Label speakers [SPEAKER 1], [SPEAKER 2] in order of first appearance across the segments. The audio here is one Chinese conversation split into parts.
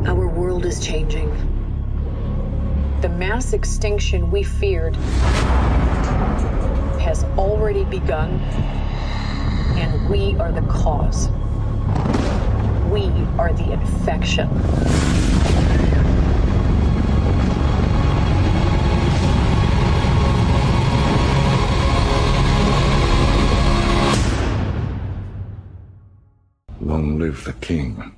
[SPEAKER 1] world is changing. The mass extinction we feared has already begun, and we are the cause. We are the infection.
[SPEAKER 2] Long live the king.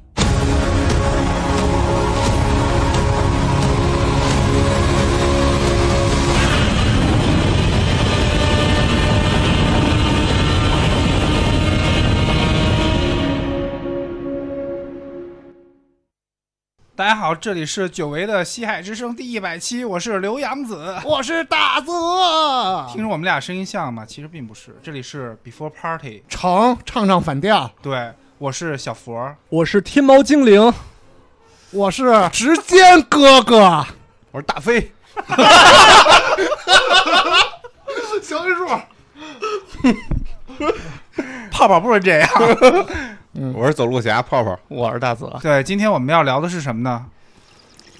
[SPEAKER 3] 大家好，这里是久违的西海之声第一百期，我是刘洋子。
[SPEAKER 4] 我是大泽，
[SPEAKER 3] 听着我们俩声音像吗？其实并不是，这里是 Before Party。
[SPEAKER 4] 成唱唱反调，
[SPEAKER 3] 对，我是小佛，
[SPEAKER 5] 我是天猫精灵，
[SPEAKER 4] 我是直间哥哥，
[SPEAKER 5] 我是大飞。
[SPEAKER 4] 小黑树，
[SPEAKER 3] 泡泡不是这样。
[SPEAKER 6] 我是走路侠泡泡，
[SPEAKER 5] 我是大泽，
[SPEAKER 3] 对，今天我们要聊的是什么呢？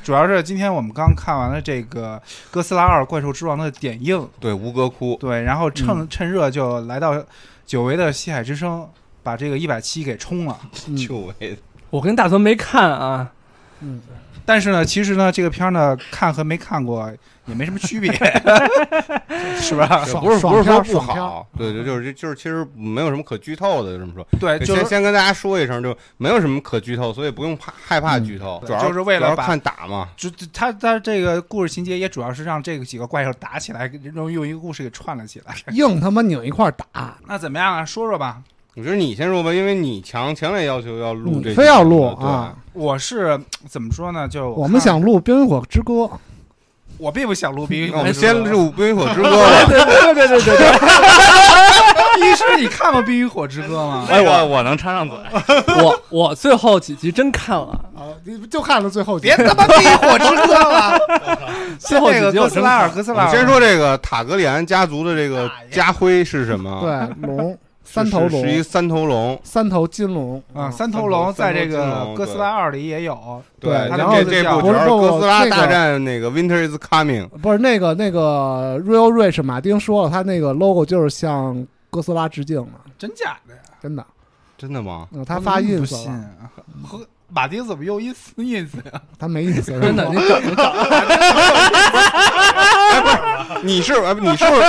[SPEAKER 3] 主要是今天我们刚看完了这个《哥斯拉二：怪兽之王》的点映，
[SPEAKER 6] 对吴哥窟，
[SPEAKER 3] 对，然后趁、
[SPEAKER 4] 嗯
[SPEAKER 3] 趁热就来到久违的西海之声，把这个一百七给冲了。
[SPEAKER 4] 嗯
[SPEAKER 6] 就为
[SPEAKER 5] 我跟大泽没看 啊，
[SPEAKER 3] 但是呢，其实呢，这个片儿呢，看和没看过也没什么区别， 是吧？
[SPEAKER 4] 爽
[SPEAKER 6] 不 是不是
[SPEAKER 4] 爽
[SPEAKER 6] 说
[SPEAKER 4] 片
[SPEAKER 6] 不
[SPEAKER 4] 爽片
[SPEAKER 6] 好，对对，就是就是其实没有什么可剧透的，这么说。
[SPEAKER 3] 对，
[SPEAKER 4] 哎
[SPEAKER 3] 就
[SPEAKER 6] 先
[SPEAKER 3] 是
[SPEAKER 6] 先跟大家说一声，就没有什么可剧透，所以不用怕害怕
[SPEAKER 4] 嗯
[SPEAKER 6] 剧透，
[SPEAKER 3] 对
[SPEAKER 6] 主要
[SPEAKER 3] 就是为了
[SPEAKER 6] 主要
[SPEAKER 3] 把
[SPEAKER 6] 看打嘛。
[SPEAKER 3] 就就他他这个故事情节也主要是让这个几个怪兽打起来，用用一个故事给串了起来。
[SPEAKER 4] 硬他妈拧一块儿打，
[SPEAKER 3] 那怎么样啊？说说吧。
[SPEAKER 6] 我觉得你先说吧，因为你强强烈要求要录这，
[SPEAKER 4] 你嗯非要录啊！！
[SPEAKER 3] 我是怎么说呢？就
[SPEAKER 4] 我们
[SPEAKER 3] 看，
[SPEAKER 4] 想录《冰与火之歌》，
[SPEAKER 3] 我并不想录冰与
[SPEAKER 6] 对，
[SPEAKER 7] 哎
[SPEAKER 3] 火
[SPEAKER 6] 那我们
[SPEAKER 3] 之歌
[SPEAKER 6] 先。录《冰与火之歌》 吧。
[SPEAKER 5] 对对对对对对，
[SPEAKER 3] 医师， 你看过《冰与火之歌》吗？
[SPEAKER 7] 哎，我我能插上嘴，
[SPEAKER 5] 我我最后几集真看了，
[SPEAKER 4] 啊，你就看了最后
[SPEAKER 3] 别他妈《冰与火之歌》了，
[SPEAKER 5] 最后
[SPEAKER 3] 那个
[SPEAKER 5] 几集
[SPEAKER 3] 哥
[SPEAKER 5] 我
[SPEAKER 3] 斯
[SPEAKER 5] 真
[SPEAKER 3] 拉尔，
[SPEAKER 5] 看
[SPEAKER 3] 哥斯
[SPEAKER 6] 我
[SPEAKER 3] 拉
[SPEAKER 6] 们
[SPEAKER 3] 尔。啊
[SPEAKER 6] 先说这个塔格里安家族的这个家徽是什么？
[SPEAKER 4] 对龙
[SPEAKER 6] 是，
[SPEAKER 4] 三头
[SPEAKER 6] 是是一
[SPEAKER 4] 龙，
[SPEAKER 6] 三头龙。
[SPEAKER 4] 三头金龙
[SPEAKER 3] 啊，
[SPEAKER 4] 三
[SPEAKER 3] 三头龙在
[SPEAKER 6] 三头
[SPEAKER 3] 这
[SPEAKER 6] 金
[SPEAKER 3] 个
[SPEAKER 6] 龙
[SPEAKER 3] 哥斯拉二里也有，
[SPEAKER 6] 对，
[SPEAKER 4] 对
[SPEAKER 3] 它的名
[SPEAKER 6] 然后
[SPEAKER 3] 字
[SPEAKER 6] 这
[SPEAKER 3] 叫
[SPEAKER 6] 部主要是
[SPEAKER 4] 不是
[SPEAKER 6] 哥斯拉
[SPEAKER 4] 那个
[SPEAKER 6] 大战那个 Winter is coming，
[SPEAKER 4] 不是那个那个 Real Rich 马丁说了，他那个 logo 就是向哥斯拉致敬的，
[SPEAKER 3] 真假的呀？
[SPEAKER 4] 真的，
[SPEAKER 6] 真的吗？
[SPEAKER 4] 嗯他发
[SPEAKER 3] 不
[SPEAKER 4] ins
[SPEAKER 3] 信
[SPEAKER 4] 了，
[SPEAKER 3] 啊！和马丁怎么又 ins ins 呀？
[SPEAKER 4] 他没 ins，了
[SPEAKER 5] 真的，你整你整，
[SPEAKER 6] 你是哎不你是不是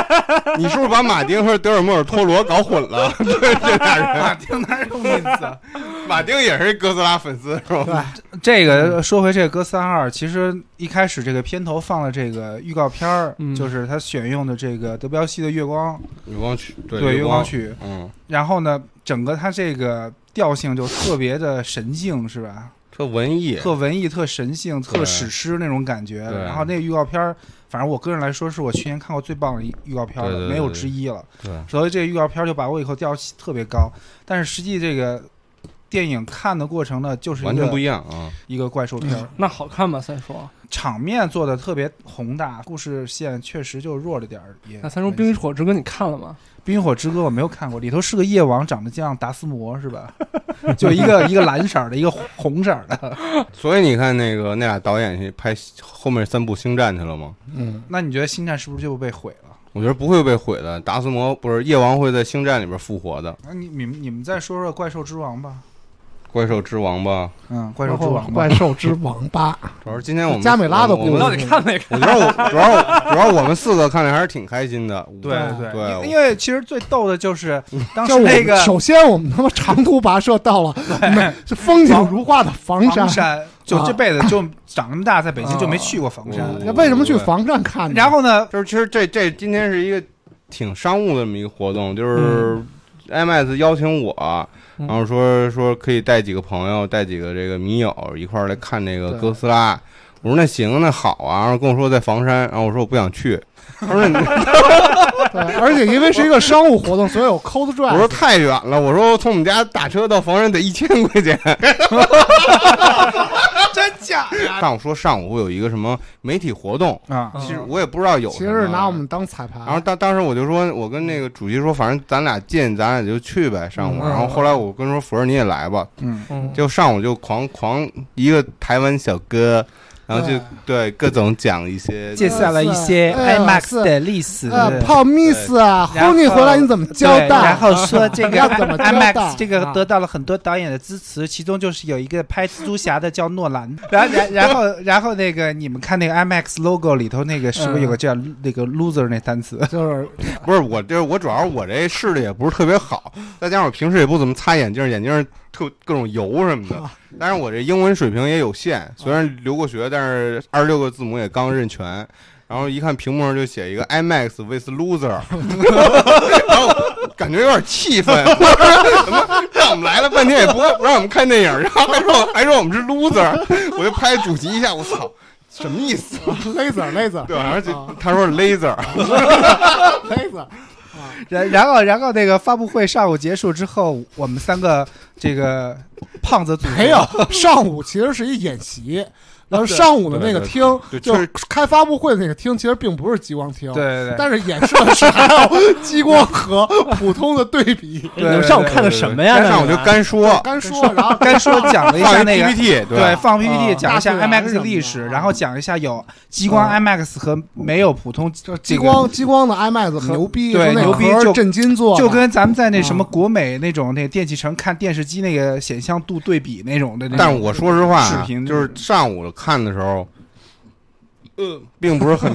[SPEAKER 6] 你是不是把马丁和德尔莫尔托罗搞混 了？对，这俩人，
[SPEAKER 3] 马丁哪有啊 ins？
[SPEAKER 6] 马丁也是哥斯拉粉丝是吧？
[SPEAKER 3] 这个说回这个哥斯拉二，其实一开始这个片头放了这个预告片儿，
[SPEAKER 5] 嗯
[SPEAKER 3] 就是他选用的这个德彪西的《月光》，
[SPEAKER 6] 月光曲，
[SPEAKER 3] 对《月光，曲》，
[SPEAKER 6] 嗯，
[SPEAKER 3] 然后呢，整个它这个调性就特别的神性，是吧？
[SPEAKER 6] 特文艺，
[SPEAKER 3] 特文艺、特神性、特
[SPEAKER 6] 对
[SPEAKER 3] 史诗那种感觉。
[SPEAKER 6] 对
[SPEAKER 3] 然后那个预告片儿，反正我个人来说，是我去年看过最棒的一预告片儿
[SPEAKER 6] 对
[SPEAKER 3] 了，
[SPEAKER 6] 对对
[SPEAKER 3] 没有
[SPEAKER 6] 对
[SPEAKER 3] 之一了。
[SPEAKER 6] 对，
[SPEAKER 3] 所以这个预告片儿就把我以后调特别高，但是实际这个电影看的过程呢，就是一
[SPEAKER 6] 完全不
[SPEAKER 3] 个
[SPEAKER 6] 一样啊。
[SPEAKER 3] 一个怪兽片儿，
[SPEAKER 5] 那好看吗？三叔，
[SPEAKER 3] 场面做的特别宏大，故事线确实就弱了点儿。也
[SPEAKER 5] 那三叔《冰与火之歌》你看了吗？
[SPEAKER 3] 冰与火之歌我没有看过，里头是个夜王，长得像达斯摩是 吧？就一个一个蓝色儿的，一个红色儿的。
[SPEAKER 6] 所以你看那个那俩导演去拍后面三部星战去了吗？
[SPEAKER 4] 嗯，
[SPEAKER 3] 那你觉得星战是不是就被毁了？
[SPEAKER 6] 我觉得不会被毁的，达斯摩不是夜王会在星战里边复活的，
[SPEAKER 3] 那你你们你们再说说怪兽之王吧。
[SPEAKER 6] 怪兽之王吧。
[SPEAKER 3] 嗯，怪
[SPEAKER 4] 然
[SPEAKER 3] 兽之
[SPEAKER 4] 后
[SPEAKER 3] 王吧
[SPEAKER 4] 怪。兽之王八，
[SPEAKER 6] 主要是今天我们
[SPEAKER 4] 加美拉的
[SPEAKER 6] 我们
[SPEAKER 4] 故
[SPEAKER 5] 你
[SPEAKER 4] 事
[SPEAKER 6] 我
[SPEAKER 5] 到
[SPEAKER 6] 们
[SPEAKER 5] 底看没看？
[SPEAKER 6] 我觉得我主要主要我们四个看的还是挺开心的，
[SPEAKER 3] 对对
[SPEAKER 6] 对我
[SPEAKER 3] 因因为其实最逗的就是当
[SPEAKER 4] 就
[SPEAKER 3] 时
[SPEAKER 4] 嗯我
[SPEAKER 3] 那
[SPEAKER 4] 们
[SPEAKER 3] 个
[SPEAKER 4] 首先我们他妈长途跋涉到了美是风景如画的房山啊
[SPEAKER 3] 房，山，就这辈子就长那么大，在北京就没去过房山。
[SPEAKER 6] 啊
[SPEAKER 4] 那为什么去房山看呢？
[SPEAKER 3] 然后呢，
[SPEAKER 6] 就是其实这这今天是一个挺商务的这么一个活动，就是
[SPEAKER 4] 嗯
[SPEAKER 6] IMAX 邀请我，
[SPEAKER 5] 嗯
[SPEAKER 6] 然后说说可以带几个朋友，带几个这个迷友一块儿来看那个
[SPEAKER 4] 对
[SPEAKER 6] 哥斯拉。我说那行，那好啊。然后跟我说在房山，然后我说我不想去。他 说你，
[SPEAKER 4] 对，而且因为是一个商务活动，所以有 code
[SPEAKER 6] 我说
[SPEAKER 4] drive。
[SPEAKER 6] 太远 了，我说从我们家打车到房山得一千块钱。
[SPEAKER 3] 这真假呀？
[SPEAKER 6] 上午说上午有一个什么媒体活动，
[SPEAKER 3] 啊，
[SPEAKER 5] 嗯
[SPEAKER 6] 其实我也不知道有
[SPEAKER 4] 其
[SPEAKER 6] 什么，
[SPEAKER 4] 实是拿我们当彩排。
[SPEAKER 6] 然后当当时我就说，我跟那个主席说，反正咱俩近，咱俩就去呗，上午。
[SPEAKER 5] 嗯
[SPEAKER 6] 然后后来我跟说，福儿你也来吧，
[SPEAKER 3] 嗯，
[SPEAKER 5] 嗯，
[SPEAKER 6] 就上午就狂狂一个台湾小哥，然后就对各种讲一些，
[SPEAKER 7] 介绍了一些
[SPEAKER 4] 哎呀
[SPEAKER 7] IMAX
[SPEAKER 4] 是
[SPEAKER 7] 的历史，
[SPEAKER 4] 呃，泡 miss 啊，
[SPEAKER 7] 然后
[SPEAKER 4] 轰你回来你怎么交
[SPEAKER 7] 对，
[SPEAKER 4] 代？
[SPEAKER 7] 然后说这个
[SPEAKER 4] 要怎么交啊代
[SPEAKER 7] IMAX 这个得到了很多导演的支持，其中就是有一个拍蜘蛛侠的叫诺兰，
[SPEAKER 3] 然后然然后然后那个你们看那个 IMAX logo 里头那个
[SPEAKER 4] 嗯
[SPEAKER 3] 是不是有个叫那个 loser 那单词？
[SPEAKER 4] 就是
[SPEAKER 6] 不是我这我主要是我这视力也不是特别好，再加上我平时也不怎么擦眼镜，眼镜特各种油什么的。但是我这英文水平也有限，虽然留过学，但是二十六个字母也刚认全。然后一看屏幕上就写一个 IMAX with loser，然后感觉有点气愤，我说怎么让我们来了半天也不不让我们看电影，然后还说还说我们是 loser，我就 拍主席一下，我操，什么意思？
[SPEAKER 4] laser laser
[SPEAKER 6] 对，然后就他说 laser，
[SPEAKER 4] laser，
[SPEAKER 3] 然然后然后那个发布会上午结束之后，我们三个这个胖子组合
[SPEAKER 4] 没有上午其实是一演习，然后上午的那个
[SPEAKER 6] 对对
[SPEAKER 4] 厅
[SPEAKER 6] 对
[SPEAKER 4] 就
[SPEAKER 6] 确
[SPEAKER 4] 是开发布会的那个厅，其实并不是激光厅，
[SPEAKER 3] 对对对。
[SPEAKER 4] 但是演示的是还有激光和普通的对比。
[SPEAKER 5] 你
[SPEAKER 3] 对
[SPEAKER 5] 们
[SPEAKER 3] 对
[SPEAKER 5] 上午
[SPEAKER 3] 对
[SPEAKER 5] 看了什么呀？
[SPEAKER 6] 上午就干说，
[SPEAKER 4] 干说，然后
[SPEAKER 3] 该说讲了一下
[SPEAKER 6] 放
[SPEAKER 3] 那
[SPEAKER 6] 一
[SPEAKER 3] 个
[SPEAKER 6] PPT，
[SPEAKER 3] 对，放 PPT
[SPEAKER 5] 嗯
[SPEAKER 3] 讲一下
[SPEAKER 4] 大自然
[SPEAKER 3] IMAX
[SPEAKER 4] 什么的
[SPEAKER 3] 历史，
[SPEAKER 4] 啊
[SPEAKER 3] 然后讲一下有激光 IMAX 和没有普通
[SPEAKER 4] 就
[SPEAKER 3] 这
[SPEAKER 4] 激
[SPEAKER 3] 个
[SPEAKER 4] 光激光的 IMAX
[SPEAKER 3] 和
[SPEAKER 4] 牛逼，
[SPEAKER 3] 对
[SPEAKER 4] 说那
[SPEAKER 3] 牛逼
[SPEAKER 4] 盒
[SPEAKER 3] 就
[SPEAKER 4] 震惊做的，
[SPEAKER 3] 就跟咱们在那什么
[SPEAKER 4] 啊
[SPEAKER 3] 国美那种那个电器城看电视机那个显像度对比那种的那种，
[SPEAKER 6] 但是我说实话啊，
[SPEAKER 3] 视频
[SPEAKER 6] 就是上午看的时候，呃，并不是 很，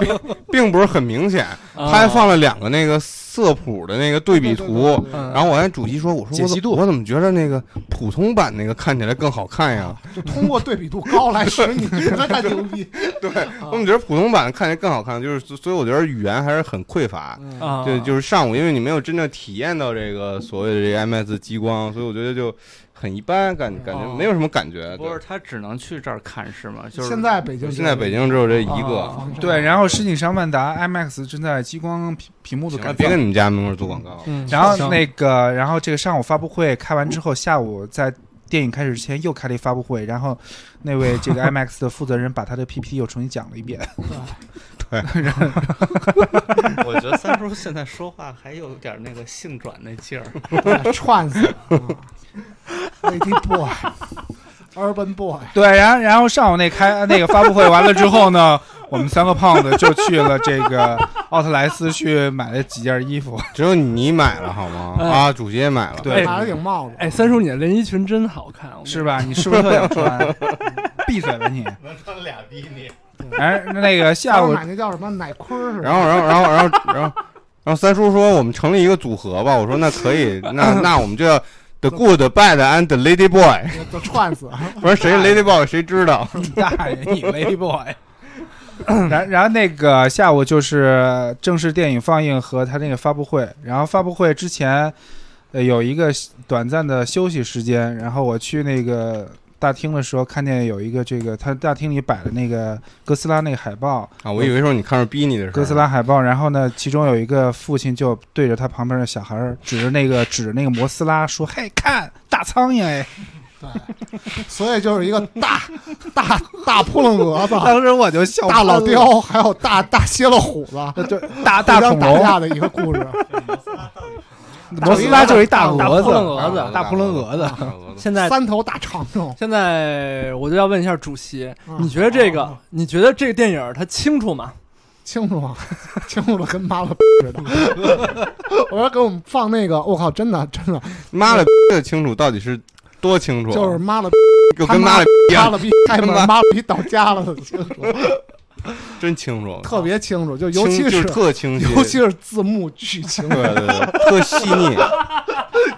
[SPEAKER 6] 并并不是很明显。他还放了两个那个色谱的那个对比图，
[SPEAKER 5] 嗯，
[SPEAKER 6] 然后我跟主席说：“我说
[SPEAKER 3] 解
[SPEAKER 6] 我
[SPEAKER 3] 析
[SPEAKER 6] 怎我怎么觉得那个普通版那个看起来更好看呀？
[SPEAKER 4] 通过对比度高来使你觉得他牛逼。
[SPEAKER 6] 对， 我怎么觉得普通版看起来更好看？就是所所以我觉得语言还是很匮乏。
[SPEAKER 4] 嗯
[SPEAKER 5] 啊，
[SPEAKER 6] 对，就是上午，因为你没有真正体验到这个所谓的这个 IMAX 激光，所以我觉得就很一般，感感觉
[SPEAKER 8] 哦
[SPEAKER 6] 没有什么感觉。
[SPEAKER 8] 不是
[SPEAKER 6] 对，
[SPEAKER 8] 他只能去这儿看是吗？就是
[SPEAKER 4] 现在北京
[SPEAKER 6] 现在北京只有这一
[SPEAKER 4] 哦
[SPEAKER 6] 个。
[SPEAKER 3] 对，然后实景上万达 IMAX 正在激光屏屏幕的
[SPEAKER 6] 行了
[SPEAKER 3] 改
[SPEAKER 6] 别
[SPEAKER 3] 造
[SPEAKER 6] 跟。你们家门口做广告了。
[SPEAKER 5] 嗯，
[SPEAKER 3] 然后那个，然后这个上午发布会开完之后，下午在电影开始之前又开了一发布会，然后那位这个 IMAX 的负责人把他的 PPT 又重新讲了一遍。
[SPEAKER 8] 我觉得三叔现在说话还有点那个性转那劲 儿。
[SPEAKER 4] 串死了，Lady Boy，Urban Boy，
[SPEAKER 3] 对，然后然后上午那开那个发布会完了之后呢，我们三个胖子就去了这个奥特莱斯去买了几件衣服。
[SPEAKER 6] 只有你买了好吗？
[SPEAKER 5] 哎
[SPEAKER 6] 啊，主席也买了。
[SPEAKER 3] 对
[SPEAKER 4] 买了顶帽子，
[SPEAKER 5] 哎，三叔，你的连衣裙真好看，我
[SPEAKER 3] 是吧？你是不是特想穿？闭嘴 吧你！
[SPEAKER 8] 能他们俩逼你？
[SPEAKER 3] 哎，那个下
[SPEAKER 4] 当时
[SPEAKER 3] 午
[SPEAKER 4] 买那叫什么奶坤儿似的
[SPEAKER 6] 然。后，然后，然后，然后，然后，然后三叔说我们成立一个组合吧。我说那可以，那那我们就要 The Good Bad and the Lady Boy。
[SPEAKER 4] 就串死，
[SPEAKER 6] 我说谁是 Lady Boy 谁知道？
[SPEAKER 3] 大爷你 Lady Boy。然然后那个下午就是正式电影放映和他那个发布会，然后发布会之前，呃有一个短暂的休息时间，然后我去那个大厅的时候，看见有一个这个他大厅里摆的那个哥斯拉那个海 报，
[SPEAKER 6] 啊，我以为说你看着逼你的事儿。
[SPEAKER 3] 哥斯拉海报，然后呢，其中有一个父亲就对着他旁边的小孩儿，指着那个指着那个摩斯拉说：“嘿，看大苍蝇哎
[SPEAKER 4] 所以就是一个大大大扑棱蛾！”子、
[SPEAKER 3] 当时我就笑
[SPEAKER 4] 哦大
[SPEAKER 3] 喷了，
[SPEAKER 4] 老雕，还有大大蝎子虎子，
[SPEAKER 3] 呃，对，大大
[SPEAKER 4] 互
[SPEAKER 3] 恐
[SPEAKER 4] 相打
[SPEAKER 3] 龙，
[SPEAKER 4] 架的一个故事。
[SPEAKER 3] 摩斯拉就是一大蛾
[SPEAKER 5] 大扑棱
[SPEAKER 3] 子，
[SPEAKER 5] 蛾子。
[SPEAKER 3] 大扑棱蛾子
[SPEAKER 6] 啊大扑棱蛾子。
[SPEAKER 5] 现在
[SPEAKER 4] 三头大长虫，
[SPEAKER 5] 现在我就要问一下主席，
[SPEAKER 4] 嗯
[SPEAKER 5] 你觉得这个，你觉得这个电影儿它清楚吗？
[SPEAKER 4] 清 楚吗？清楚了，跟妈了似的。我说给我们放那个，我靠，真的真的
[SPEAKER 6] 妈了，这清楚到底是多清楚？啊
[SPEAKER 4] 就是妈了
[SPEAKER 6] 就跟妈了一
[SPEAKER 4] 妈
[SPEAKER 6] 样，
[SPEAKER 4] 了逼开门，妈了逼到家了的清楚，
[SPEAKER 6] 真清楚，
[SPEAKER 4] 特别清楚，就
[SPEAKER 6] 清
[SPEAKER 4] 尤其
[SPEAKER 6] 就是
[SPEAKER 4] 是
[SPEAKER 6] 特清晰，
[SPEAKER 4] 尤其是字幕剧 情，
[SPEAKER 6] 对对对，特细腻。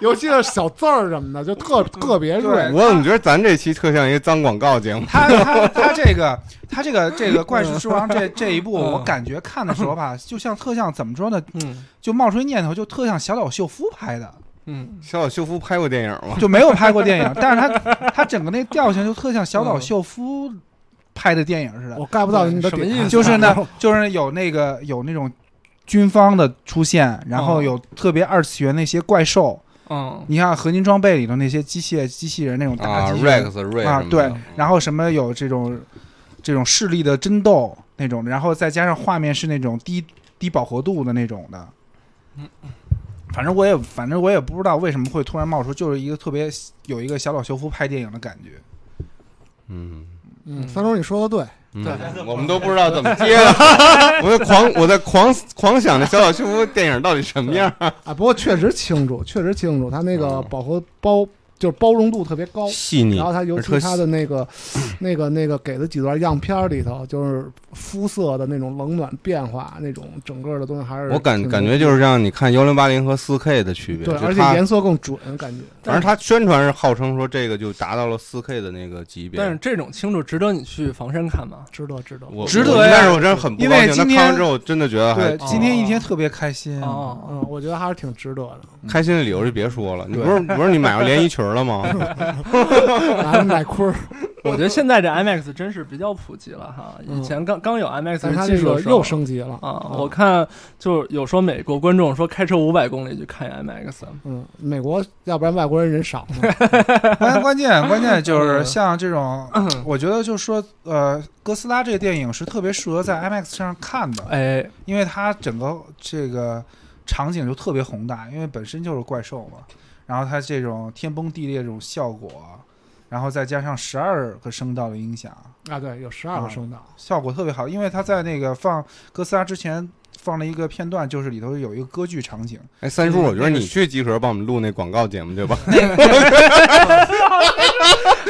[SPEAKER 4] 尤其是小字儿什么的，就特特别
[SPEAKER 3] 对
[SPEAKER 4] 锐。
[SPEAKER 6] 我怎么觉得咱这期特像一个脏广告节目？
[SPEAKER 3] 他他他这个他这个这个怪兽之王这这一部，我感觉看的时候吧，就像特像怎么说呢，
[SPEAKER 5] 嗯
[SPEAKER 3] 就冒出一念头，就特像小岛秀夫拍的，
[SPEAKER 5] 嗯，
[SPEAKER 6] 小小秀夫拍过电影吗？
[SPEAKER 3] 就没有拍过电影，但是他他整个那调性就特像小岛秀夫拍的电影似的
[SPEAKER 4] 我。盖不到你的
[SPEAKER 5] 什么
[SPEAKER 4] 点
[SPEAKER 5] 意思
[SPEAKER 3] 就是呢，就是有那个有那种军方的出现，然后有特别二次元那些怪兽，
[SPEAKER 5] 嗯，
[SPEAKER 3] 你看合金装备里头那些机械机器人那种
[SPEAKER 6] 啊
[SPEAKER 3] 大机器人
[SPEAKER 6] ，Rex、Ray
[SPEAKER 3] 啊
[SPEAKER 6] 什，么的
[SPEAKER 3] 对，然后什么有这种这种势力的争斗那种，然后再加上画面是那种低低饱和度的那种的，嗯反正我也反正我也不知道为什么会突然冒出，就是一个特别有一个小岛秀夫拍电影的感觉。
[SPEAKER 6] 嗯，
[SPEAKER 4] 嗯，三叔你说的对，
[SPEAKER 6] 嗯
[SPEAKER 5] 对
[SPEAKER 6] 我们都不知道怎么接了， 我在狂我在狂狂想着小岛秀夫电影到底什么样。
[SPEAKER 4] 啊，不过确实清楚，确实清楚，它那个饱和包就是包容度特别高，
[SPEAKER 6] 哦细腻
[SPEAKER 4] 然后它尤其
[SPEAKER 6] 而且
[SPEAKER 4] 它的那个、那个、那个给的几段样片儿里头，就是肤色的那种冷暖变化，那种整个的东西还是
[SPEAKER 6] 我感
[SPEAKER 4] 挺
[SPEAKER 6] 感觉就是让你看幺零八零和四 K 的区别，
[SPEAKER 4] 对，
[SPEAKER 6] 就
[SPEAKER 4] 而且
[SPEAKER 6] 它
[SPEAKER 4] 颜色更准，感觉
[SPEAKER 6] 反正它宣传是号称说这个就达到了四 K 的那个级别，
[SPEAKER 5] 但是这种清楚值得你去房山看吗？
[SPEAKER 4] 知道知道。
[SPEAKER 6] 我
[SPEAKER 3] 值得
[SPEAKER 6] 我
[SPEAKER 3] 呀
[SPEAKER 6] 但是我真的很不
[SPEAKER 3] 因
[SPEAKER 6] 高
[SPEAKER 3] 为
[SPEAKER 6] 兴。他
[SPEAKER 3] 今
[SPEAKER 6] 看
[SPEAKER 3] 天
[SPEAKER 6] 完之后，真的觉得啊还
[SPEAKER 3] 对，今天一天特别开心。
[SPEAKER 5] 哦，
[SPEAKER 4] 嗯，我觉得还是挺值得的。
[SPEAKER 6] 开心的理由就别说了。你不是不是你买过连衣裙了吗？
[SPEAKER 4] 拿着奶裤儿，
[SPEAKER 5] 我觉得现在这 IMAX 真是比较普及了哈，
[SPEAKER 4] 嗯
[SPEAKER 5] 以前刚刚有 IMAX
[SPEAKER 4] 但是它
[SPEAKER 5] 技
[SPEAKER 4] 这
[SPEAKER 5] 术
[SPEAKER 4] 个
[SPEAKER 5] 的时候
[SPEAKER 4] 又升级了嗯
[SPEAKER 5] 啊，
[SPEAKER 3] 嗯
[SPEAKER 5] 我看就有说美国观众说开车五百公里去看 IMAX，
[SPEAKER 4] 嗯，美国要不然外国人人少嘛，
[SPEAKER 3] 关关键关键就是像这种，
[SPEAKER 5] 嗯
[SPEAKER 3] 我觉得就是说，呃，哥斯拉这个电影是特别适合在 IMAX 上看的，
[SPEAKER 5] 哎，
[SPEAKER 3] 因为它整个这个场景就特别宏大，因为本身就是怪兽嘛，然后它这种天崩地裂这种效果，然后再加上十二个声道的音响，
[SPEAKER 4] 啊，对，有十二个声道，
[SPEAKER 3] 效果特别好。因为它在那个放哥斯拉之前放了一个片段，就是里头有一个歌剧场景，
[SPEAKER 6] 哎，三叔，我觉得你去集合帮我们录那广告节目对吧？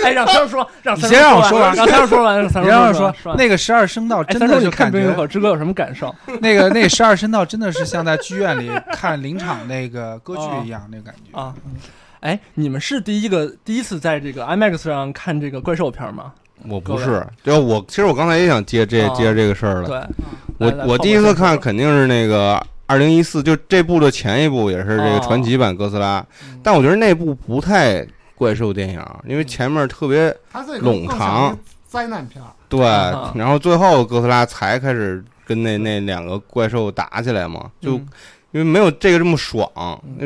[SPEAKER 5] 哎，让三叔说，让
[SPEAKER 3] 你
[SPEAKER 5] 三叔
[SPEAKER 3] 先让我
[SPEAKER 5] 说
[SPEAKER 3] 说
[SPEAKER 5] 完，
[SPEAKER 3] 完
[SPEAKER 5] 让三叔说完，让三
[SPEAKER 3] 你
[SPEAKER 5] 叔
[SPEAKER 3] 让我
[SPEAKER 5] 说
[SPEAKER 3] 说
[SPEAKER 5] 完，说完
[SPEAKER 3] 那个十二声道
[SPEAKER 5] 哎，
[SPEAKER 3] 真
[SPEAKER 5] 三
[SPEAKER 3] 的
[SPEAKER 5] 叔，
[SPEAKER 3] 就
[SPEAKER 5] 你看
[SPEAKER 3] 感
[SPEAKER 5] 《冰与
[SPEAKER 3] 觉
[SPEAKER 5] 火之歌》有什么感 受？
[SPEAKER 3] 那个那十二声道真的是像在剧院里看临场那个歌
[SPEAKER 5] 哦
[SPEAKER 3] 剧一样，那个感觉。
[SPEAKER 5] 啊，哎，你们是第一个第一次在这个 IMAX 上看这个怪兽片吗？
[SPEAKER 6] 我不是，就我其实我刚才也想接这
[SPEAKER 5] 哦
[SPEAKER 6] 接着这个事儿了。
[SPEAKER 5] 对，来来
[SPEAKER 6] 我我第一次看肯定是那个二零一四，就这部的前一部也是这个
[SPEAKER 5] 哦嗯
[SPEAKER 6] 传奇版哥斯拉，但我觉得那部不太怪兽电影，因为前面特 别
[SPEAKER 4] 它这
[SPEAKER 6] 个更像一
[SPEAKER 4] 灾难片儿，
[SPEAKER 6] 对，
[SPEAKER 5] 啊
[SPEAKER 6] 然后最后哥斯拉才开始跟那那两个怪兽打起来嘛，就。
[SPEAKER 5] 嗯
[SPEAKER 6] 因为没有这个这么爽，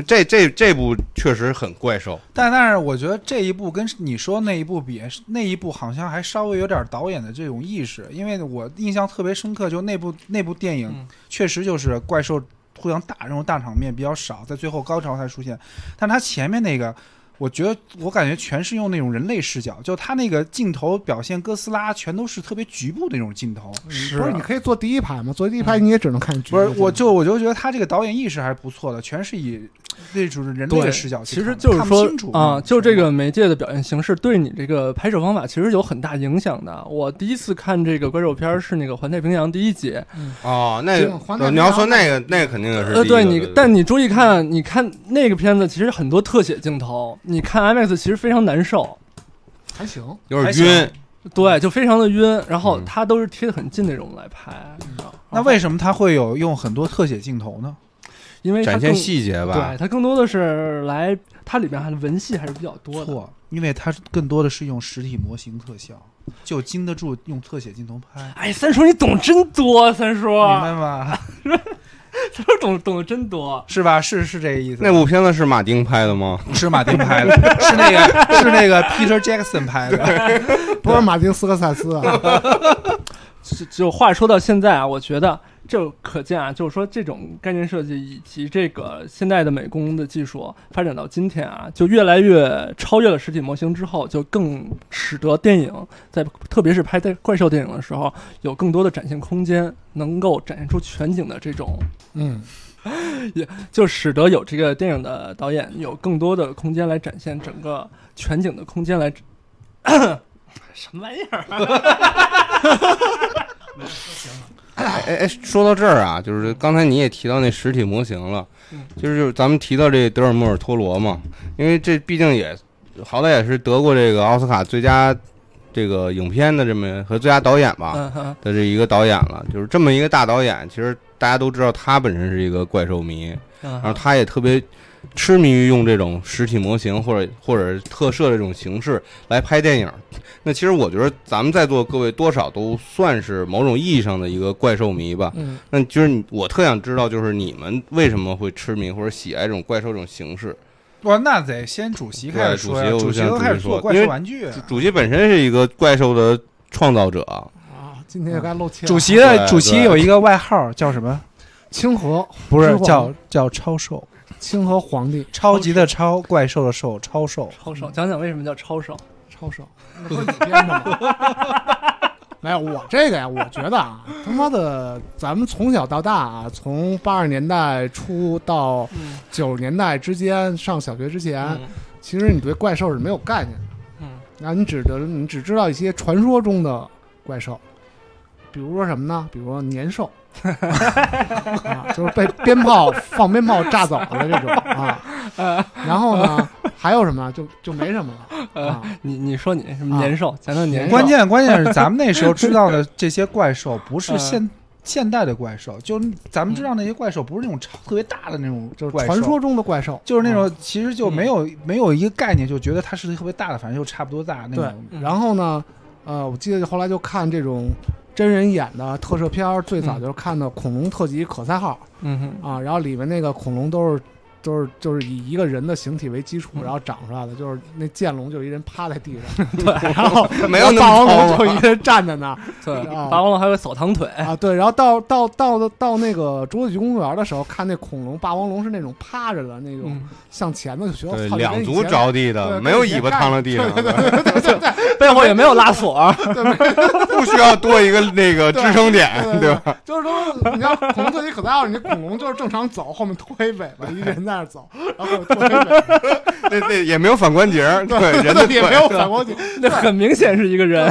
[SPEAKER 6] 这这这部确实很怪兽，
[SPEAKER 3] 但但是我觉得这一部跟你说那一部比，那一部好像还稍微有点导演的这种意识，因为我印象特别深刻，就那部那部电影
[SPEAKER 5] 嗯
[SPEAKER 3] 确实就是怪兽互相打这种大场面比较少，在最后高潮才出现，但它前面那个。我觉得，我感觉全是用那种人类视角，就它那个镜头表现哥斯拉全都是特别局部的那种镜头，
[SPEAKER 5] 是
[SPEAKER 4] 不是？你啊可以坐第一排嘛，坐第一排你也只能看剧。
[SPEAKER 3] 啊嗯不是，我就我就觉得他这个导演意识还是不错的，全是以那种人类
[SPEAKER 5] 对
[SPEAKER 3] 的视角去
[SPEAKER 5] 其
[SPEAKER 3] 看
[SPEAKER 5] 实
[SPEAKER 3] 的，
[SPEAKER 5] 就是
[SPEAKER 3] 看不
[SPEAKER 5] 说
[SPEAKER 3] 清楚
[SPEAKER 5] 啊，
[SPEAKER 3] 嗯
[SPEAKER 5] 就这个媒介的表现形式对你这个拍摄方法其实有很大影响的。我第一次看这个怪兽片儿是那个《环太平洋》第一集，
[SPEAKER 6] 哦，那
[SPEAKER 4] 这个环太
[SPEAKER 6] 你
[SPEAKER 4] 平洋
[SPEAKER 6] 要说那个那个肯定是第一个
[SPEAKER 5] 嗯呃，对你，但你注意看，啊你看那个片子其实很多特写镜头，你看 IMAX 其实非常难受，
[SPEAKER 4] 还行，
[SPEAKER 6] 有
[SPEAKER 3] 还
[SPEAKER 6] 点
[SPEAKER 3] 行
[SPEAKER 6] 晕，
[SPEAKER 5] 对，就非常的晕。然后
[SPEAKER 6] 嗯
[SPEAKER 5] 它都是贴得很近那种来拍，你知道
[SPEAKER 3] 那为什么他会有用很多特写镜头呢？
[SPEAKER 5] 因为
[SPEAKER 6] 展
[SPEAKER 5] 它更
[SPEAKER 6] 现细节吧
[SPEAKER 5] 对，，它更多的是来它里边还是文戏还是比较多的。
[SPEAKER 3] 错，因为他更多的是用实体模型特效，就经得住用特写镜头拍，
[SPEAKER 5] 哎，三叔你懂真多，三叔，
[SPEAKER 3] 明白吗？
[SPEAKER 5] 三叔懂懂得真多。
[SPEAKER 3] 是吧？是是这个意思。
[SPEAKER 6] 那部片子是马丁拍的吗？
[SPEAKER 3] 是马丁拍的，是那个是那个 Peter Jackson 拍的，
[SPEAKER 4] 不是马丁斯科塞斯啊，
[SPEAKER 5] 就就话说到现在啊，我觉得就可见啊，就是说这种概念设计以及这个现代的美工的技术发展到今天啊，就越来越超越了实体模型之后，就更使得电影在特别是拍在怪兽电影的时候，有更多的展现空间，能够展现出全景的这 种，
[SPEAKER 4] 嗯，
[SPEAKER 5] 就使得有这个电影的导演有更多的空间来展现整个全景的空间来。 什么玩意儿？
[SPEAKER 6] 哎哎，说到这儿啊，就是刚才你也提到那实体模型了，
[SPEAKER 5] 嗯
[SPEAKER 6] 就是就是咱们提到这德尔莫尔托罗嘛，因为这毕竟也好歹也是得过这个奥斯卡最佳这个影片的这么和最佳导演吧
[SPEAKER 5] 嗯哼，
[SPEAKER 6] 的这一个导演了，就是这么一个大导演，其实大家都知道他本身是一个怪兽迷，
[SPEAKER 4] 啊
[SPEAKER 5] 然
[SPEAKER 6] 然后他也特别痴迷于用这种实体模型或者或者特摄这种形式来拍电影。那其实我觉得咱们在座各位多少都算是某种意义上的一个怪兽迷吧。
[SPEAKER 5] 嗯，
[SPEAKER 6] 那就是你我特想知道，就是你们为什么会痴迷或者喜爱这种怪兽这种形式？
[SPEAKER 3] 不，那得先主席开始说呀，
[SPEAKER 6] 对主席
[SPEAKER 3] 主席都
[SPEAKER 6] 我就想
[SPEAKER 3] 开始
[SPEAKER 6] 主席
[SPEAKER 3] 做
[SPEAKER 6] 说
[SPEAKER 3] 怪
[SPEAKER 6] 因
[SPEAKER 3] 兽
[SPEAKER 6] 为
[SPEAKER 3] 玩具。啊
[SPEAKER 6] 主席本身是一个怪兽的创造 者，
[SPEAKER 4] 啊，今天也该露怯了。
[SPEAKER 3] 主席的
[SPEAKER 6] 对
[SPEAKER 3] 主席
[SPEAKER 6] 对
[SPEAKER 3] 有一个外号叫什么？
[SPEAKER 4] 清河
[SPEAKER 7] 不
[SPEAKER 4] 知
[SPEAKER 7] 是
[SPEAKER 4] 乎
[SPEAKER 7] 叫叫超兽，
[SPEAKER 4] 清河皇帝
[SPEAKER 7] 超级的超，怪兽的兽，超兽。
[SPEAKER 5] 超手，讲讲为什么叫超手？
[SPEAKER 4] 超手，那不是你编的吗？ 没有，我这个呀，我觉得啊，他妈的，咱们从小到大啊，从八十年代初到
[SPEAKER 5] 嗯
[SPEAKER 4] 九十年代之间，上小学之前，
[SPEAKER 5] 嗯
[SPEAKER 4] 其实你对怪兽是没有概念的。
[SPEAKER 5] 嗯，
[SPEAKER 4] 然后你只得你只知道一些传说中的怪兽，比如说什么呢？比如说年 兽，啊，就是被鞭炮放鞭炮炸走的这种啊。然后呢，还有什么？就就没什么了啊。
[SPEAKER 5] 呃你你说你什么年兽？讲讲年兽。
[SPEAKER 3] 关键关键是咱们那 时候知道的这些怪兽不是
[SPEAKER 5] 嗯
[SPEAKER 3] 现现代的怪兽，就咱们知道那些怪兽不是那种超特别大的那种怪兽，
[SPEAKER 4] 嗯就是传说嗯中的怪兽，啊
[SPEAKER 3] 就是那种其实就没有没有一个概念，就觉得它是特别大的，反正就差不多大那
[SPEAKER 4] 对
[SPEAKER 3] 种。，
[SPEAKER 5] 嗯
[SPEAKER 4] 然后呢，呃，我记得后来就看这种真人演的特摄片儿，最早就是看的《恐龙特辑可赛号
[SPEAKER 5] 嗯哼，》
[SPEAKER 4] 啊，然后里面那个恐龙都是。都是就是以一个人的形体为基础，
[SPEAKER 5] 嗯
[SPEAKER 4] 然后长出来的，就是那剑龙，就一人趴在地上，
[SPEAKER 5] 对啊
[SPEAKER 4] 然后
[SPEAKER 6] 没有那么
[SPEAKER 4] 霸王
[SPEAKER 6] 高啊哎
[SPEAKER 4] 龙
[SPEAKER 6] 吧
[SPEAKER 4] 就一人站在那儿
[SPEAKER 5] 对，
[SPEAKER 4] 啊
[SPEAKER 5] 霸王龙还有扫堂腿，
[SPEAKER 4] 啊，对，然后到到到到那个侏罗纪公园的时候，看那恐龙，霸王龙是那种趴着的那种
[SPEAKER 5] 嗯，
[SPEAKER 4] 向前的，就觉得
[SPEAKER 6] 对，
[SPEAKER 4] 操这跟
[SPEAKER 6] 两
[SPEAKER 4] 以
[SPEAKER 6] 足
[SPEAKER 4] 前
[SPEAKER 6] 着
[SPEAKER 4] 对
[SPEAKER 6] 地的，
[SPEAKER 4] 跟
[SPEAKER 6] 没有
[SPEAKER 4] 以前
[SPEAKER 6] 尾巴
[SPEAKER 4] 干
[SPEAKER 6] 躺在地上，
[SPEAKER 5] 哎背后也没有拉锁，
[SPEAKER 6] 不需要多一个那个支撑点，
[SPEAKER 4] 对
[SPEAKER 6] 对
[SPEAKER 4] 对
[SPEAKER 6] 吧？
[SPEAKER 4] 就是说，你要恐龙特级可赛奥，你恐龙就是正常走，后面拖一尾巴，一人在那儿走，然后拖一尾巴，
[SPEAKER 6] 那那也没有反关节儿，对， 人的
[SPEAKER 4] 也没有反光镜。
[SPEAKER 5] 那很明显是一个人。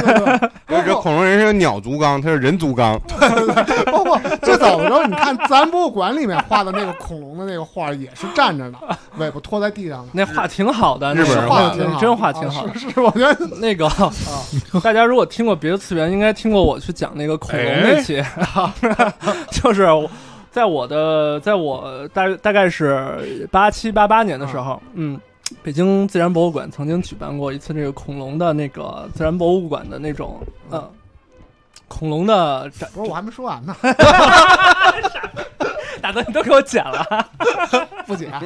[SPEAKER 6] 腿，这恐龙人是鸟足纲，它是人足纲，
[SPEAKER 4] 包括最早的时候，你看自然博物馆里面画的那个恐龙的那个画儿也是站着的，尾巴拖在地上的，
[SPEAKER 5] 那画挺好的，
[SPEAKER 6] 日本
[SPEAKER 5] 那
[SPEAKER 6] 人
[SPEAKER 5] 画
[SPEAKER 4] 画
[SPEAKER 6] 画
[SPEAKER 4] 的挺好，
[SPEAKER 5] 真画挺好
[SPEAKER 4] 啊。是是，我觉得
[SPEAKER 5] 那个， 大家如果听过别的次元，应该听过我去讲那个恐龙那期，哎 就是我在我的，在我大大概是八七八八年的时候，嗯，北京自然博物馆曾经举办过一次这个恐龙的那个自然博物馆的那种，呃，恐龙的展，
[SPEAKER 4] 不是我还没说完呢，
[SPEAKER 5] 大哥你都给我剪了，
[SPEAKER 4] 不解。啊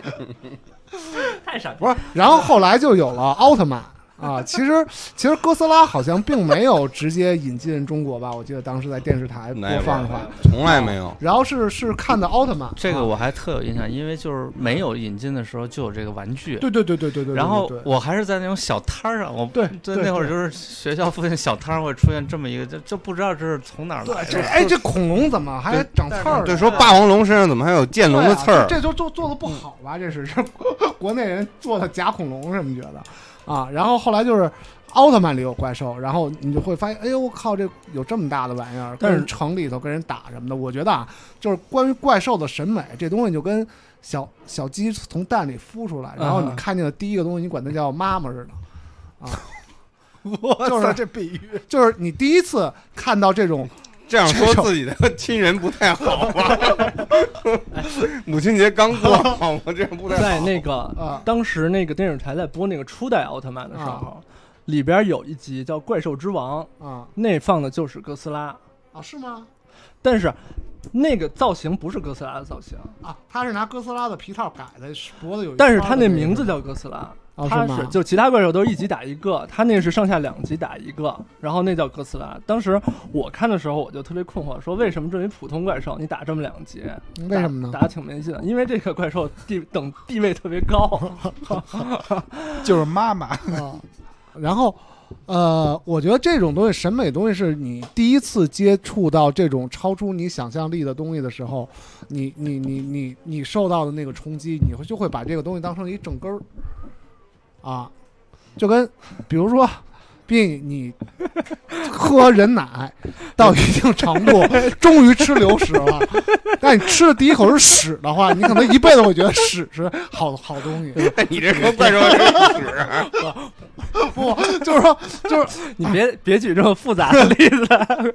[SPEAKER 5] 太傻逼
[SPEAKER 4] 不
[SPEAKER 5] 了。
[SPEAKER 4] 是，然后后来就有了奥特曼啊。其实其实哥斯拉好像并没有直接引进中国吧？我记得当时在电视台播
[SPEAKER 6] 那
[SPEAKER 4] 放的话，
[SPEAKER 6] 从来没有。
[SPEAKER 4] 然后是是看的奥特曼，
[SPEAKER 9] 这个
[SPEAKER 4] 啊
[SPEAKER 9] 我还特有印象，因为就是没有引进的时候就有这个玩具。
[SPEAKER 4] 对对对对对对对。
[SPEAKER 9] 然后
[SPEAKER 4] 对对
[SPEAKER 9] 我还是在那种小摊儿上，我
[SPEAKER 4] 对
[SPEAKER 9] 对
[SPEAKER 4] 对
[SPEAKER 9] 那会儿
[SPEAKER 4] 对
[SPEAKER 9] 就是学校附近小摊儿会出现这么一个，就就不知道这是从哪儿来
[SPEAKER 4] 这
[SPEAKER 9] 的。
[SPEAKER 4] 哎，这恐龙怎么还长刺儿呢？
[SPEAKER 6] 对，说霸王龙身上怎么还有剑龙的刺
[SPEAKER 4] 对啊
[SPEAKER 6] 儿？
[SPEAKER 4] 这就做做的不好吧？这是是国 国内人做的假恐龙什么觉得啊？然后后来就是奥特曼里有怪兽，然后你就会发现，哎呦我靠，这有这么大的玩意儿，
[SPEAKER 5] 但是
[SPEAKER 4] 跟城里头跟人打什么的，我觉得啊，就是关于怪兽的审美这东西就跟小小鸡从蛋里孵出来，然后你
[SPEAKER 5] 嗯
[SPEAKER 4] 看见的第一个东西，你管它叫妈妈似的。啊
[SPEAKER 3] 我
[SPEAKER 4] 就是
[SPEAKER 3] 这比喻，
[SPEAKER 4] 就是你第一次看到这种，
[SPEAKER 6] 这样说自己的亲人不太好吧？ 母亲节刚过，好吗？这样不太
[SPEAKER 5] 在
[SPEAKER 6] 好。
[SPEAKER 5] 那个、
[SPEAKER 4] 啊
[SPEAKER 5] 当时那个电视台在播那个初代奥特曼的时候，里边有一集叫《怪兽之王》，
[SPEAKER 4] 啊
[SPEAKER 5] 那放的就是哥斯拉，
[SPEAKER 4] 啊是吗？
[SPEAKER 5] 但是那个造型不是哥斯拉的造型，
[SPEAKER 4] 啊，他是拿哥斯拉的皮套改的，脖子有一圈儿的个。
[SPEAKER 5] 但是他那名字叫哥斯拉。
[SPEAKER 4] 哦
[SPEAKER 5] 他
[SPEAKER 4] 是吗
[SPEAKER 5] 是就其他怪兽都是一集打一个，他那是上下两集打一个，然后那叫哥斯拉。当时我看的时候我就特别困惑，说为什么这么一普通怪兽你打这么两集？
[SPEAKER 4] 为什么呢
[SPEAKER 5] 打？打挺没劲的，因为这个怪兽地等地位特别 高。
[SPEAKER 3] 就是妈妈。
[SPEAKER 4] 啊，然后，呃，我觉得这种东西，审美东西是你第一次接触到这种超出你想象力的东西的时候，你你你你你受到的那个冲击，你会就会把这个东西当成一正根儿，啊，就跟比如说。并你喝人奶到一定程度，终于吃流食了。但你吃的第一口是屎的话，你可能一辈子会觉得屎是好好东西。
[SPEAKER 6] 你这和怪兽有屎，
[SPEAKER 4] 不，就是说，就是
[SPEAKER 5] 你别别举这么复杂的例子。 嗯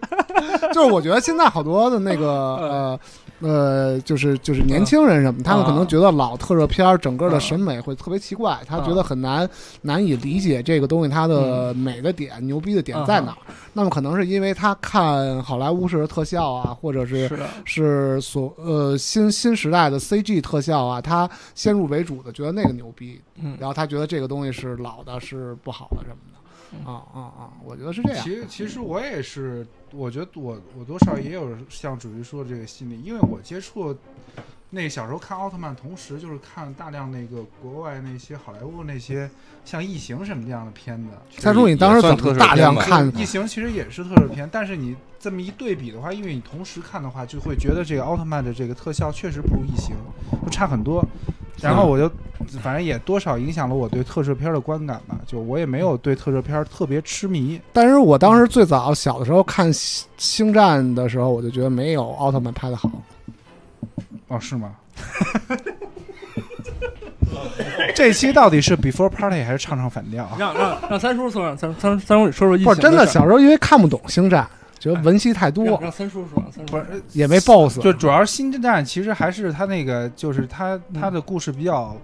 [SPEAKER 4] 就是我觉得现在好多的那个呃呃，就是就是年轻人什么，他们
[SPEAKER 5] 啊
[SPEAKER 4] 可能觉得老特摄片儿整个的
[SPEAKER 5] 嗯
[SPEAKER 4] 审美会特别奇怪，他觉得很难难以理解这个东西它
[SPEAKER 5] 嗯
[SPEAKER 4] 的美的点、牛逼的点在哪儿。那么可能是因为他看好莱坞式的特效啊，或者是
[SPEAKER 5] 是的，
[SPEAKER 4] 是所呃新新时代的 CG 特效啊，他先入为主的觉得那个牛逼，
[SPEAKER 5] 嗯，
[SPEAKER 4] 然后他觉得这个东西是老的，是不好的什么的。
[SPEAKER 5] 嗯
[SPEAKER 4] 啊啊啊！我觉得是这样。
[SPEAKER 3] 其实其实我也是，我觉得我我多少也有像主席说的这个心理，因为我接触那小时候看奥特曼，同时就是看大量那个国外那些好莱坞那些像异形什么这样的片子。
[SPEAKER 4] 蔡叔，你当时
[SPEAKER 6] 也算
[SPEAKER 4] 怎
[SPEAKER 6] 特
[SPEAKER 4] 么
[SPEAKER 6] 摄
[SPEAKER 4] 大量
[SPEAKER 6] 片吧
[SPEAKER 4] 看？
[SPEAKER 3] 异形其实也是特摄片，但是你这么一对比的话，因为你同时看的话，就会觉得这个奥特曼的这个特效确实不如异形，就差很多。然后我就反正也多少影响了我对特摄片的观感吧，就我也没有对特摄片特别痴迷。
[SPEAKER 4] 但是我当时最早小的时候看星《星战》的时候，我就觉得没有奥特曼拍的好。
[SPEAKER 3] 哦，是吗？ 这期到底是 before party 还是唱唱反调啊？
[SPEAKER 5] 让让让三叔说，让三三三叔你说说异
[SPEAKER 4] 不是
[SPEAKER 5] 形
[SPEAKER 4] 真的，
[SPEAKER 5] 事儿
[SPEAKER 4] 小时候因为看不懂《星战》，觉得文戏太多
[SPEAKER 5] 让，让三叔说，让三叔
[SPEAKER 3] 不
[SPEAKER 5] 说
[SPEAKER 3] 是，
[SPEAKER 4] 也没 BOSS。
[SPEAKER 3] 就主要是《星战》其实还是它那个，就是它它的故事比较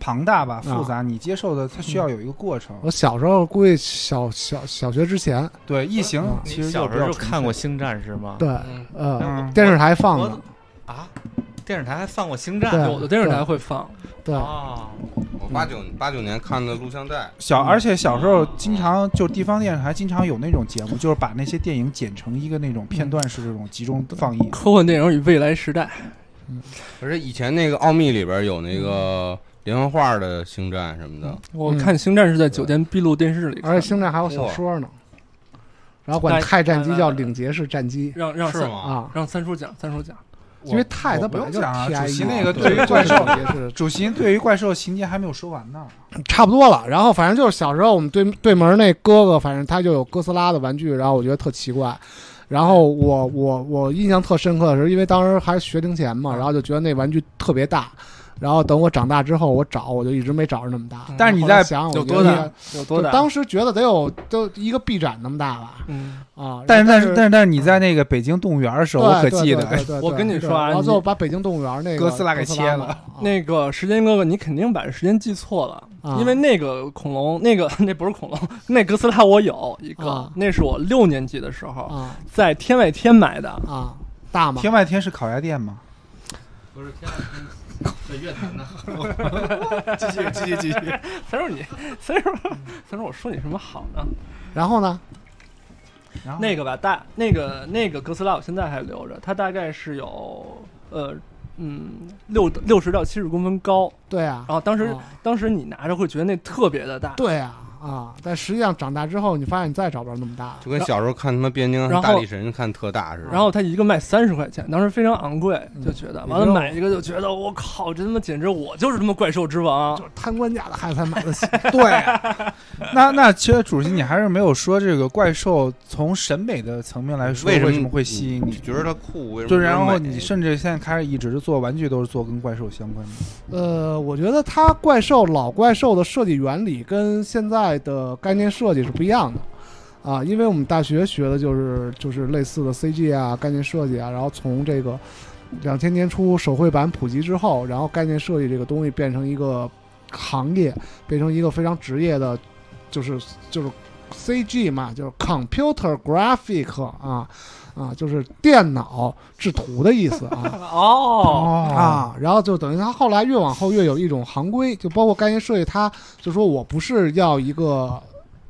[SPEAKER 3] 庞大吧，
[SPEAKER 4] 嗯
[SPEAKER 3] 复杂，你接受的它需要有一个过程。
[SPEAKER 4] 我小时候估计小小小学之前，
[SPEAKER 3] 对，《异形
[SPEAKER 4] 嗯》
[SPEAKER 3] 其实
[SPEAKER 9] 小时
[SPEAKER 3] 比较
[SPEAKER 9] 候
[SPEAKER 3] 纯
[SPEAKER 9] 就
[SPEAKER 3] 粹
[SPEAKER 9] 看过《星战》是吗？
[SPEAKER 4] 对，
[SPEAKER 5] 嗯
[SPEAKER 4] 呃，
[SPEAKER 3] 嗯
[SPEAKER 4] 电视台放的
[SPEAKER 9] 我，啊，电视台还放过《星战》
[SPEAKER 4] 嗯对
[SPEAKER 5] 有的电视台会放，
[SPEAKER 4] 对，
[SPEAKER 9] 啊，
[SPEAKER 6] 我八九八九年看的录像带，
[SPEAKER 3] 小，而且小时候经常就地方电视台经常有那种节目，就是把那些电影剪成一个那种片段式这种集中放 映。
[SPEAKER 5] 科幻电影与未来时代，
[SPEAKER 6] 而且以前那个《奥秘》里边有那个连环画的星战什么的，
[SPEAKER 5] 我看《星战》是在酒店闭路电视里看
[SPEAKER 4] 嗯
[SPEAKER 5] 的，
[SPEAKER 4] 而且《星战》还有小说呢。然后管泰战机叫领结式战机
[SPEAKER 5] 让让
[SPEAKER 6] 是
[SPEAKER 5] 三
[SPEAKER 6] 吗？
[SPEAKER 4] 啊，
[SPEAKER 5] 让三叔讲，三叔讲，
[SPEAKER 4] 因为泰它
[SPEAKER 3] 我不
[SPEAKER 4] 本来
[SPEAKER 3] 用
[SPEAKER 4] 就
[SPEAKER 3] 讲啊，主
[SPEAKER 4] TI
[SPEAKER 3] 席
[SPEAKER 4] 嘛
[SPEAKER 3] 那个
[SPEAKER 4] E，对
[SPEAKER 3] 对于
[SPEAKER 4] 就
[SPEAKER 3] 怪
[SPEAKER 4] 是
[SPEAKER 3] 兽，
[SPEAKER 4] 也是
[SPEAKER 3] 主席对于怪兽情节还没有说完呢。
[SPEAKER 4] 差不多了。然后反正就是小时候我们对对门那哥哥，反正他就有哥斯拉的玩具，然后我觉得特奇怪。然后我我我印象特深刻的是，因为当时还学龄前嘛，然后就觉得那玩具特别大。然后等我长大之后，我找我就一直没找着那么大。
[SPEAKER 5] 嗯
[SPEAKER 3] 但是你在
[SPEAKER 4] 想我
[SPEAKER 5] 有
[SPEAKER 4] 觉
[SPEAKER 5] 多
[SPEAKER 4] 得应
[SPEAKER 5] 大
[SPEAKER 4] 该？
[SPEAKER 5] 有多大？
[SPEAKER 4] 就当时觉得得有都一个臂展那么大吧，
[SPEAKER 5] 嗯，
[SPEAKER 4] 啊！
[SPEAKER 3] 但是但
[SPEAKER 4] 但
[SPEAKER 3] 是但是但是你在那个北京动物园的时候，我可记得，哎
[SPEAKER 5] 我跟你说啊
[SPEAKER 4] 然后
[SPEAKER 5] 你
[SPEAKER 4] 最后把北京动物园那个
[SPEAKER 3] 哥斯拉给切了
[SPEAKER 4] 嘛，
[SPEAKER 5] 那个时间哥哥，你肯定把时间记错了，
[SPEAKER 4] 啊
[SPEAKER 5] 因为那个恐龙，那个 那不是恐龙，那哥斯拉我有一个，
[SPEAKER 4] 啊
[SPEAKER 5] 那是我六年级的时候、
[SPEAKER 4] 啊
[SPEAKER 5] 在天外天买的，
[SPEAKER 4] 啊啊大嘛，
[SPEAKER 3] 天外天是烤鸭店吗？
[SPEAKER 9] 不是天在乐坛呢，
[SPEAKER 3] 继续继续继续。
[SPEAKER 5] 三叔你，三叔，三叔我说你什么好呢？
[SPEAKER 4] 然后呢，
[SPEAKER 3] 然后
[SPEAKER 5] 那个吧，大那个那个哥斯拉我现在还留着，它大概是有呃嗯六六十到七十公分高，
[SPEAKER 4] 对啊，
[SPEAKER 5] 然后当时、
[SPEAKER 4] 啊
[SPEAKER 5] 当时你拿着会觉得那特别的大，
[SPEAKER 4] 对啊啊，但实际上长大之后，你发现你再也找不着那么大
[SPEAKER 6] 就跟小时候看他妈变形
[SPEAKER 5] 然后
[SPEAKER 6] 大力神看特大似的。
[SPEAKER 5] 然后它一个卖三十块钱，当时非常昂贵，
[SPEAKER 4] 嗯
[SPEAKER 5] 就觉得
[SPEAKER 4] 你
[SPEAKER 5] 完了
[SPEAKER 4] 知道
[SPEAKER 5] 买一个就觉得我靠，这他妈简直我就是他妈怪兽之王
[SPEAKER 4] 就，是贪官家的孩子才买得起。
[SPEAKER 3] 对，啊那那其实主席你还是没有说这个怪兽从审美的层面来说
[SPEAKER 6] 嗯为什么
[SPEAKER 3] 什么会吸引
[SPEAKER 6] 你
[SPEAKER 3] 你？
[SPEAKER 6] 觉得它酷，为什么？
[SPEAKER 3] 就然后你甚至现在开始一直做玩具都是做跟怪兽相关的，
[SPEAKER 4] 呃，我觉得它怪兽老怪兽的设计原理跟现在的概念设计是不一样的。啊，因为我们大学学的就是就是类似的 CG 啊、概念设计啊，然后从这个两千年初手绘板普及之后，然后概念设计这个东西变成一个行业，变成一个非常职业的，就是就是 CG 嘛，就是 computer graphic 啊啊，就是电脑制图的意思啊。
[SPEAKER 5] 哦，
[SPEAKER 4] 啊，然后就等于他后来越往后越有一种行规，就包括概念设计，他就说我不是要一个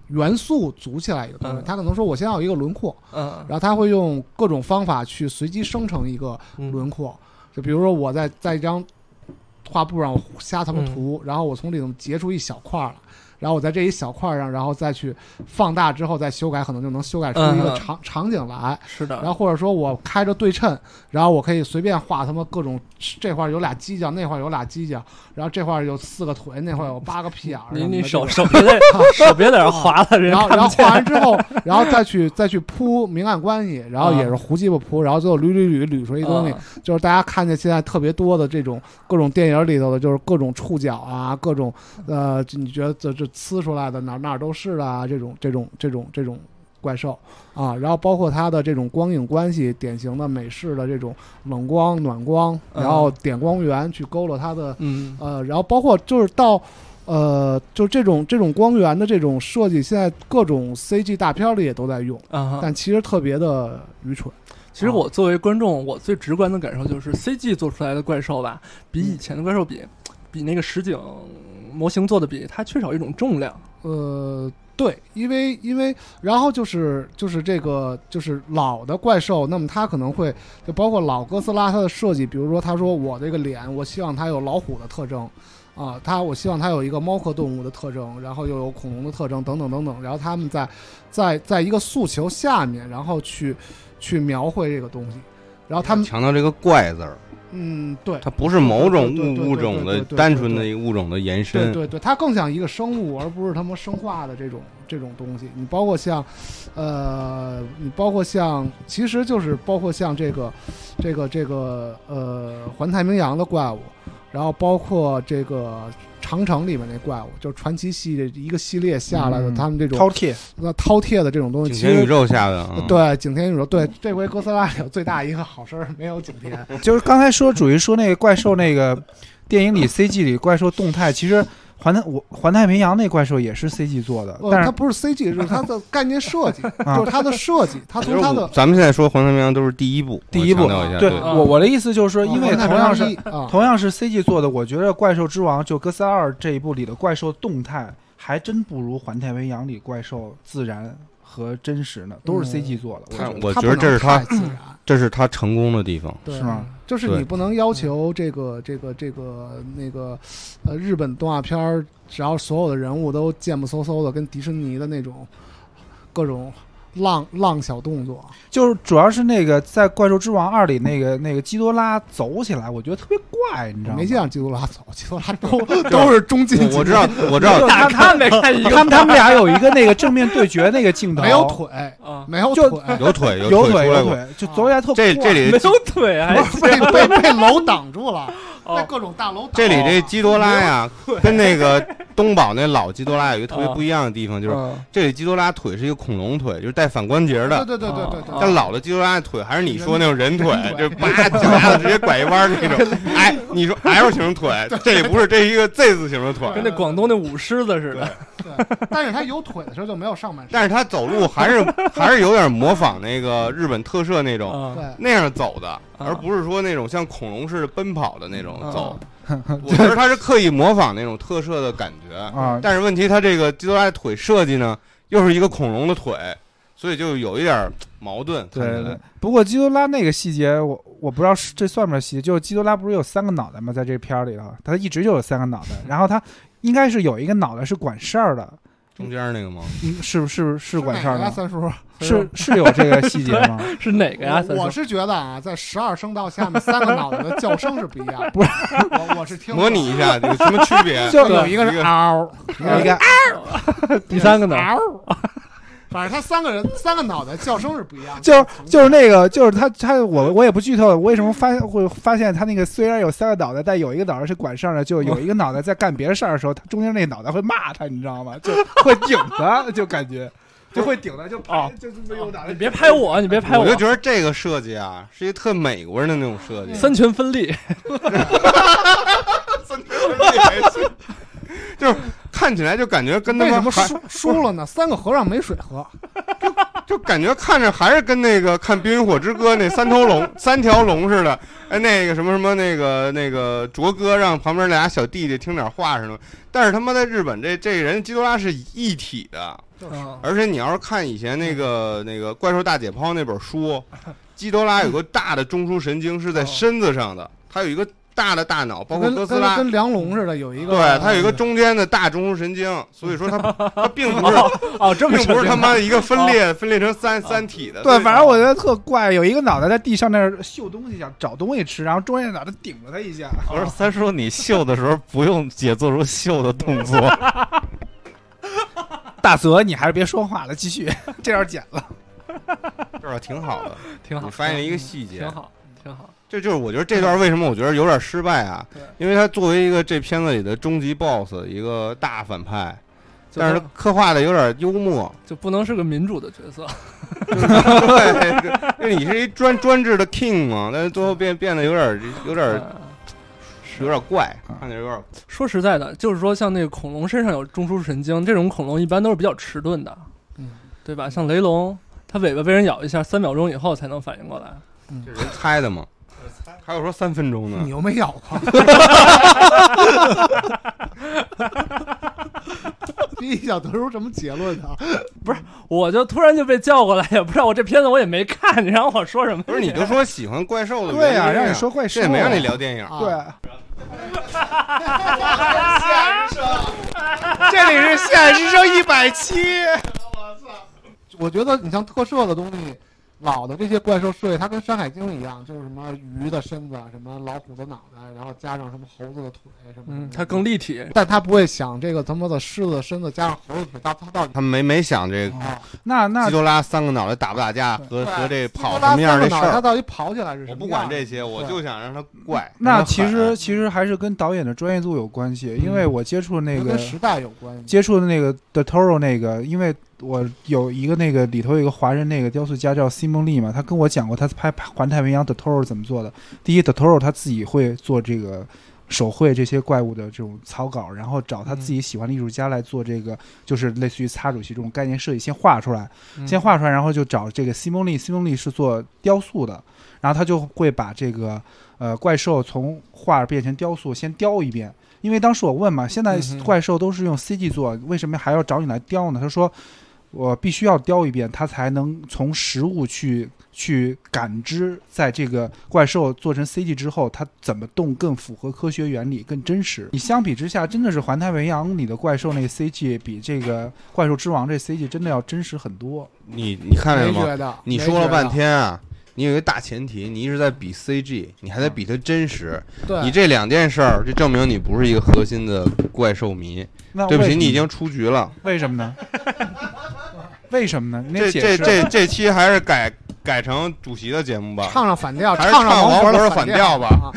[SPEAKER 4] 元素组起来一个东西，
[SPEAKER 5] 嗯
[SPEAKER 4] 他可能说我先要一个轮廓，
[SPEAKER 5] 嗯
[SPEAKER 4] 然，后他会用各种方法去随机生成一个轮廓，就比如说我在在一张画布上瞎他们涂，
[SPEAKER 5] 嗯
[SPEAKER 4] 然后我从里头截出一小块儿来。然后我在这一小块儿上，然后再去放大之后再修改，可能就能修改出一
[SPEAKER 5] 嗯
[SPEAKER 4] 个
[SPEAKER 5] 嗯
[SPEAKER 4] 场、场景来。
[SPEAKER 5] 是的，
[SPEAKER 4] 然后或者说我开着对称，然后我可以随便画他妈各种，这块儿有俩犄角，那块儿有俩犄角，然后这块儿有四个腿，那块儿有八个屁眼儿什
[SPEAKER 5] 你
[SPEAKER 4] 么的
[SPEAKER 5] 你
[SPEAKER 4] 这
[SPEAKER 5] 手
[SPEAKER 4] 种
[SPEAKER 5] 手别在手别在这儿划了，人
[SPEAKER 4] 然后然
[SPEAKER 5] 看不
[SPEAKER 4] 后
[SPEAKER 5] 见
[SPEAKER 4] 画完之后，然后再去再去铺明暗关系，然后也是胡鸡巴铺，然后最后捋捋捋捋出一东西，就是大家看见现在特别多的这种各种电影里头的，就是各种触角啊，各种呃，就你觉得这这呲出来的哪哪儿都是啊，这种这种这种这种怪兽啊，然后包括它的这种光影关系，典型的美式的这种冷光、暖光，然后点光源去勾勒它的
[SPEAKER 5] 嗯，
[SPEAKER 4] 呃，然后包括就是到呃，就这种这种光源的这种设计，现在各种 CG 大片里也都在用，
[SPEAKER 5] 啊哈，
[SPEAKER 4] 但其实特别的愚蠢。
[SPEAKER 5] 其实
[SPEAKER 6] 啊
[SPEAKER 5] 我作为观众，我最直观的感受就是 CG 做出来的怪兽吧，比
[SPEAKER 6] 嗯
[SPEAKER 5] 以前的怪兽比，比那个实景模型做的比，它缺少一种重量。
[SPEAKER 4] 呃，对，因为因为然后就是就是这个就是老的怪兽，那么它可能会就包括老哥斯拉它的设计，比如说他说我这个脸，我希望它有老虎的特征。啊，它我希望它有一个猫科动物的特征，然后又有恐龙的特征，等等等等。然后他们在，在在一个诉求下面，然后去去描绘这个东西。然后他们，
[SPEAKER 6] 强调这个“怪”字儿，
[SPEAKER 4] 嗯，对，
[SPEAKER 6] 它不是某种
[SPEAKER 4] 对对对
[SPEAKER 6] 物物种
[SPEAKER 4] 对
[SPEAKER 6] 的
[SPEAKER 4] 对对
[SPEAKER 6] 单纯的一个物种的延
[SPEAKER 4] 对
[SPEAKER 3] 嗯
[SPEAKER 6] 伸。
[SPEAKER 4] 对对，它更像一个生物，而不是他妈生化的这种这种东西。你包括像，呃，你包括像，其实就是包括像这个，这个这个呃，环太平洋的怪物，然后包括这个长城里面那怪物，就是传奇系列一个系列下来的，
[SPEAKER 3] 嗯
[SPEAKER 4] 他们这种
[SPEAKER 3] 饕餮，
[SPEAKER 4] 那饕餮的这种东西，
[SPEAKER 6] 景
[SPEAKER 4] 其
[SPEAKER 6] 天宇
[SPEAKER 4] 实。
[SPEAKER 6] 宙下的，嗯，
[SPEAKER 4] 对，景天宇宙，对，这回哥斯拉里有最大一个好事儿，没有景天。
[SPEAKER 3] 就是刚才说主义说那个怪兽那个电影里 CG 里怪兽动态，其实环太我环太平洋那怪兽也是 CG 做的，
[SPEAKER 4] 呃，
[SPEAKER 3] 但
[SPEAKER 4] 它
[SPEAKER 3] 是
[SPEAKER 4] 不是 CG，就是它的概念设计，
[SPEAKER 3] 啊
[SPEAKER 4] 就是它的设计，它
[SPEAKER 6] 其
[SPEAKER 4] 从
[SPEAKER 6] 实
[SPEAKER 4] 它
[SPEAKER 6] 我
[SPEAKER 4] 的
[SPEAKER 6] 咱们现在说《黄山绵羊》都是第一部，
[SPEAKER 3] 第一部
[SPEAKER 6] 我强调一下，
[SPEAKER 3] 对
[SPEAKER 6] 对
[SPEAKER 5] 啊
[SPEAKER 3] 我我的意思就是说，因为
[SPEAKER 4] 那
[SPEAKER 3] 同样是
[SPEAKER 4] 啊，
[SPEAKER 3] 同样是 CG 做的，我觉得《怪兽之王》就《哥斯拉二》这一部里的怪兽动态，还真不如《环太平洋》里怪兽自然和真实呢，都是
[SPEAKER 4] 嗯
[SPEAKER 3] CG 做的。我
[SPEAKER 6] 它
[SPEAKER 3] 觉得
[SPEAKER 6] 我觉得这是
[SPEAKER 4] 它
[SPEAKER 6] 它
[SPEAKER 4] 不能太自然，
[SPEAKER 6] 这是它成功的地方。
[SPEAKER 4] 对
[SPEAKER 3] 嗯是吗？
[SPEAKER 4] 就是
[SPEAKER 6] 对
[SPEAKER 4] 你不能要求这个这个这个那个呃日本动画片儿，只要所有的人物都贱不嗖嗖的，跟迪士尼的那种各种浪浪小动作，
[SPEAKER 3] 就是主要是那个在《怪兽之王二》里那个那个基多拉走起来，我觉得特别怪，你知道吗？
[SPEAKER 4] 没见着基多拉走，基多拉 都都是中进，
[SPEAKER 6] 我我知道，我知
[SPEAKER 3] 没有
[SPEAKER 6] 道，
[SPEAKER 3] 他他
[SPEAKER 5] 没看一
[SPEAKER 3] 他们他们俩有一个那个正面对决那个镜头，
[SPEAKER 4] 没有腿，
[SPEAKER 5] 啊，
[SPEAKER 4] 没有
[SPEAKER 3] 就
[SPEAKER 4] 腿，
[SPEAKER 6] 有腿
[SPEAKER 3] 有
[SPEAKER 6] 腿出来
[SPEAKER 3] 有
[SPEAKER 6] 过。
[SPEAKER 3] 腿，就走起来特
[SPEAKER 6] 这这
[SPEAKER 3] 里
[SPEAKER 6] 里
[SPEAKER 5] 没有腿哎还
[SPEAKER 4] 被被被楼挡住了，
[SPEAKER 5] 哦
[SPEAKER 4] 在各种大楼挡
[SPEAKER 6] 这里这
[SPEAKER 4] 了
[SPEAKER 6] 基多拉呀，跟那个东宝那老基多拉有一个特别不一样的地方，就是
[SPEAKER 5] 啊
[SPEAKER 6] 这里基多拉腿是一个恐龙腿，就是带反关节的。哦
[SPEAKER 4] 对对对对对对，
[SPEAKER 6] 但老的基多拉的腿还是你说那种人腿
[SPEAKER 4] 啊人，腿
[SPEAKER 6] 就叭脚丫子直接拐一弯儿那种。哎，你说 L 型腿，这也不是，这是一个 Z 字形的腿。
[SPEAKER 5] 跟那广东那舞狮子似的。
[SPEAKER 4] 对，但是他有腿的时候就没有上半身。
[SPEAKER 6] 但是他走路还是还是有点模仿那个日本特摄那种
[SPEAKER 5] 啊，
[SPEAKER 4] 对，
[SPEAKER 6] 那样走的，而不是说那种像恐龙似的奔跑的那种
[SPEAKER 5] 啊
[SPEAKER 6] 走。我觉得他是刻意模仿那种特摄的感觉，
[SPEAKER 3] 啊，
[SPEAKER 6] 但是问题他这个基多拉的腿设计呢，又是一个恐龙的腿，所以就有一点矛盾。
[SPEAKER 3] 对
[SPEAKER 6] 看
[SPEAKER 3] 对
[SPEAKER 6] 起来
[SPEAKER 3] 对，不过基多拉那个细节，我我不知道是这算不算细节，就是基多拉不是有三个脑袋吗？在这片儿里头，他一直就有三个脑袋，然后他应该是有一个脑袋是管事儿的，
[SPEAKER 6] 中间那个吗？
[SPEAKER 3] 嗯，是不是是管事儿
[SPEAKER 4] 哪个呀
[SPEAKER 3] 的？
[SPEAKER 4] 三叔，
[SPEAKER 3] 是是有这个细节吗？
[SPEAKER 5] 是哪个呀？
[SPEAKER 4] 我
[SPEAKER 5] 三
[SPEAKER 4] 我
[SPEAKER 5] 叔，
[SPEAKER 4] 是觉得啊，在十二声道下面三个脑袋的叫声是不一样的， 不是我我是听
[SPEAKER 6] 模拟一下有什么区 别？
[SPEAKER 3] 就
[SPEAKER 4] 有一个啊是嗷，
[SPEAKER 3] 有一个
[SPEAKER 5] 第三个呢？
[SPEAKER 4] 嗷，反正他三个人三个脑袋叫声是不一样的，
[SPEAKER 3] 就就是那个，就是他他我我也不剧透，我为什么发会发现他那个虽然有三个脑袋，但有一个脑袋是管事儿的，就有一个脑袋在干别的事儿的时候，他中间那个脑袋会骂他，你知道吗？就会顶他，就感觉就会顶他，就拍
[SPEAKER 5] 哦
[SPEAKER 3] 就就就用脑袋
[SPEAKER 5] 你别拍我，你别拍
[SPEAKER 6] 就觉得这个设计啊，是一个特美国人的那种 设计，
[SPEAKER 5] 三权分立，
[SPEAKER 6] 就是看起来就感觉跟他
[SPEAKER 4] 为什
[SPEAKER 6] 们
[SPEAKER 4] 么
[SPEAKER 6] 还
[SPEAKER 4] 输输了呢？三个和尚没水喝，
[SPEAKER 6] 就感觉看着还是跟那个看《冰与火之歌》那三头 龙三条龙似的，哎，那个什么什么那个那个卓哥让旁边那俩小弟弟听点话似的。但是他妈在日本这这人基多拉是一体的，而且你要是看以前那个那个《怪兽大解剖》那本书，基多拉有个大的中枢神经是在身子上的，它有一个大的大脑，包括
[SPEAKER 4] 哦跟
[SPEAKER 6] 哥
[SPEAKER 4] 跟
[SPEAKER 6] 斯拉
[SPEAKER 4] 跟梁龙似的，有一个
[SPEAKER 6] 对，它有一个中间的大中枢神经，所 以说它它并不是
[SPEAKER 5] 哦，这么
[SPEAKER 6] 并
[SPEAKER 5] 说
[SPEAKER 6] 不是他妈一个分裂分裂成三三体的。
[SPEAKER 3] 对，
[SPEAKER 5] 哦
[SPEAKER 3] 反正我觉得特怪，有一个脑袋在地上那儿嗅东西，想找东西吃，然后中间的脑袋顶了他一下。
[SPEAKER 9] 我说三叔，你秀的时候不用也做出秀的动作，
[SPEAKER 3] 大泽，你还是别说话了，继续， 这要剪了。
[SPEAKER 6] 这儿挺好的，
[SPEAKER 5] 挺好，
[SPEAKER 6] 你发现了一个细节
[SPEAKER 5] 挺，好，挺好。
[SPEAKER 6] 这就是我觉得这段为什么我觉得有点失败啊
[SPEAKER 5] 对，
[SPEAKER 6] 因为它作为一个这片子里的终极 BOSS，一个大反派，
[SPEAKER 5] 就
[SPEAKER 6] 但是他刻画的有点幽默，
[SPEAKER 5] 就不能是个民主的角色。
[SPEAKER 6] 对，因为你是一专专制的 king 嘛，但是最后变变得有点有点
[SPEAKER 5] 嗯
[SPEAKER 6] 有点怪，看着有点
[SPEAKER 5] 说实在的，就是说像那个恐龙身上有中枢神经，这种恐龙一般都是比较迟钝的，
[SPEAKER 4] 嗯，
[SPEAKER 5] 对吧？像雷龙，它尾巴被人咬一下，三秒钟以后才能反应过来。
[SPEAKER 6] 这人猜的嘛。还有说三分钟
[SPEAKER 4] 你
[SPEAKER 6] 呢，
[SPEAKER 4] 又没咬过， 你想得出什么结论啊？
[SPEAKER 5] 我就突然就被叫过来，也不知道我这片子我也没看，你 让我说什么？
[SPEAKER 6] 不是你就说喜欢怪兽的
[SPEAKER 3] 对
[SPEAKER 6] 呀、
[SPEAKER 3] 呀，让你说怪兽，
[SPEAKER 6] 这也没让你聊电影，
[SPEAKER 4] 啊
[SPEAKER 3] 对，。这里是现实生一百七，
[SPEAKER 4] 我觉得你像特摄的东西，老的这些怪兽设计，它跟《山海经》一样，就是什么鱼的身子，啊什么老虎的脑袋，然后加上什么猴子的腿，什么
[SPEAKER 5] 嗯，它更，立体。
[SPEAKER 4] 但它不会想这个他妈的狮子的身子加上猴子腿，它它到底
[SPEAKER 6] 他们没没想这个
[SPEAKER 4] 啊
[SPEAKER 3] 那那
[SPEAKER 6] 基多拉三个脑袋打不打架和和这跑
[SPEAKER 4] 拉
[SPEAKER 6] 什么样
[SPEAKER 4] 的
[SPEAKER 6] 这事
[SPEAKER 4] 脑袋它
[SPEAKER 6] 儿，
[SPEAKER 4] 到底跑起来是什
[SPEAKER 6] 我
[SPEAKER 4] 么样？
[SPEAKER 6] 不管这些，我就想让他怪。
[SPEAKER 3] 那
[SPEAKER 6] 让它
[SPEAKER 3] 其
[SPEAKER 6] 狠
[SPEAKER 3] 实其实还是跟导演的专业度有关系，因为我接触那
[SPEAKER 4] 它
[SPEAKER 3] 个
[SPEAKER 4] 跟时代有关系。
[SPEAKER 3] 接触的那个 The Toro 那个，因为我有一个那个里头有一个华人那个雕塑家叫 Simon Lee 嘛，他跟我讲过他拍《环太平洋》The Toro 怎么做的。第一，The Toro 他自己会做这个手绘这些怪物的这种草稿，然后找他自己喜欢的艺术家来做这个，就是类似于擦主席这种概念设计，先画出来，先画出来，然后就找这个 Simon Lee，Simon Lee 是做雕塑的，然后他就会把这个呃怪兽从画变成雕塑，先雕一遍。因为当时我问嘛，现在
[SPEAKER 4] 嗯哼
[SPEAKER 3] 怪兽都是用 CG 做，为什么还要找你来雕呢？他说我必须要雕一遍，它才能从实物去去感知，在这个怪兽做成 CG 之后，它怎么动更符合科学原理，更真实。你相比之下，真的是《环太平洋》里的怪兽那个 CG 比这个《怪兽之王》这 CG 真的要真实很多。
[SPEAKER 6] 你你看见
[SPEAKER 4] 没
[SPEAKER 6] 了吗？
[SPEAKER 4] 觉得？
[SPEAKER 6] 你
[SPEAKER 4] 没
[SPEAKER 6] 说了
[SPEAKER 4] 觉
[SPEAKER 6] 半
[SPEAKER 4] 得，
[SPEAKER 6] 天啊，你有一个大前提，你一直在比 CG，你还在比它真实。
[SPEAKER 4] 对，
[SPEAKER 6] 你这两件事儿，这证明你不是一个核心的怪兽迷。
[SPEAKER 3] 那
[SPEAKER 6] 对不
[SPEAKER 3] 为
[SPEAKER 6] 起，
[SPEAKER 3] 什
[SPEAKER 6] 你已
[SPEAKER 3] 么
[SPEAKER 6] 经出局了。
[SPEAKER 3] 为什么呢？为什么呢？你得
[SPEAKER 6] 这
[SPEAKER 3] 解释。
[SPEAKER 6] 这这这期还是改改成主席的节目吧。
[SPEAKER 4] 唱上反调，
[SPEAKER 6] 还是
[SPEAKER 4] 唱上
[SPEAKER 6] 唱
[SPEAKER 4] 王
[SPEAKER 6] 王
[SPEAKER 4] 婆
[SPEAKER 6] 婆
[SPEAKER 4] 的
[SPEAKER 6] 的反
[SPEAKER 4] 调
[SPEAKER 6] 调吧
[SPEAKER 4] 啊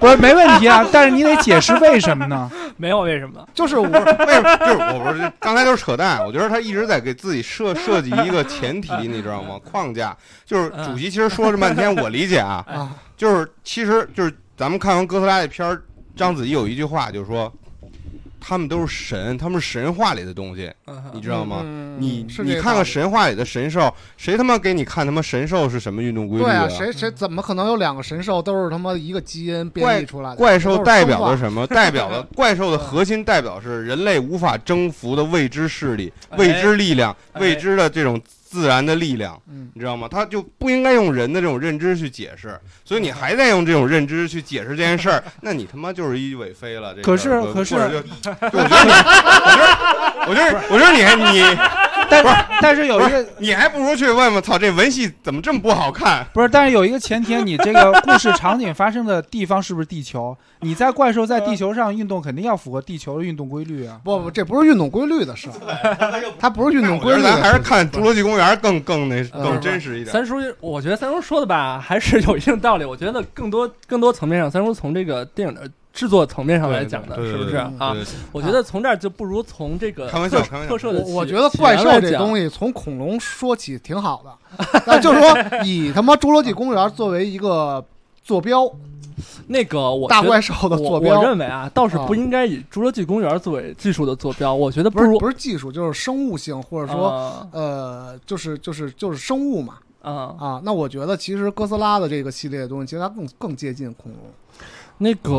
[SPEAKER 3] 不是没问题啊，但是你得解释为什么呢？
[SPEAKER 5] 没有为什么？
[SPEAKER 4] 就是 我
[SPEAKER 6] 为什么？就是我不是刚才就是扯淡。我觉得他一直在给自己设设计一个前提，你知道吗？框架就是主席。其实说了半天，我理解啊，
[SPEAKER 4] 啊，
[SPEAKER 6] 就是其实就是咱们看完哥斯拉那片儿，章子怡有一句话就是说，他们都是神，他们是神话里的东西，
[SPEAKER 5] 嗯哼
[SPEAKER 6] 你知道吗？
[SPEAKER 4] 嗯
[SPEAKER 6] 你
[SPEAKER 4] 是这
[SPEAKER 6] 你看
[SPEAKER 4] 道
[SPEAKER 6] 看
[SPEAKER 4] 理
[SPEAKER 6] 神话里的神兽，谁他妈给你看他妈神兽是什么运动规律
[SPEAKER 4] 对啊，
[SPEAKER 6] 啊？
[SPEAKER 4] 谁谁怎么可能有两个神兽都是他妈一个基因
[SPEAKER 6] 怪
[SPEAKER 4] 变异出来的？
[SPEAKER 6] 怪兽代表的
[SPEAKER 4] 啊是
[SPEAKER 6] 什么？代表 的怪兽的核心代表是人类无法征服的未知势力、
[SPEAKER 5] 哎
[SPEAKER 6] 未知力量、
[SPEAKER 5] 哎
[SPEAKER 6] 未知的这种自然的力量，
[SPEAKER 4] 嗯
[SPEAKER 6] 你知道吗？它就不应该用人的这种认知去解释，所以
[SPEAKER 4] 嗯
[SPEAKER 6] 你还在用这种认知去解释这 件事儿，那你他妈就是一伪飞了。这
[SPEAKER 3] 可是
[SPEAKER 6] 事儿
[SPEAKER 3] 可是
[SPEAKER 6] 或者就就我觉得你，我觉得我觉得我觉得你还你
[SPEAKER 3] 但是但是有一个
[SPEAKER 6] 你还不如去问问，操，这文戏怎么这么不好看？
[SPEAKER 3] 不是，但是有一个前提，你这个故事场景发生的地方是不是地球？你在怪兽在地球上运动，肯定要符合地球的运动规律啊。
[SPEAKER 4] 不不，这不是运动规律的事儿，它不是运动
[SPEAKER 6] 我觉
[SPEAKER 4] 规
[SPEAKER 6] 得
[SPEAKER 4] 律
[SPEAKER 6] 咱
[SPEAKER 4] 的
[SPEAKER 6] 还是
[SPEAKER 4] 事情
[SPEAKER 6] 看《侏罗纪公园》更更那
[SPEAKER 4] 嗯
[SPEAKER 6] 更真实一点。
[SPEAKER 5] 三叔，我觉得三叔说的吧，还是有一定道理。我觉得更多更多层面上，三叔从这个电影的制作层面上来讲的，
[SPEAKER 6] 对对
[SPEAKER 5] 是
[SPEAKER 6] 对
[SPEAKER 5] 不是
[SPEAKER 6] 对
[SPEAKER 5] 啊
[SPEAKER 6] 对？ 对
[SPEAKER 5] 我觉得从这儿就不如从这个
[SPEAKER 6] 开玩笑
[SPEAKER 5] 特
[SPEAKER 6] 开玩笑
[SPEAKER 5] 特摄的
[SPEAKER 4] 我我
[SPEAKER 5] 起
[SPEAKER 4] 觉得怪兽这东
[SPEAKER 5] 起源
[SPEAKER 4] 西
[SPEAKER 5] 来
[SPEAKER 4] 从恐龙说起挺好的，那就是说以他妈《侏罗纪公园》作为一个坐标，
[SPEAKER 5] 讲，那个我
[SPEAKER 4] 大
[SPEAKER 5] 觉得
[SPEAKER 4] 怪兽的坐
[SPEAKER 5] 我
[SPEAKER 4] 标
[SPEAKER 5] 我，认为啊，倒是
[SPEAKER 4] 啊
[SPEAKER 5] 不应该以《侏罗纪公园》作为技术的坐标，我觉得
[SPEAKER 4] 不是
[SPEAKER 5] 如
[SPEAKER 4] 不是技术，就是生物性或者说
[SPEAKER 5] 啊
[SPEAKER 4] 呃，就是就是就是生物嘛
[SPEAKER 5] 啊，
[SPEAKER 4] 啊。那我觉得其实哥斯拉的这个系列的东西，其实它更更接近恐龙。
[SPEAKER 5] 那个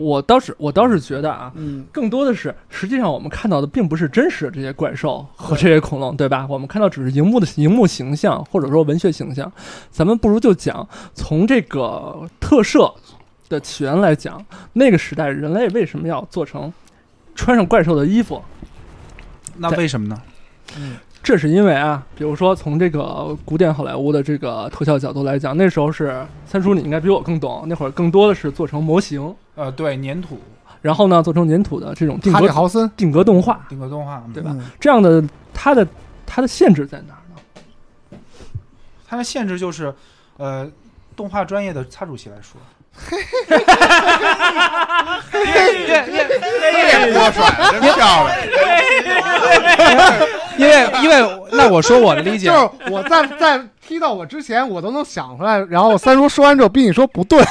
[SPEAKER 5] 我倒是我倒是觉得啊。
[SPEAKER 4] 嗯，
[SPEAKER 5] 更多的是，实际上我们看到的并不是真实的这些怪兽和这些恐龙，对吧？我们看到只是荧幕的荧幕形象，或者说文学形象。咱们不如就讲从这个特摄的起源来讲，那个时代人类为什么要做成穿上怪兽的衣服？
[SPEAKER 3] 那为什么呢？
[SPEAKER 5] 这是因为啊，比如说从这个古典好莱坞的这个特效角度来讲，那时候是三叔你应该比我更懂，那会儿更多的是做成模型，
[SPEAKER 3] 呃，对，粘土
[SPEAKER 5] 然后呢做成粘土的这种定
[SPEAKER 4] 哈利
[SPEAKER 5] 格
[SPEAKER 4] 豪森
[SPEAKER 5] 定格动画，
[SPEAKER 3] 定格动画，
[SPEAKER 5] 对
[SPEAKER 3] 对
[SPEAKER 5] 吧？
[SPEAKER 4] 嗯
[SPEAKER 5] 这样的它的它的限制在哪儿呢？
[SPEAKER 3] 它的限制就是，呃，动画专业的擦主席来说，
[SPEAKER 6] 这锅甩真漂亮，
[SPEAKER 3] 因为因为那我说我的理解
[SPEAKER 4] 就，是我在在踢到我之前，我都能想出来。然后三叔说完之后，逼你说不对，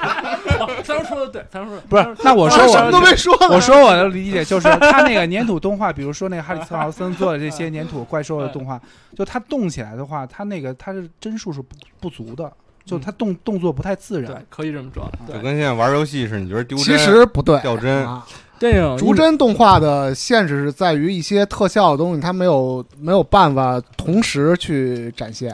[SPEAKER 5] 三叔说的对，三叔说的
[SPEAKER 3] 不是那我说
[SPEAKER 4] 什么都
[SPEAKER 3] 我
[SPEAKER 4] 没说
[SPEAKER 5] 嗯
[SPEAKER 4] 呢。
[SPEAKER 3] 我说我的理解就是他那个粘土动画，比如说那个哈里斯劳森做的这些粘土怪兽的动画，就他动起来的话，他那个他是帧数是不不足的，就他动动作不太自
[SPEAKER 5] 嗯对
[SPEAKER 3] 然。，
[SPEAKER 5] 可以这么说。
[SPEAKER 6] 就
[SPEAKER 5] 对，
[SPEAKER 6] 跟现在玩游戏似的，你觉得丢
[SPEAKER 4] 其
[SPEAKER 6] 帧
[SPEAKER 4] 实不对
[SPEAKER 6] 掉帧，
[SPEAKER 4] 啊。
[SPEAKER 5] 电影
[SPEAKER 4] 逐帧动画的限制是在于一些特效的东西，它没有没有办法同时去展现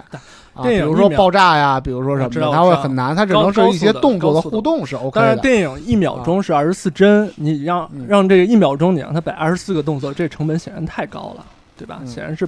[SPEAKER 4] 啊，比
[SPEAKER 5] 电影
[SPEAKER 4] 如说
[SPEAKER 5] 一秒
[SPEAKER 4] 爆炸呀，比如说什
[SPEAKER 5] 我知
[SPEAKER 4] 么
[SPEAKER 5] 道
[SPEAKER 4] 的，它
[SPEAKER 5] 我
[SPEAKER 4] 会
[SPEAKER 5] 知道
[SPEAKER 4] 很难，它只
[SPEAKER 5] 高
[SPEAKER 4] 能是一些动作
[SPEAKER 5] 高
[SPEAKER 4] 的
[SPEAKER 5] 速的
[SPEAKER 4] 互动是 OK
[SPEAKER 5] 当然，
[SPEAKER 4] 的。
[SPEAKER 5] 电影一秒钟是二十四
[SPEAKER 3] 啊
[SPEAKER 5] 帧，你让
[SPEAKER 4] 嗯
[SPEAKER 5] 让这个一秒钟你让它摆二十四个动作，这成本显然太高了，对吧？
[SPEAKER 4] 嗯
[SPEAKER 5] 显然是，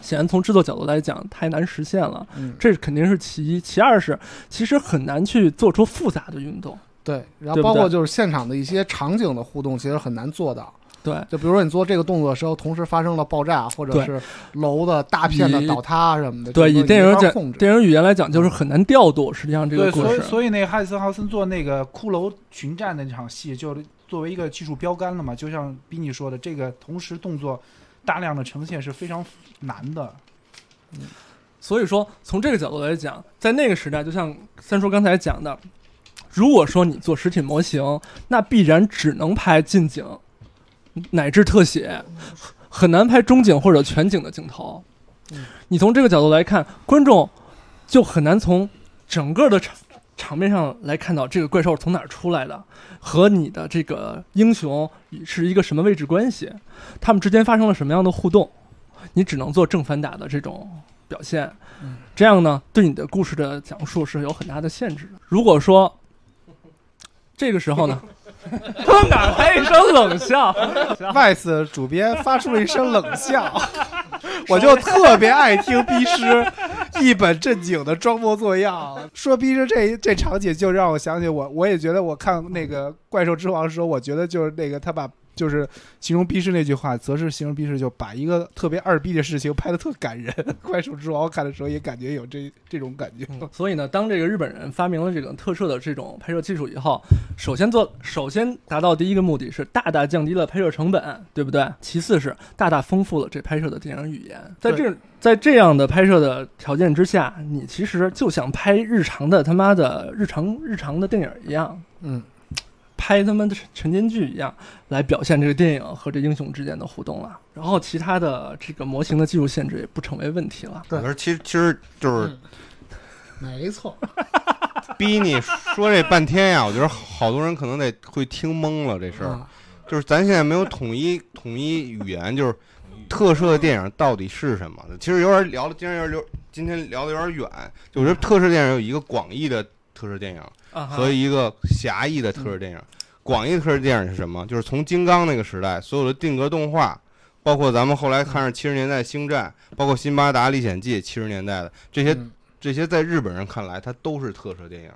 [SPEAKER 5] 显然从制作角度来讲太难实现了，
[SPEAKER 4] 嗯，
[SPEAKER 5] 这肯定是其一。其二是，其实很难去做出复杂的运动。
[SPEAKER 4] 对，然后
[SPEAKER 5] 对不
[SPEAKER 4] 包括
[SPEAKER 5] 对
[SPEAKER 4] 就是现场的一些场景的互动，其实很难做到。
[SPEAKER 5] 对，
[SPEAKER 4] 就比如说你做这个动作的时候，同时发生了爆炸，或者
[SPEAKER 5] 对
[SPEAKER 4] 是楼的大片的
[SPEAKER 5] 以
[SPEAKER 4] 倒塌什么的。
[SPEAKER 5] 对，
[SPEAKER 4] 这
[SPEAKER 5] 以
[SPEAKER 4] 个东西
[SPEAKER 5] 电
[SPEAKER 4] 没
[SPEAKER 5] 影
[SPEAKER 4] 法
[SPEAKER 5] 讲
[SPEAKER 4] 控制，
[SPEAKER 5] 电影语言来讲，就是很难调度。实际上这个
[SPEAKER 3] 对，
[SPEAKER 5] 故
[SPEAKER 3] 所以
[SPEAKER 5] 事，
[SPEAKER 3] 所以那个哈里斯豪森做那个骷髅群战那场戏，就作为一个技术标杆了嘛。就像比你说的，这个同时动作大量的呈现是非常难的。
[SPEAKER 5] 所以说从这个角度来讲，在那个时代，就像三叔刚才讲的，如果说你做实体模型，那必然只能拍近景，乃至特写，很难拍中景或者全景的镜头。你从这个角度来看，观众就很难从整个的场场面上来看到这个怪兽从哪儿出来的，和你的这个英雄是一个什么位置关系，他们之间发生了什么样的互动，你只能做正反打的这种表现。这样呢，对你的故事的讲述是有很大的限制的。如果说这个时候呢， 他哪来一声冷笑？
[SPEAKER 6] 啊
[SPEAKER 3] Vice 主编发出了一声冷 笑，我就特别爱听逼师一本正经的装模作样说逼师这这场景，就让我想起我我也觉得我看那个《怪兽之王》的时候，我觉得就是那个他把就是形容逼师那句话，则是形容逼师就把一个特别二逼的事情拍的特感 人。《怪兽之王》看的时候也感觉有这这种感觉，
[SPEAKER 5] 所以呢，当这个日本人发明了这种特摄的这种拍摄技术以后，首先做，首先达到第一个目的是大大降低了拍摄成本，对不对？其次是大大丰富了这拍摄的电影语言。在这在这样的拍摄的条件之下，你其实就想拍日常的他妈的日常日常的电影一样，
[SPEAKER 4] 嗯，
[SPEAKER 5] 拍他妈的晨间剧一样，来表现这个电影和这英雄之间的互动了。然后其他的这个模型的技术限制也不成为问题了。
[SPEAKER 6] 我觉得其实其实就是
[SPEAKER 4] 没错，
[SPEAKER 6] 逼你说这半天呀，我觉得好多人可能得会听懵了这事儿。
[SPEAKER 4] 啊
[SPEAKER 6] 就是咱现在没有统一统一语言，就是特摄电影到底是什么？其实有点聊的，今天有点聊，今天聊的有点远。就我觉得特摄电影有一个广义的特摄电影
[SPEAKER 5] 啊哈
[SPEAKER 6] 和一个狭义的特摄电影。广义的特摄电影是什么？就是从金刚那个时代所有的定格动画，包括咱们后来
[SPEAKER 4] 嗯
[SPEAKER 6] 看着七十年代《星战》，包括《辛巴达历险记》七十年代的这些
[SPEAKER 4] 嗯
[SPEAKER 6] 这些，在日本人看来，它都是特摄电影。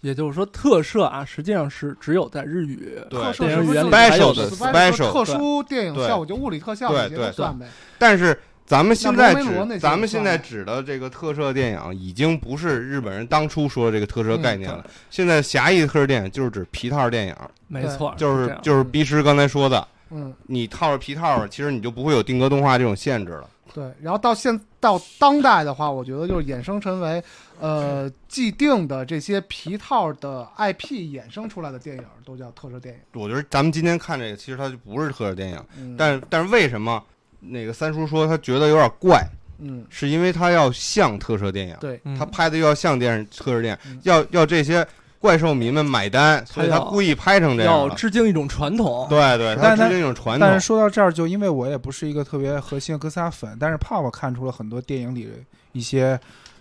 [SPEAKER 5] 也就是说，特摄啊，实际上是只有在日语
[SPEAKER 6] 对
[SPEAKER 4] 特，摄
[SPEAKER 5] 电
[SPEAKER 4] 是
[SPEAKER 5] 影
[SPEAKER 4] 不
[SPEAKER 5] 语
[SPEAKER 4] 是就
[SPEAKER 5] 言里
[SPEAKER 4] 是
[SPEAKER 5] 才有
[SPEAKER 6] special 的
[SPEAKER 5] 的。
[SPEAKER 6] special
[SPEAKER 4] 特殊电影
[SPEAKER 6] 对
[SPEAKER 4] 效果就物理特效
[SPEAKER 6] 对
[SPEAKER 4] 那些都
[SPEAKER 6] 对
[SPEAKER 4] 算呗。
[SPEAKER 6] 但是咱们现在
[SPEAKER 4] 那罗梅罗那些
[SPEAKER 6] 指咱们现在
[SPEAKER 4] 算吗
[SPEAKER 6] 指的这个特摄电影，已经不是日本人当初说的这个特摄概念
[SPEAKER 4] 嗯
[SPEAKER 6] 了。现在狭义的特摄
[SPEAKER 4] 啊
[SPEAKER 6] 电影就是指皮套电影，
[SPEAKER 5] 没错，
[SPEAKER 6] 就是
[SPEAKER 5] 这样
[SPEAKER 6] 就是逼师刚才说的，
[SPEAKER 4] 嗯，
[SPEAKER 6] 你套着皮套，其实你就不会有定格动画这种限制了。
[SPEAKER 4] 对。然后到现到当代的话，我觉得就是衍生成为呃既定的这些皮套的 IP 衍生出来的电影都叫特摄电影。
[SPEAKER 6] 我觉得咱们今天看这个，其实它就不是特摄电影，
[SPEAKER 4] 嗯，
[SPEAKER 6] 但但是为什么那个三叔说他觉得有点怪，
[SPEAKER 4] 嗯
[SPEAKER 6] 是因为他要像特摄电影，
[SPEAKER 4] 对
[SPEAKER 5] 嗯
[SPEAKER 6] 他拍的又要像电视特摄电
[SPEAKER 4] 嗯
[SPEAKER 6] 影，要要这些怪兽迷们买单，所以
[SPEAKER 5] 他
[SPEAKER 6] 他
[SPEAKER 5] 要
[SPEAKER 6] 故意拍成这样
[SPEAKER 5] 要
[SPEAKER 6] 了。
[SPEAKER 5] 致敬一种传统。
[SPEAKER 6] 对对，它
[SPEAKER 3] 但是
[SPEAKER 6] 是那种传
[SPEAKER 3] 但是
[SPEAKER 6] 统。
[SPEAKER 3] 说到这儿，就因为我也不是一个特别核心的哥斯拉粉，但是泡泡看出了很多电影里一些，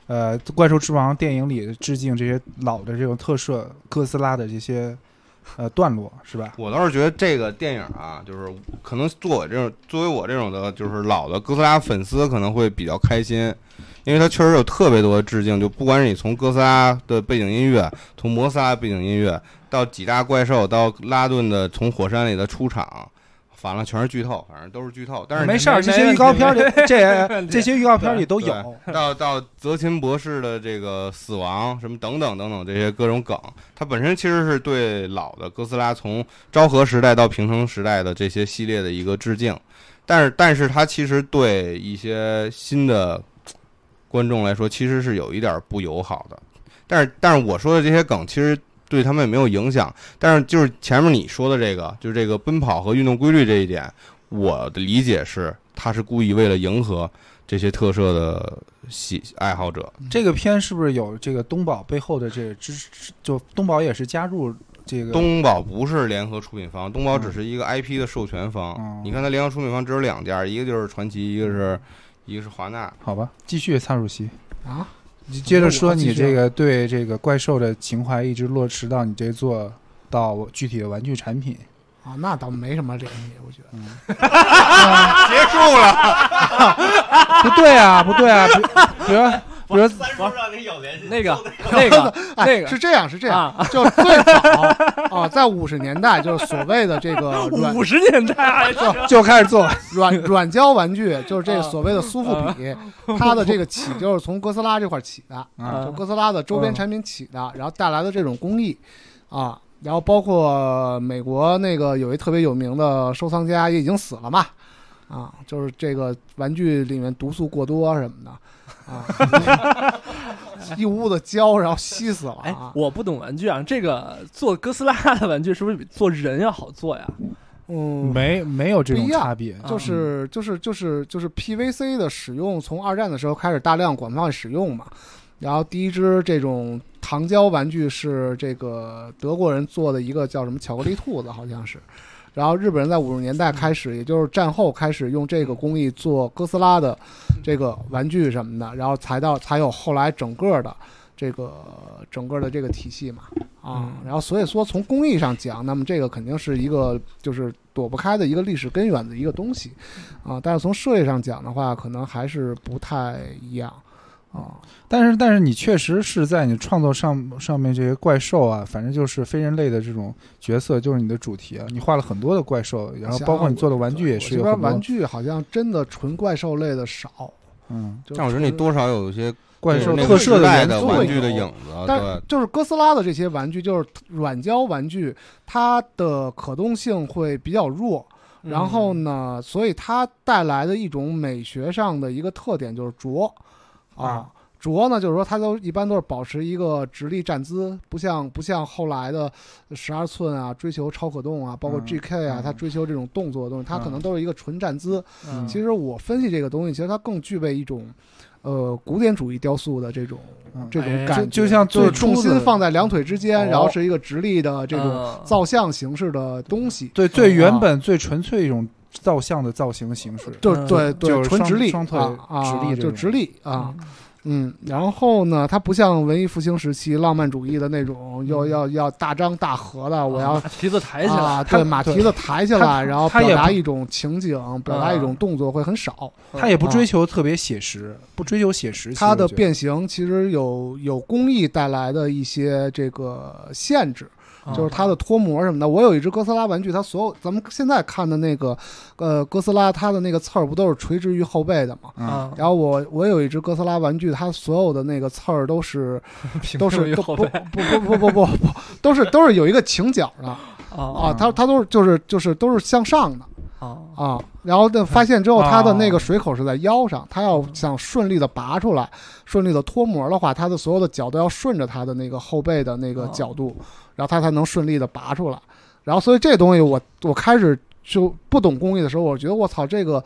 [SPEAKER 3] 呃，《怪兽之王》电影里致敬这些老的这种特摄哥斯拉的这些呃段落，是吧？
[SPEAKER 6] 我倒是觉得这个电影啊，就是可能做我这种作为我这种的，就是老的哥斯拉粉丝可能会比较开心，因为它确实有特别多的致敬，就不管是你从哥斯拉的背景音乐，从摩斯拉的背景音乐，到几大怪兽，到拉顿的从火山里的出场，完了全是剧透，反正都是剧透。但是
[SPEAKER 3] 没事儿，
[SPEAKER 5] 没
[SPEAKER 3] 这些预告片里
[SPEAKER 5] 没问题没
[SPEAKER 3] 这
[SPEAKER 5] 问题
[SPEAKER 3] 这些预告片里都有。
[SPEAKER 6] 对到到泽琴博士的这个死亡什么等等等等这些各种梗，它本身其实是对老的哥斯拉从昭和时代到平成时代的这些系列的一个致敬，但是但是它其实对一些新的观众来说其实是有一点不友好的，但是但是我说的这些梗其实。对他们也没有影响，但是就是前面你说的这个，就是这个奔跑和运动规律这一点，我的理解是，他是故意为了迎合这些特摄的喜爱好者。
[SPEAKER 3] 这个片是不是有这个东宝背后的这个支持？就东宝也是加入这个
[SPEAKER 6] 东宝不是联合出品方，东宝只是一个 IP 的授权方。
[SPEAKER 3] 嗯
[SPEAKER 6] 你看，它联合出品方只有两家，一个就是传奇，一个是一个是华纳。
[SPEAKER 3] 好吧？继续，蔡主席，
[SPEAKER 4] 啊，
[SPEAKER 3] 你接着说
[SPEAKER 4] 我继
[SPEAKER 3] 你
[SPEAKER 4] 续
[SPEAKER 3] 这个对这个怪兽的情怀一直落实到你这做到具体的玩具产品。
[SPEAKER 4] 啊，那倒没什么联系，我觉
[SPEAKER 5] 嗯
[SPEAKER 4] 得。
[SPEAKER 6] 结束了，
[SPEAKER 3] 不对啊，不对啊，比比如比如
[SPEAKER 8] 三叔让你有联系，
[SPEAKER 5] 那个那个那
[SPEAKER 4] 哎，
[SPEAKER 5] 个
[SPEAKER 4] 是这样，是这样，
[SPEAKER 5] 啊，
[SPEAKER 4] 就最早啊，在五十年代，就是所谓的这
[SPEAKER 6] 啊
[SPEAKER 4] 个软
[SPEAKER 5] 五十年代
[SPEAKER 3] 就开始做，
[SPEAKER 4] 软软胶玩具，就是这个
[SPEAKER 5] 啊
[SPEAKER 4] 所谓的苏富比，它的这个起就是从哥斯拉这块起的，
[SPEAKER 5] 嗯
[SPEAKER 3] 啊
[SPEAKER 4] 就哥斯拉的周边产品起的，然后带来的这种工艺啊，然后包括美国那个有一特别有名的收藏家也已经死了嘛，啊，就是这个玩具里面毒素过多什么的啊， 一屋子胶，然后吸死了
[SPEAKER 5] 哎
[SPEAKER 4] 啊，，
[SPEAKER 5] 我不懂玩具啊，这个做哥斯拉的玩具是不是比做人要好做呀？
[SPEAKER 4] 嗯，
[SPEAKER 3] 没没有这种
[SPEAKER 4] 不一样啊
[SPEAKER 3] 差别。
[SPEAKER 4] 就是就是就是就是 PVC 的使用，从二战的时候开始大量广泛使用嘛。然后第一只这种糖胶玩具是这个德国人做的一个叫什么巧克力兔子，好像是。然后日本人在五十年代开始，也就是战后开始用这个工艺做哥斯拉的这个玩具什么的，然后才到才有后来整个的这个整个的这个体系嘛啊。
[SPEAKER 3] 嗯
[SPEAKER 4] 然后所以说从工艺上讲，那么这个肯定是一个就是躲不开的一个历史根源的一个东西啊。但是从设计上讲的话，可能还是不太一样啊。
[SPEAKER 3] 但是但是你确实是在你创作上上面这些怪兽啊，反正就是非人类的这种角色，就是你的主题啊。你画了很多的怪兽，然后包括你做的玩具也是有
[SPEAKER 4] 我这边
[SPEAKER 3] 很
[SPEAKER 4] 玩
[SPEAKER 3] 多，
[SPEAKER 4] 具好像真的纯怪兽类的少，
[SPEAKER 3] 嗯，
[SPEAKER 4] 就
[SPEAKER 6] 但我觉得你
[SPEAKER 4] 纯
[SPEAKER 6] 多少有一些
[SPEAKER 3] 怪兽
[SPEAKER 6] 那
[SPEAKER 3] 特
[SPEAKER 6] 个
[SPEAKER 3] 摄
[SPEAKER 6] 时代
[SPEAKER 3] 元
[SPEAKER 6] 的
[SPEAKER 3] 素
[SPEAKER 6] 玩
[SPEAKER 3] 有
[SPEAKER 6] 具的影子。
[SPEAKER 4] 但
[SPEAKER 6] 对
[SPEAKER 4] 是，就是哥斯拉的这些玩具，就是软胶玩具，它的可动性会比较弱。嗯然后
[SPEAKER 3] 嗯
[SPEAKER 5] 嗯
[SPEAKER 4] 呢，所以它带来的一种美学上的一个特点就是拙啊
[SPEAKER 5] 啊。
[SPEAKER 4] 拙呢，就是说它都一般都是保持一个直立站姿，不像不像后来的十二寸啊，追求超可动啊，包括
[SPEAKER 3] 嗯
[SPEAKER 4] GK 啊，它
[SPEAKER 3] 嗯
[SPEAKER 4] 追求这种动作的东西，它可能都是一个纯站姿。
[SPEAKER 3] 嗯
[SPEAKER 4] 其实我分析这个东西，其实它更具备一种，呃，古典主义雕塑的这种
[SPEAKER 3] 嗯
[SPEAKER 4] 这种
[SPEAKER 5] 哎
[SPEAKER 4] 感觉，
[SPEAKER 3] 就就像
[SPEAKER 4] 就是
[SPEAKER 3] 最
[SPEAKER 4] 重
[SPEAKER 3] 初
[SPEAKER 4] 心
[SPEAKER 3] 的
[SPEAKER 4] 放在两腿之间，
[SPEAKER 5] 哦
[SPEAKER 4] 然后是一个直立的这种
[SPEAKER 5] 种
[SPEAKER 4] 造像形式的东西，
[SPEAKER 3] 呃
[SPEAKER 4] 啊
[SPEAKER 3] 对
[SPEAKER 6] 嗯
[SPEAKER 3] 最
[SPEAKER 6] 啊
[SPEAKER 3] 原本最纯粹一种造像的造型形式。
[SPEAKER 4] 就
[SPEAKER 5] 嗯
[SPEAKER 4] 对
[SPEAKER 3] 就
[SPEAKER 4] 对，
[SPEAKER 3] 是
[SPEAKER 4] 纯直立
[SPEAKER 3] 双双腿
[SPEAKER 4] 啊啊
[SPEAKER 3] 直立这
[SPEAKER 4] 就
[SPEAKER 3] 种
[SPEAKER 4] 直立啊。嗯，然后呢，它不像文艺复兴时期浪漫主义的那种，要
[SPEAKER 3] 嗯
[SPEAKER 4] 要要大张大合的，啊
[SPEAKER 3] 啊
[SPEAKER 4] 我要
[SPEAKER 5] 把蹄子抬起来，
[SPEAKER 4] 啊，
[SPEAKER 3] 它
[SPEAKER 4] 对，马蹄子抬起来，
[SPEAKER 3] 它
[SPEAKER 4] 然后
[SPEAKER 3] 它
[SPEAKER 4] 表
[SPEAKER 3] 也
[SPEAKER 4] 达
[SPEAKER 3] 不啊
[SPEAKER 4] 一种情景，表达一种动作会很少。
[SPEAKER 3] 他也不
[SPEAKER 4] 啊
[SPEAKER 3] 追求特别写实，不追求写实。
[SPEAKER 4] 它
[SPEAKER 3] 其
[SPEAKER 4] 的
[SPEAKER 3] 实我觉得
[SPEAKER 4] 变形其实有有工艺带来的一些这个限制，
[SPEAKER 3] 啊
[SPEAKER 4] 啊
[SPEAKER 5] 嗯
[SPEAKER 4] 就是它的脱模什么的。我有一只哥斯拉玩具，它所有咱们现在看的那个，呃，哥斯拉它的那个刺儿不都是垂直于后背的吗？
[SPEAKER 5] 啊，
[SPEAKER 4] 然后我我有一只哥斯拉玩具，它所有的那个刺儿都是 都是都
[SPEAKER 5] 后
[SPEAKER 4] 不
[SPEAKER 5] 背
[SPEAKER 4] 不不不不不不都是都是有一个倾角的
[SPEAKER 5] 啊
[SPEAKER 4] 啊，它它都是就是就是都是向上的。
[SPEAKER 5] 啊
[SPEAKER 4] 啊，然后呢，发现之后，
[SPEAKER 5] 啊
[SPEAKER 4] 它的那个水口是在腰上，它要想顺利的拔出来，顺利的脱模的话，它的所有的角都要顺着它的那个后背的那个角度，然后它才能顺利的拔出来。然后，所以这东西我我开始就不懂工艺的时候，我觉得我操这个。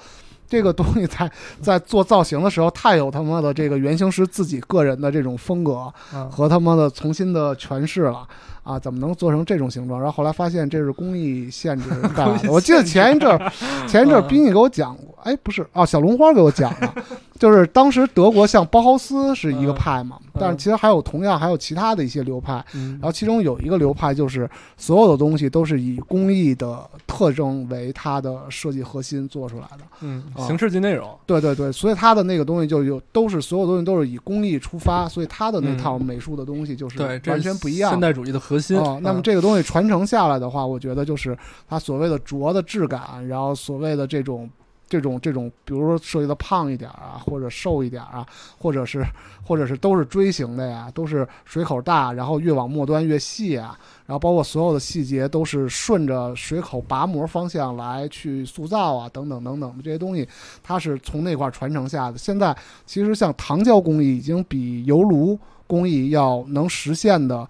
[SPEAKER 4] 这个东西在在做造型的时候，太有他妈的这个原型师自己个人的这种风格，
[SPEAKER 5] 啊
[SPEAKER 4] 和他妈的重新的诠释了啊，怎么能做成这种形状？然后后来发现这是工艺限制带来的。我记得前一阵儿，前一阵儿
[SPEAKER 5] 嗯
[SPEAKER 4] 斌毅给我讲过，哎，不是哦，小龙花给我讲的，就是当时德国像包豪斯是一个派嘛，
[SPEAKER 5] 嗯
[SPEAKER 4] 但是其实还有同样还有其他的一些流派，
[SPEAKER 5] 嗯
[SPEAKER 4] 然后其中有一个流派就是所有的东西都是以工艺的特征为它的设计核心做出来的。
[SPEAKER 5] 嗯，
[SPEAKER 4] 啊
[SPEAKER 5] 形式及内容，
[SPEAKER 4] 对对对，所以它的那个东西就有都是所有东西都是以工艺出发，所以它的那
[SPEAKER 5] 嗯
[SPEAKER 4] 套美术的东西就是
[SPEAKER 5] 对，这
[SPEAKER 4] 完
[SPEAKER 5] 是
[SPEAKER 4] 全不一样
[SPEAKER 5] 现
[SPEAKER 4] 的。
[SPEAKER 5] 代主义的核心
[SPEAKER 4] 哦，。那么
[SPEAKER 5] 嗯
[SPEAKER 4] 这个东西传承下来的话，我觉得就是它所谓的拙的质感，然后所谓的这种。这种这种，比如说设计的胖一点啊，或者瘦一点啊，或者是或者是都是锥形的呀，都是水口大，然后越往末端越细啊，然后包括所有的细节都是顺着水口拔模方向来去塑造啊，等等等等这些东西，它是从那块儿传承下的。现在其实像糖胶工艺已经比油炉工艺要能实现的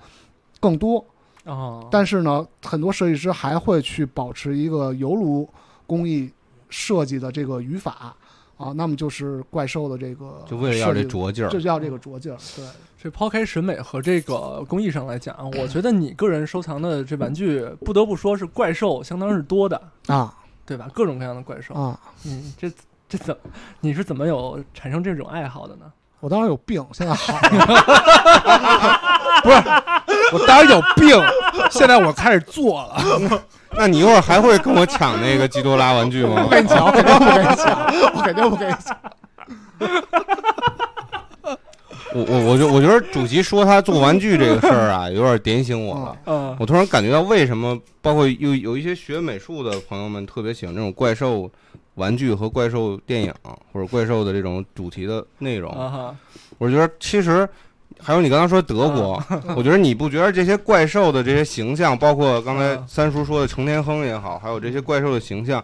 [SPEAKER 4] 更多，
[SPEAKER 5] 哦，
[SPEAKER 4] 但是呢，很多设计师还会去保持一个油炉工艺设计的这个语法啊，那么就是怪兽的这个
[SPEAKER 6] 就为了要这
[SPEAKER 4] 设计的，
[SPEAKER 6] 拙劲儿，
[SPEAKER 4] 就要这个拙劲儿。对，
[SPEAKER 5] 这抛开审美和这个工艺上来讲，我觉得你个人收藏的这玩具，不得不说是怪兽，相当是多的，
[SPEAKER 4] 啊
[SPEAKER 5] 对吧？各种各样的怪兽，
[SPEAKER 4] 啊，
[SPEAKER 5] 嗯，这这怎你是怎么有产生这种爱好的呢？
[SPEAKER 4] 我当时有病，现在好
[SPEAKER 3] 嗯我当然有病，现在我开始做了。
[SPEAKER 6] 那你一会儿还会跟我抢那个基多拉玩具吗
[SPEAKER 4] 不？跟你抢，我肯定不跟你抢，我肯定不跟你抢。
[SPEAKER 6] 我我我就我觉得主席说他做玩具这个事儿啊，有点点醒我了。
[SPEAKER 4] 哦
[SPEAKER 5] 嗯，
[SPEAKER 6] 我突然感觉到为什么，包括有有一些学美术的朋友们特别喜欢这种怪兽玩具和怪兽电影或者怪兽的这种主题的内容。
[SPEAKER 5] 啊哈，
[SPEAKER 6] 我觉得其实还有你刚刚说德国，我觉得你不觉得这些怪兽的这些形象，包括刚才
[SPEAKER 5] 啊
[SPEAKER 6] 三叔说的成天亨也好，还有这些怪兽的形象，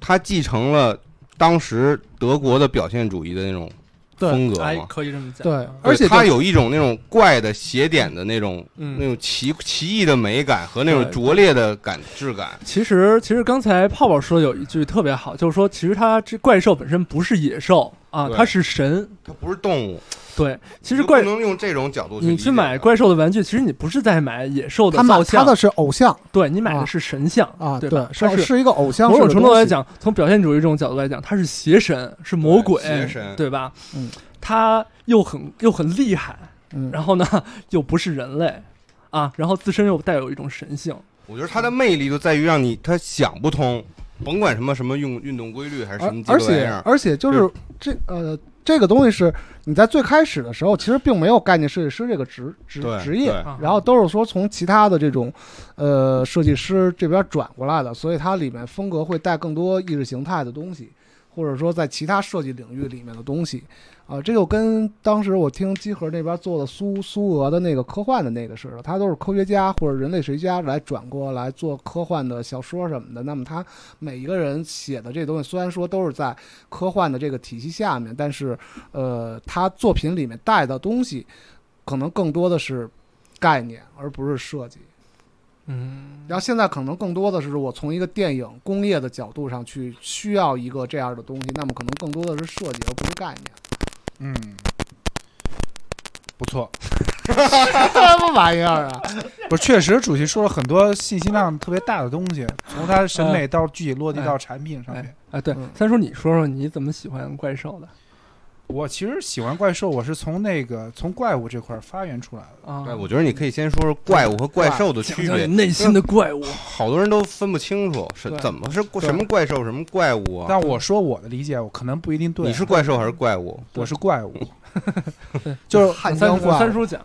[SPEAKER 6] 它继承了当时德国的表现主义的那种
[SPEAKER 4] 对
[SPEAKER 6] 风格
[SPEAKER 5] 哎，
[SPEAKER 6] 吗？
[SPEAKER 5] 可以这么讲，
[SPEAKER 4] 对
[SPEAKER 5] 嗯，
[SPEAKER 4] 而且
[SPEAKER 6] 它
[SPEAKER 4] 就
[SPEAKER 6] 有一种那种怪的邪典的那种、那
[SPEAKER 5] 嗯，
[SPEAKER 6] 种奇奇异的美感和那种
[SPEAKER 5] 对
[SPEAKER 6] 拙劣的感质感。
[SPEAKER 5] 其实其实刚才泡泡说的有一句特别好，就是说其实它这怪兽本身不是野兽啊，
[SPEAKER 6] 对
[SPEAKER 5] 它是神。
[SPEAKER 6] 它不是动物，
[SPEAKER 5] 对，其实
[SPEAKER 6] 你就不
[SPEAKER 5] 怪
[SPEAKER 6] 能用这种角度去
[SPEAKER 5] 你
[SPEAKER 6] 理解
[SPEAKER 5] 去买
[SPEAKER 6] 它
[SPEAKER 5] 怪兽的玩具，其实你不是在买野兽的
[SPEAKER 4] 他买
[SPEAKER 5] 造
[SPEAKER 4] 他
[SPEAKER 5] 像，
[SPEAKER 4] 的是偶像
[SPEAKER 5] 对你买的
[SPEAKER 4] 啊
[SPEAKER 5] 是神像
[SPEAKER 4] 啊，
[SPEAKER 5] 对
[SPEAKER 4] 对
[SPEAKER 5] 吧？，它
[SPEAKER 4] 是
[SPEAKER 5] 是
[SPEAKER 4] 是一个偶像。
[SPEAKER 5] 某种程度来，讲，从表现主义这种角度来讲，它是邪神，是魔鬼，
[SPEAKER 6] 对邪神
[SPEAKER 5] 对吧？
[SPEAKER 4] 嗯，
[SPEAKER 5] 它又很又很厉害，
[SPEAKER 4] 嗯，
[SPEAKER 5] 然后呢又不是人类啊，然后自身又带有一种神性，
[SPEAKER 6] 我觉得它的魅力就在于让你它想不通，甭管什么什么运运动规律还是什么
[SPEAKER 4] 而
[SPEAKER 6] 鸡
[SPEAKER 4] 而
[SPEAKER 6] 巴玩意
[SPEAKER 4] 且
[SPEAKER 6] 儿，
[SPEAKER 4] 而且就是这呃。这个东西是你在最开始的时候，其实并没有概念设计师这个职职
[SPEAKER 6] 对
[SPEAKER 4] 职业，
[SPEAKER 6] 对
[SPEAKER 5] 啊
[SPEAKER 4] 然后都是说从其他的这种，呃，设计师这边转过来的，所以它里面风格会带更多意识形态的东西，或者说在其他设计领域里面的东西，啊、这就跟当时我听集合那边做的苏苏俄的那个科幻的那个似的，他都是科学家或者人类学家来转过来做科幻的小说什么的，那么他每一个人写的这东西虽然说都是在科幻的这个体系下面，但是呃，他作品里面带的东西可能更多的是概念，而不是设计。
[SPEAKER 5] 嗯，
[SPEAKER 4] 然后现在可能更多的是我从一个电影工业的角度上去需要一个这样的东西，那么可能更多的是设计而不是概 念。
[SPEAKER 3] 嗯，不错，
[SPEAKER 4] 什么玩意儿啊！
[SPEAKER 3] 不是，确实主席说了很多信息量特别大的东西，从他的审美到具体落地到产品上面。
[SPEAKER 5] 哎哎，对
[SPEAKER 4] 嗯，
[SPEAKER 5] 三叔，你说说你怎么喜欢怪兽的
[SPEAKER 3] 我其实喜欢怪兽，我是从那个从怪物这块儿发源出来的。
[SPEAKER 5] 啊？
[SPEAKER 6] 哎对，我觉得你可以先说说怪物和怪兽的
[SPEAKER 5] 讲
[SPEAKER 6] 区
[SPEAKER 5] 讲
[SPEAKER 6] 别
[SPEAKER 5] 你，内心的怪物，
[SPEAKER 6] 好多人都分不清楚是
[SPEAKER 5] 对
[SPEAKER 6] 怎么是什么怪兽，什么怪物
[SPEAKER 4] 哦
[SPEAKER 6] 啊？
[SPEAKER 3] 但我说我的理解，我可能不一定对啊。
[SPEAKER 6] 你是怪兽还是怪物？
[SPEAKER 3] 我是怪物，就是
[SPEAKER 4] 汉
[SPEAKER 5] 三
[SPEAKER 4] 江
[SPEAKER 5] 叔，三
[SPEAKER 4] 怪，
[SPEAKER 5] 叔讲，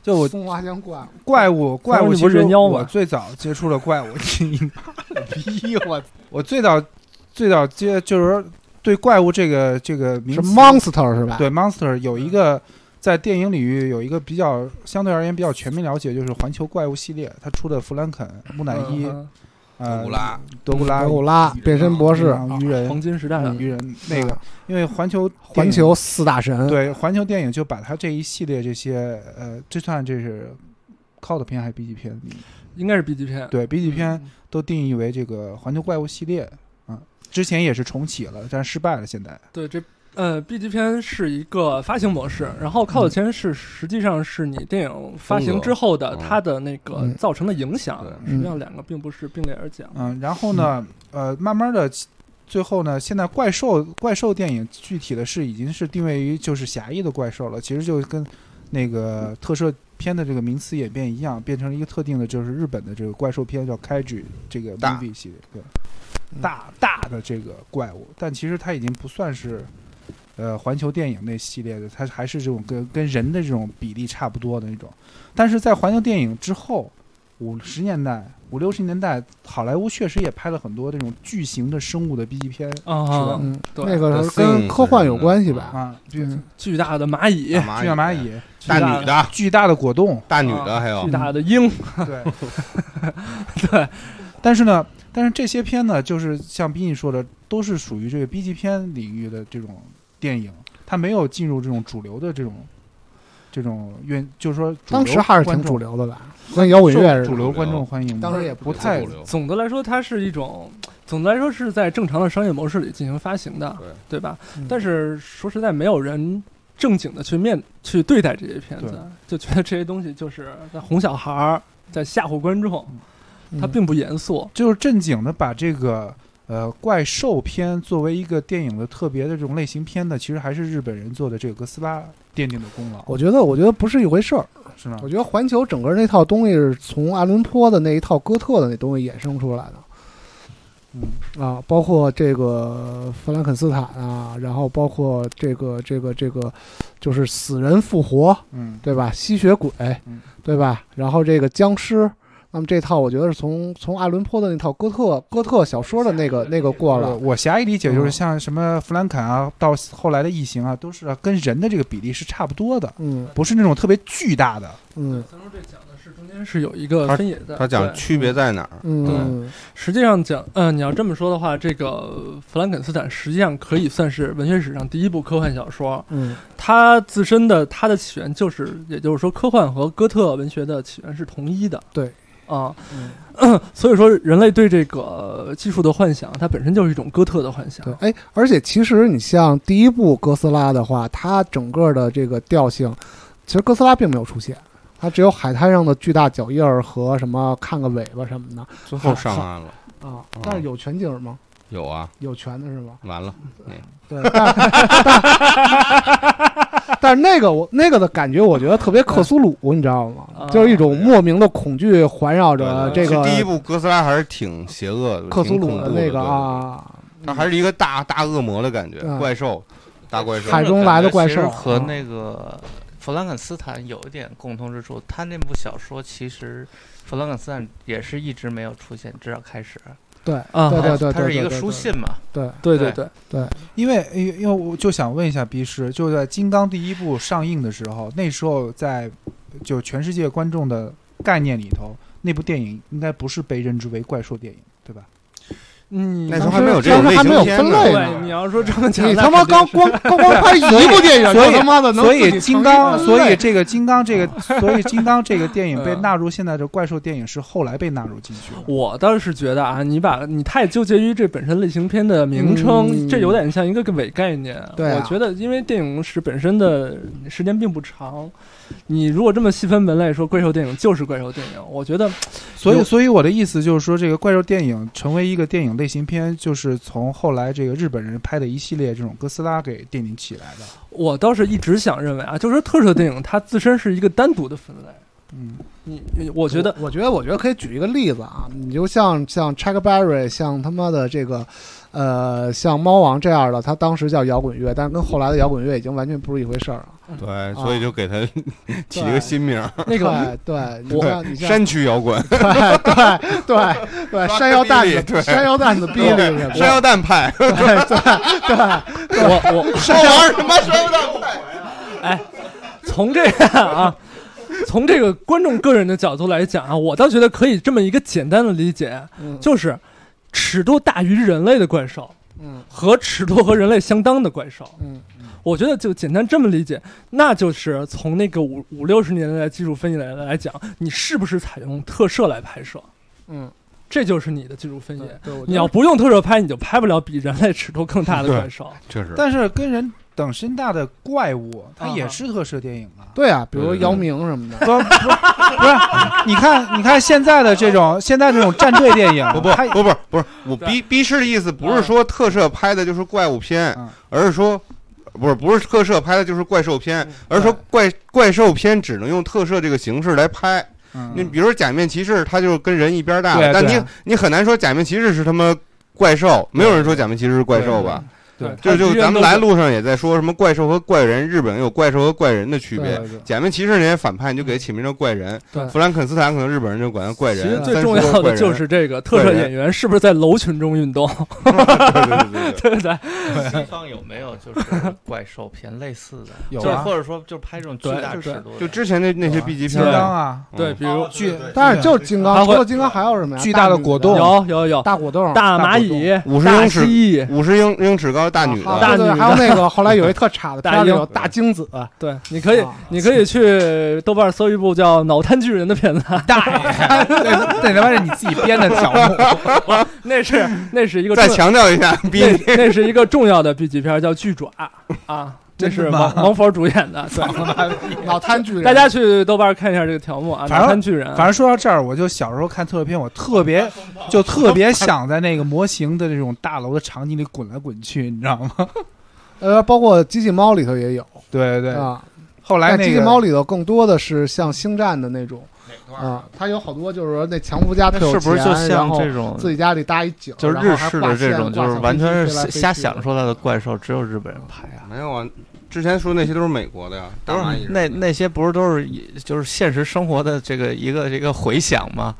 [SPEAKER 3] 就我
[SPEAKER 4] 松花江怪，
[SPEAKER 3] 怪物怪物
[SPEAKER 5] 你不
[SPEAKER 3] 其
[SPEAKER 5] 是
[SPEAKER 3] 实
[SPEAKER 5] 人妖吗
[SPEAKER 3] 我最早接触了怪物，你妈了逼我！我最早最早接就是说对怪物这个这个名
[SPEAKER 4] 是
[SPEAKER 3] 词
[SPEAKER 4] monster 是吧？
[SPEAKER 3] 对 monster 有一个在电影领域有一个比较相对而言比较全面了解，就是环球怪物系列，它出的弗兰肯、木乃伊、
[SPEAKER 5] 嗯
[SPEAKER 3] 呃
[SPEAKER 6] 古拉，
[SPEAKER 3] 德古拉、
[SPEAKER 4] 德古拉
[SPEAKER 3] 鱼人
[SPEAKER 4] 变身博士
[SPEAKER 3] 啊鱼
[SPEAKER 5] 嗯
[SPEAKER 3] 人、
[SPEAKER 5] 黄金时代的
[SPEAKER 3] 鱼人那个，因为环球电
[SPEAKER 4] 环
[SPEAKER 3] 影
[SPEAKER 4] 球四大神，
[SPEAKER 3] 对环球电影就把它这一系列这些呃，这算这是 cult 片还是 B 级片？
[SPEAKER 5] 应该是 B 级片，
[SPEAKER 3] 对 B 级
[SPEAKER 5] 嗯，
[SPEAKER 3] 片都定义为这个环球怪物系列啊，之前也是重启了，但是失败了。现在
[SPEAKER 5] 对，这呃 B 级片是一个发行模式，然后靠的签是、实际上是你电影发行之后的
[SPEAKER 6] 嗯风格
[SPEAKER 5] 它的那个
[SPEAKER 4] 嗯
[SPEAKER 5] 造成的影响，
[SPEAKER 6] 对
[SPEAKER 5] 实际上两个并不是并列而讲。
[SPEAKER 3] 嗯，然后呢，呃，慢慢的最后呢，现在怪兽怪兽电影具体的是已经是定位于就是侠义的怪兽了，其实就跟那个特摄片的这个名词演变一样，变成了一个特定的，就是日本的这个怪兽片叫开局这个
[SPEAKER 6] 大
[SPEAKER 3] movie 系列，对，大大的这个怪物，但其实它已经不算是。呃，环球电影那系列的，它还是这种跟跟人的这种比例差不多的那种，但是在环球电影之后，五十年代、五六十年代，好莱坞确实也拍了很多这种巨型的生物的 B 级片
[SPEAKER 5] 啊
[SPEAKER 3] 吧，
[SPEAKER 4] 嗯，
[SPEAKER 5] 对
[SPEAKER 4] 那个
[SPEAKER 6] 那
[SPEAKER 4] 是跟
[SPEAKER 6] Sing
[SPEAKER 4] 科幻有
[SPEAKER 6] 是吧
[SPEAKER 4] 关系吧？
[SPEAKER 3] 啊，巨
[SPEAKER 4] 嗯
[SPEAKER 5] 巨大的蚂 蚁，
[SPEAKER 6] 大
[SPEAKER 3] 巨大蚂
[SPEAKER 6] 蚁，
[SPEAKER 3] 蚁、
[SPEAKER 5] 巨
[SPEAKER 6] 大女的，
[SPEAKER 3] 巨大的果冻，
[SPEAKER 6] 大女的，还有
[SPEAKER 5] 巨大的鹰，
[SPEAKER 3] 对
[SPEAKER 5] 对。
[SPEAKER 3] 但是呢，但是这些片呢，就是像斌你说的，都是属于这个 B 级片领域的这种电影，它没有进入这种主流的这种这种院，就是说主流
[SPEAKER 4] 当时还是挺
[SPEAKER 3] 观
[SPEAKER 4] 主
[SPEAKER 3] 众
[SPEAKER 4] 流的吧，跟摇滚
[SPEAKER 3] 受
[SPEAKER 4] 乐似
[SPEAKER 3] 主
[SPEAKER 4] 的。
[SPEAKER 3] 流观众欢迎，
[SPEAKER 4] 当时也
[SPEAKER 3] 不
[SPEAKER 4] 不
[SPEAKER 3] 太
[SPEAKER 6] 流
[SPEAKER 5] 总的来说，它是一种，总的来说是在正常的商业模式里进行发行的，
[SPEAKER 6] 对
[SPEAKER 5] 对吧
[SPEAKER 4] 嗯？
[SPEAKER 5] 但是说实在，没有人正经的去面去对待这些片
[SPEAKER 3] 对
[SPEAKER 5] 子，就觉得这些东西就是在哄小孩儿，在吓唬观众，它
[SPEAKER 4] 嗯
[SPEAKER 5] 并不严肃。
[SPEAKER 3] 就是正经的把这个呃怪兽片作为一个电影的特别的这种类型片的，其实还是日本人做的这个哥斯拉奠定的功劳，
[SPEAKER 4] 我觉得，我觉得不是一回事儿。啊
[SPEAKER 3] 是吗
[SPEAKER 4] 我？觉得环球整个那套东西是从阿伦坡的那一套哥特的那东西衍生出来的，嗯啊，包括这个弗兰肯斯坦啊，然后包括这个这个这个，就是死人复活，
[SPEAKER 3] 嗯，
[SPEAKER 4] 对吧？吸血鬼
[SPEAKER 3] 嗯，
[SPEAKER 4] 对吧？然后这个僵尸，那么这套我觉得是从从阿伦坡的那套哥特哥特小说的那个那个过来
[SPEAKER 3] 我，我狭义理解就是像什么弗兰肯啊，到后来的异形啊，都是跟人的这个比例是差不多的，
[SPEAKER 4] 嗯
[SPEAKER 3] 不是那种特别巨大的。
[SPEAKER 4] 嗯
[SPEAKER 5] 三叔这讲的是中间是有一个分野的，
[SPEAKER 6] 他讲
[SPEAKER 5] 对
[SPEAKER 6] 区别在哪儿？
[SPEAKER 4] 嗯，
[SPEAKER 5] 实际上讲，嗯、你要这么说的话，这个呃弗兰肯斯坦实际上可以算是文学史上第一部科幻小说。
[SPEAKER 4] 嗯
[SPEAKER 5] 它自身的它的起源就是，也就是说，科幻和哥特文学的起源是同一的。
[SPEAKER 4] 对，嗯
[SPEAKER 5] 啊、 所以说人类对这个技术的幻想，它本身就是一种哥特的幻想
[SPEAKER 4] 对。，哎，而且其实你像第一部哥斯拉的话，它整个的这个调性，其实哥斯拉并没有出现，它只有海滩上的巨大脚印儿和什么看个尾巴什么的
[SPEAKER 6] 最后上岸了，
[SPEAKER 4] 啊。
[SPEAKER 6] 哦
[SPEAKER 4] 但是有全景吗？
[SPEAKER 6] 有啊，
[SPEAKER 4] 有全的是吗？
[SPEAKER 6] 完了，
[SPEAKER 4] 对， 但但但是那个我那个的感觉，我觉得特别克苏鲁，
[SPEAKER 6] 哦
[SPEAKER 4] 你知道吗
[SPEAKER 5] 啊？
[SPEAKER 4] 就是一种莫名的恐惧环绕着
[SPEAKER 6] 对
[SPEAKER 4] 这
[SPEAKER 6] 对
[SPEAKER 4] 个
[SPEAKER 6] 对第一部哥斯拉还是挺邪恶的，
[SPEAKER 4] 克苏
[SPEAKER 6] 挺
[SPEAKER 4] 鲁
[SPEAKER 6] 恐怖的
[SPEAKER 4] 那个，
[SPEAKER 6] 对
[SPEAKER 4] 啊，
[SPEAKER 6] 它还是一个大大恶魔的感觉
[SPEAKER 4] 嗯，
[SPEAKER 6] 怪兽，大怪兽
[SPEAKER 4] 海中来的怪兽
[SPEAKER 9] 其实和
[SPEAKER 4] 啊
[SPEAKER 9] 那个弗兰肯斯坦有一点共通之处，他那部小说其实弗兰肯斯坦也是一直没有出现，直到开始。
[SPEAKER 4] 对
[SPEAKER 5] 啊
[SPEAKER 4] 对对对，
[SPEAKER 9] 它是
[SPEAKER 4] 对
[SPEAKER 9] 一个
[SPEAKER 4] 对
[SPEAKER 9] 书
[SPEAKER 4] 对
[SPEAKER 9] 信嘛，
[SPEAKER 4] 对。
[SPEAKER 5] 对
[SPEAKER 9] 对
[SPEAKER 5] 对，
[SPEAKER 3] 因为因为因为我就想问一下逼师，就在《金刚》第一部上映的时候，那时候在就全世界观众的概念里头，那部电影应该不是被认知为怪兽电影，对吧？
[SPEAKER 5] 嗯，
[SPEAKER 6] 那时候
[SPEAKER 4] 当
[SPEAKER 6] 还没有这种
[SPEAKER 4] 当时还没有
[SPEAKER 6] 类型
[SPEAKER 4] 分
[SPEAKER 6] 片呢
[SPEAKER 4] 类
[SPEAKER 5] 对，
[SPEAKER 4] 呢
[SPEAKER 5] 你。要说这么讲，
[SPEAKER 4] 你
[SPEAKER 5] 那
[SPEAKER 4] 他妈
[SPEAKER 5] 肯定
[SPEAKER 4] 刚
[SPEAKER 5] 是
[SPEAKER 4] 光光光拍一部电影，
[SPEAKER 3] 所以
[SPEAKER 4] 就他妈的能
[SPEAKER 3] 所
[SPEAKER 4] 自己啊
[SPEAKER 3] 以
[SPEAKER 4] 成
[SPEAKER 3] 金
[SPEAKER 4] 一
[SPEAKER 3] 刚，
[SPEAKER 4] 个
[SPEAKER 3] 所以
[SPEAKER 4] 类
[SPEAKER 3] 这个金刚这 个，所以金刚这个电影被
[SPEAKER 5] 嗯
[SPEAKER 3] 纳入现在的怪兽电影是后来被纳入进去的。
[SPEAKER 5] 我倒是觉得啊，你把你太纠结于这本身类型片的名称，
[SPEAKER 4] 嗯
[SPEAKER 5] 这有点像一个个伪概念。
[SPEAKER 4] 对啊
[SPEAKER 5] 我觉得因为电影史本身的时间并不长，你如果这么细分门类说怪兽电影就是怪兽电影，我觉得
[SPEAKER 3] 所以，
[SPEAKER 5] 有
[SPEAKER 3] 所以我的意思就是说，这个怪兽电影成为一个电影类型片，就是从后来这个日本人拍的一系列这种哥斯拉给奠定起来的。
[SPEAKER 5] 我倒是一直想认为啊，就是说特摄电影它自身是一个单独的分类。
[SPEAKER 3] 嗯，
[SPEAKER 5] 你你我觉得
[SPEAKER 4] 我觉得我觉得可以举一个例子啊，你就像像 Chuck Berry，像他妈的这个，呃，像猫王这样的，他当时叫摇滚乐，但是跟后来的摇滚乐已经完全不是一回事儿了。
[SPEAKER 6] 对，所
[SPEAKER 4] 啊
[SPEAKER 6] 以就给它 起了一个新名儿，
[SPEAKER 5] 那个
[SPEAKER 4] 对对，你
[SPEAKER 5] 我
[SPEAKER 4] 像你像
[SPEAKER 6] 山区摇滚，
[SPEAKER 4] 对对对对，山腰蛋
[SPEAKER 6] 哔哩
[SPEAKER 4] 子
[SPEAKER 6] 对
[SPEAKER 4] 山腰蛋子逼里什么
[SPEAKER 6] 山
[SPEAKER 4] 的，
[SPEAKER 6] 药蛋 派，
[SPEAKER 5] 我 我
[SPEAKER 6] 山玩什么山 药蛋派？
[SPEAKER 5] 从这个啊，从这个观众个人的角度来讲啊，我倒觉得可以这么一个简单的理解，
[SPEAKER 4] 嗯
[SPEAKER 5] 就是尺度大于人类的怪兽
[SPEAKER 4] 嗯
[SPEAKER 5] 和尺度和人类相当的怪兽，
[SPEAKER 4] 嗯，
[SPEAKER 5] 我觉得就简单这么理解，那就是从那个五五六十年代的技术分野来来讲，你是不是采用特摄来拍摄，
[SPEAKER 4] 嗯，
[SPEAKER 5] 这就是你的技术分
[SPEAKER 4] 对
[SPEAKER 5] 野。
[SPEAKER 4] 对，我觉得
[SPEAKER 5] 你要不用特摄拍，你就拍不了比人类尺度更大的怪兽。
[SPEAKER 6] 确实，
[SPEAKER 3] 但是跟人等身大的怪物，它也
[SPEAKER 5] 啊哈
[SPEAKER 3] 是特摄电影啊。
[SPEAKER 4] 对啊，比如姚明什么的，
[SPEAKER 3] 不不不是，你看你看现在的这种现在这种战队电影，
[SPEAKER 6] 不不
[SPEAKER 3] 它
[SPEAKER 6] 不不不是我逼逼视的意思，
[SPEAKER 4] 嗯
[SPEAKER 6] 不是说特摄拍的就是怪物片
[SPEAKER 3] 嗯，
[SPEAKER 6] 而是说不是不是特摄拍的就是怪兽
[SPEAKER 4] 嗯
[SPEAKER 6] 片，而是说怪怪兽片只能用特摄这个形式来拍。
[SPEAKER 3] 嗯
[SPEAKER 6] 你比如说假面骑士，它就是跟人一边大
[SPEAKER 3] 对，啊
[SPEAKER 6] 但
[SPEAKER 3] 对
[SPEAKER 6] 你
[SPEAKER 3] 啊
[SPEAKER 6] 你很难说假面骑士是他妈怪兽，没有人说假面骑士是怪兽吧？
[SPEAKER 3] 对
[SPEAKER 5] 他
[SPEAKER 6] 就就
[SPEAKER 5] 一人
[SPEAKER 6] 咱们
[SPEAKER 5] 都
[SPEAKER 6] 来
[SPEAKER 5] 是
[SPEAKER 6] 路上也在说什么怪兽和怪人，日本有怪兽和怪人的区别
[SPEAKER 4] 对对。
[SPEAKER 6] 假面骑士那些反派你就给它起名叫怪人
[SPEAKER 5] 对，
[SPEAKER 6] 弗兰肯斯坦可能日本人就管他怪人。
[SPEAKER 5] 其实
[SPEAKER 6] 三
[SPEAKER 5] 最
[SPEAKER 6] 叔
[SPEAKER 5] 重要
[SPEAKER 6] 怪
[SPEAKER 5] 的
[SPEAKER 6] 人
[SPEAKER 5] 就是 这个特摄
[SPEAKER 6] 怪人
[SPEAKER 5] 演员是不是在楼群中运动，
[SPEAKER 6] 对对对对对
[SPEAKER 5] 对不对？
[SPEAKER 9] 西方有没有就是怪兽片类似的？
[SPEAKER 3] 有
[SPEAKER 9] 就是
[SPEAKER 3] 啊
[SPEAKER 9] 或者说就是拍这种巨
[SPEAKER 5] 对
[SPEAKER 9] 大
[SPEAKER 5] 对
[SPEAKER 9] 尺度的，
[SPEAKER 6] 就之前的那些 B 级
[SPEAKER 3] 金
[SPEAKER 6] 片儿，
[SPEAKER 3] 刚啊，
[SPEAKER 6] 嗯
[SPEAKER 5] 对，比如
[SPEAKER 3] 巨啊
[SPEAKER 4] 但是就是金
[SPEAKER 5] 他
[SPEAKER 4] 刚，
[SPEAKER 5] 会
[SPEAKER 4] 除了金刚还有什么呀？
[SPEAKER 3] 巨大的果冻
[SPEAKER 4] 女
[SPEAKER 5] 有有有
[SPEAKER 4] 大果冻、
[SPEAKER 5] 大
[SPEAKER 3] 大
[SPEAKER 5] 蚂
[SPEAKER 3] 果
[SPEAKER 5] 蚁、
[SPEAKER 6] 五十
[SPEAKER 5] 大
[SPEAKER 6] 英尺
[SPEAKER 5] 蜥蜴，
[SPEAKER 6] 五十英英尺高的大女
[SPEAKER 4] 啊
[SPEAKER 6] 的，
[SPEAKER 5] 大
[SPEAKER 4] 对对
[SPEAKER 5] 女的
[SPEAKER 4] 还有那个后来有一特差的
[SPEAKER 5] 大
[SPEAKER 4] 片儿里
[SPEAKER 5] 鹰
[SPEAKER 4] 有大精子，
[SPEAKER 5] 对，你可以
[SPEAKER 4] 啊
[SPEAKER 5] 你可以去豆瓣搜一部叫《脑瘫巨人》的片子，
[SPEAKER 3] 大爷， 对，那他妈是你自己编的条目，
[SPEAKER 5] 那是那是一个
[SPEAKER 6] 再
[SPEAKER 5] 重
[SPEAKER 6] 强调一下 ，B
[SPEAKER 5] 那那是一个重要的 B 级片，叫《巨爪》啊，这是王王佛主演的，对。
[SPEAKER 4] 脑瘫巨人。
[SPEAKER 5] 大家去豆瓣看一下这个条目啊，《
[SPEAKER 3] 反正
[SPEAKER 5] 脑瘫巨
[SPEAKER 4] 嗯
[SPEAKER 5] 人》
[SPEAKER 3] 反正说到这儿，我就小时候看特摄片，我特 别就特别想在那个模型的这种大楼的场景里滚来滚去，你知道吗？
[SPEAKER 4] 呃，包括机器猫里头也有
[SPEAKER 3] 对对对。
[SPEAKER 4] 啊，
[SPEAKER 3] 后来
[SPEAKER 4] 但
[SPEAKER 3] 那
[SPEAKER 4] 机器
[SPEAKER 3] 个
[SPEAKER 4] 猫里头更多的是像星战的那种啊，它有好多就是说那强夫家
[SPEAKER 9] 那
[SPEAKER 4] 特有
[SPEAKER 9] 是不是
[SPEAKER 4] 钱
[SPEAKER 9] 就
[SPEAKER 4] 然
[SPEAKER 9] 像
[SPEAKER 4] 后
[SPEAKER 9] 这种
[SPEAKER 4] 自己家里搭一井，
[SPEAKER 9] 就是
[SPEAKER 4] 然后
[SPEAKER 9] 日
[SPEAKER 4] 还
[SPEAKER 9] 式
[SPEAKER 4] 挂
[SPEAKER 9] 的这
[SPEAKER 4] 线
[SPEAKER 9] 种，
[SPEAKER 4] 挂
[SPEAKER 9] 就是
[SPEAKER 4] 小飞
[SPEAKER 9] 完
[SPEAKER 4] 机
[SPEAKER 9] 全
[SPEAKER 4] 飞来
[SPEAKER 9] 是
[SPEAKER 4] 飞
[SPEAKER 9] 瞎
[SPEAKER 4] 去
[SPEAKER 9] 想
[SPEAKER 4] 的
[SPEAKER 9] 出来的怪兽，只有日本人拍啊。
[SPEAKER 6] 没有啊，之前说那些都是美国的呀，
[SPEAKER 9] 都
[SPEAKER 6] 大蚂蚁
[SPEAKER 9] 是
[SPEAKER 6] 人
[SPEAKER 9] 那那些不是都是就是现实生活的这个一个一个回响吗？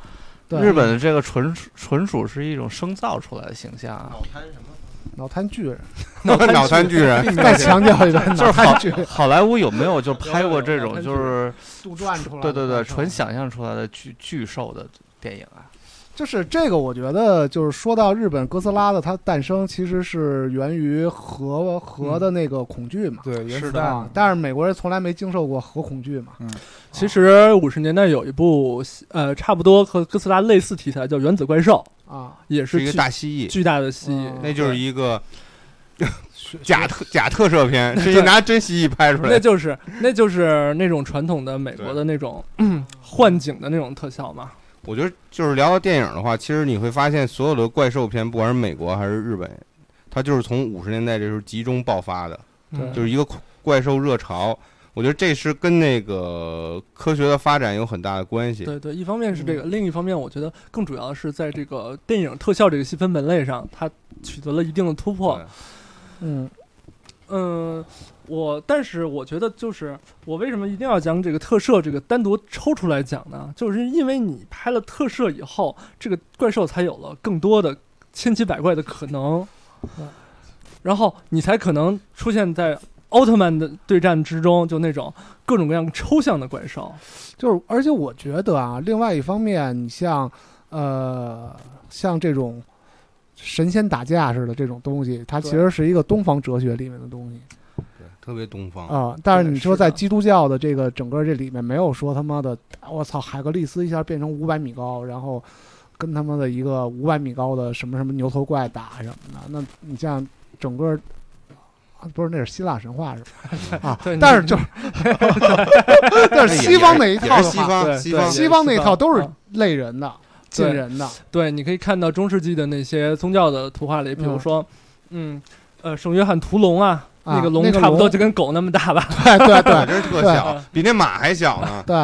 [SPEAKER 4] 对
[SPEAKER 9] 日本的这个纯属纯属是一种生造出来的形象啊，
[SPEAKER 4] 脑瘫巨人，
[SPEAKER 6] 脑瘫巨人，
[SPEAKER 4] 再强调一 遍，
[SPEAKER 9] 就
[SPEAKER 4] 脑
[SPEAKER 9] 是好
[SPEAKER 4] 瘫巨人
[SPEAKER 9] 好莱坞有没有就拍过这种就是
[SPEAKER 4] 杜撰出来
[SPEAKER 9] 对
[SPEAKER 4] 的
[SPEAKER 9] 对对
[SPEAKER 4] 怪兽
[SPEAKER 9] 纯想象出来的巨巨兽的电影啊？
[SPEAKER 4] 就是这个，我觉得就是说到日本哥斯拉的它诞生，其实是源于核核的那个恐惧嘛，
[SPEAKER 3] 对原子
[SPEAKER 4] 啊
[SPEAKER 3] 弹，，
[SPEAKER 4] 但是美国人从来没经受过核恐惧嘛，
[SPEAKER 5] 其实五十年代有一部呃，差不多和哥斯拉类似题材，叫《原子怪兽》，
[SPEAKER 4] 啊，
[SPEAKER 5] 也
[SPEAKER 6] 是
[SPEAKER 5] 是
[SPEAKER 6] 一个
[SPEAKER 5] 巨
[SPEAKER 6] 大蜥蜴，
[SPEAKER 5] 巨大的蜥蜴
[SPEAKER 4] 嗯，
[SPEAKER 6] 那就是一个假特假特摄片，是一拿真蜥蜴拍出来
[SPEAKER 5] 那
[SPEAKER 6] 的。
[SPEAKER 5] 就是那就是那种传统的美国的那种嗯 幻景的那种特效嘛。
[SPEAKER 6] 我觉得就是聊到电影的话，其实你会发现所有的怪兽片，不管是美国还是日本，它就是从五十年代这时候集中爆发的，
[SPEAKER 3] 嗯
[SPEAKER 5] 对
[SPEAKER 6] 就是一个怪兽热潮。我觉得这是跟那个科学的发展有很大的关系。
[SPEAKER 5] 对对，一方面是这个，另一方面我觉得更主要的是在这个电影特效这个细分门类上，它取得了一定的突破。
[SPEAKER 4] 嗯，
[SPEAKER 5] 嗯，我但是我觉得就是我为什么一定要将这个特摄这个单独抽出来讲呢？就是因为你拍了特摄以后，这个怪兽才有了更多的千奇百怪的可能，
[SPEAKER 4] 嗯
[SPEAKER 5] 然后你才可能出现在奥特曼的对战之中，就那种各种各样抽象的怪兽。
[SPEAKER 4] 就是而且我觉得啊，另外一方面，你像呃，像这种神仙打架似的这种东西，它其
[SPEAKER 5] 对
[SPEAKER 4] 实是一个东方哲学里面的东西
[SPEAKER 6] 对，特别东方。
[SPEAKER 4] 啊、但是
[SPEAKER 5] 对
[SPEAKER 4] 你
[SPEAKER 5] 是
[SPEAKER 4] 说在
[SPEAKER 5] 的，
[SPEAKER 4] 基督教的这个整个这里面，没有说他妈的，我操，海格力斯一下变成五百米高，然后。跟他妈的一个五百米高的什么什么牛头怪打什么的，那你像整个，啊不是那是希腊神话是吧？啊
[SPEAKER 5] 对，
[SPEAKER 4] 但是就是，但是西方那一套
[SPEAKER 6] 也
[SPEAKER 4] 的
[SPEAKER 6] 是西
[SPEAKER 4] 话，
[SPEAKER 6] 方，
[SPEAKER 5] 对
[SPEAKER 6] 西
[SPEAKER 5] 对
[SPEAKER 6] 方
[SPEAKER 4] 西方那一套都是
[SPEAKER 5] 嗯
[SPEAKER 4] 类人的、近
[SPEAKER 5] 对
[SPEAKER 4] 人的，
[SPEAKER 5] 对，你可以看到中世纪的那些宗教的图画里，比如
[SPEAKER 4] 嗯
[SPEAKER 5] 说，嗯，呃，圣约翰屠龙啊，
[SPEAKER 4] 啊
[SPEAKER 5] 那个
[SPEAKER 4] 那
[SPEAKER 5] 龙
[SPEAKER 4] 个
[SPEAKER 5] 差不多
[SPEAKER 4] 龙
[SPEAKER 5] 就跟狗那么大吧。
[SPEAKER 4] 对对对
[SPEAKER 6] 真是特
[SPEAKER 4] 对
[SPEAKER 6] 小，比那马还小呢。
[SPEAKER 4] 对，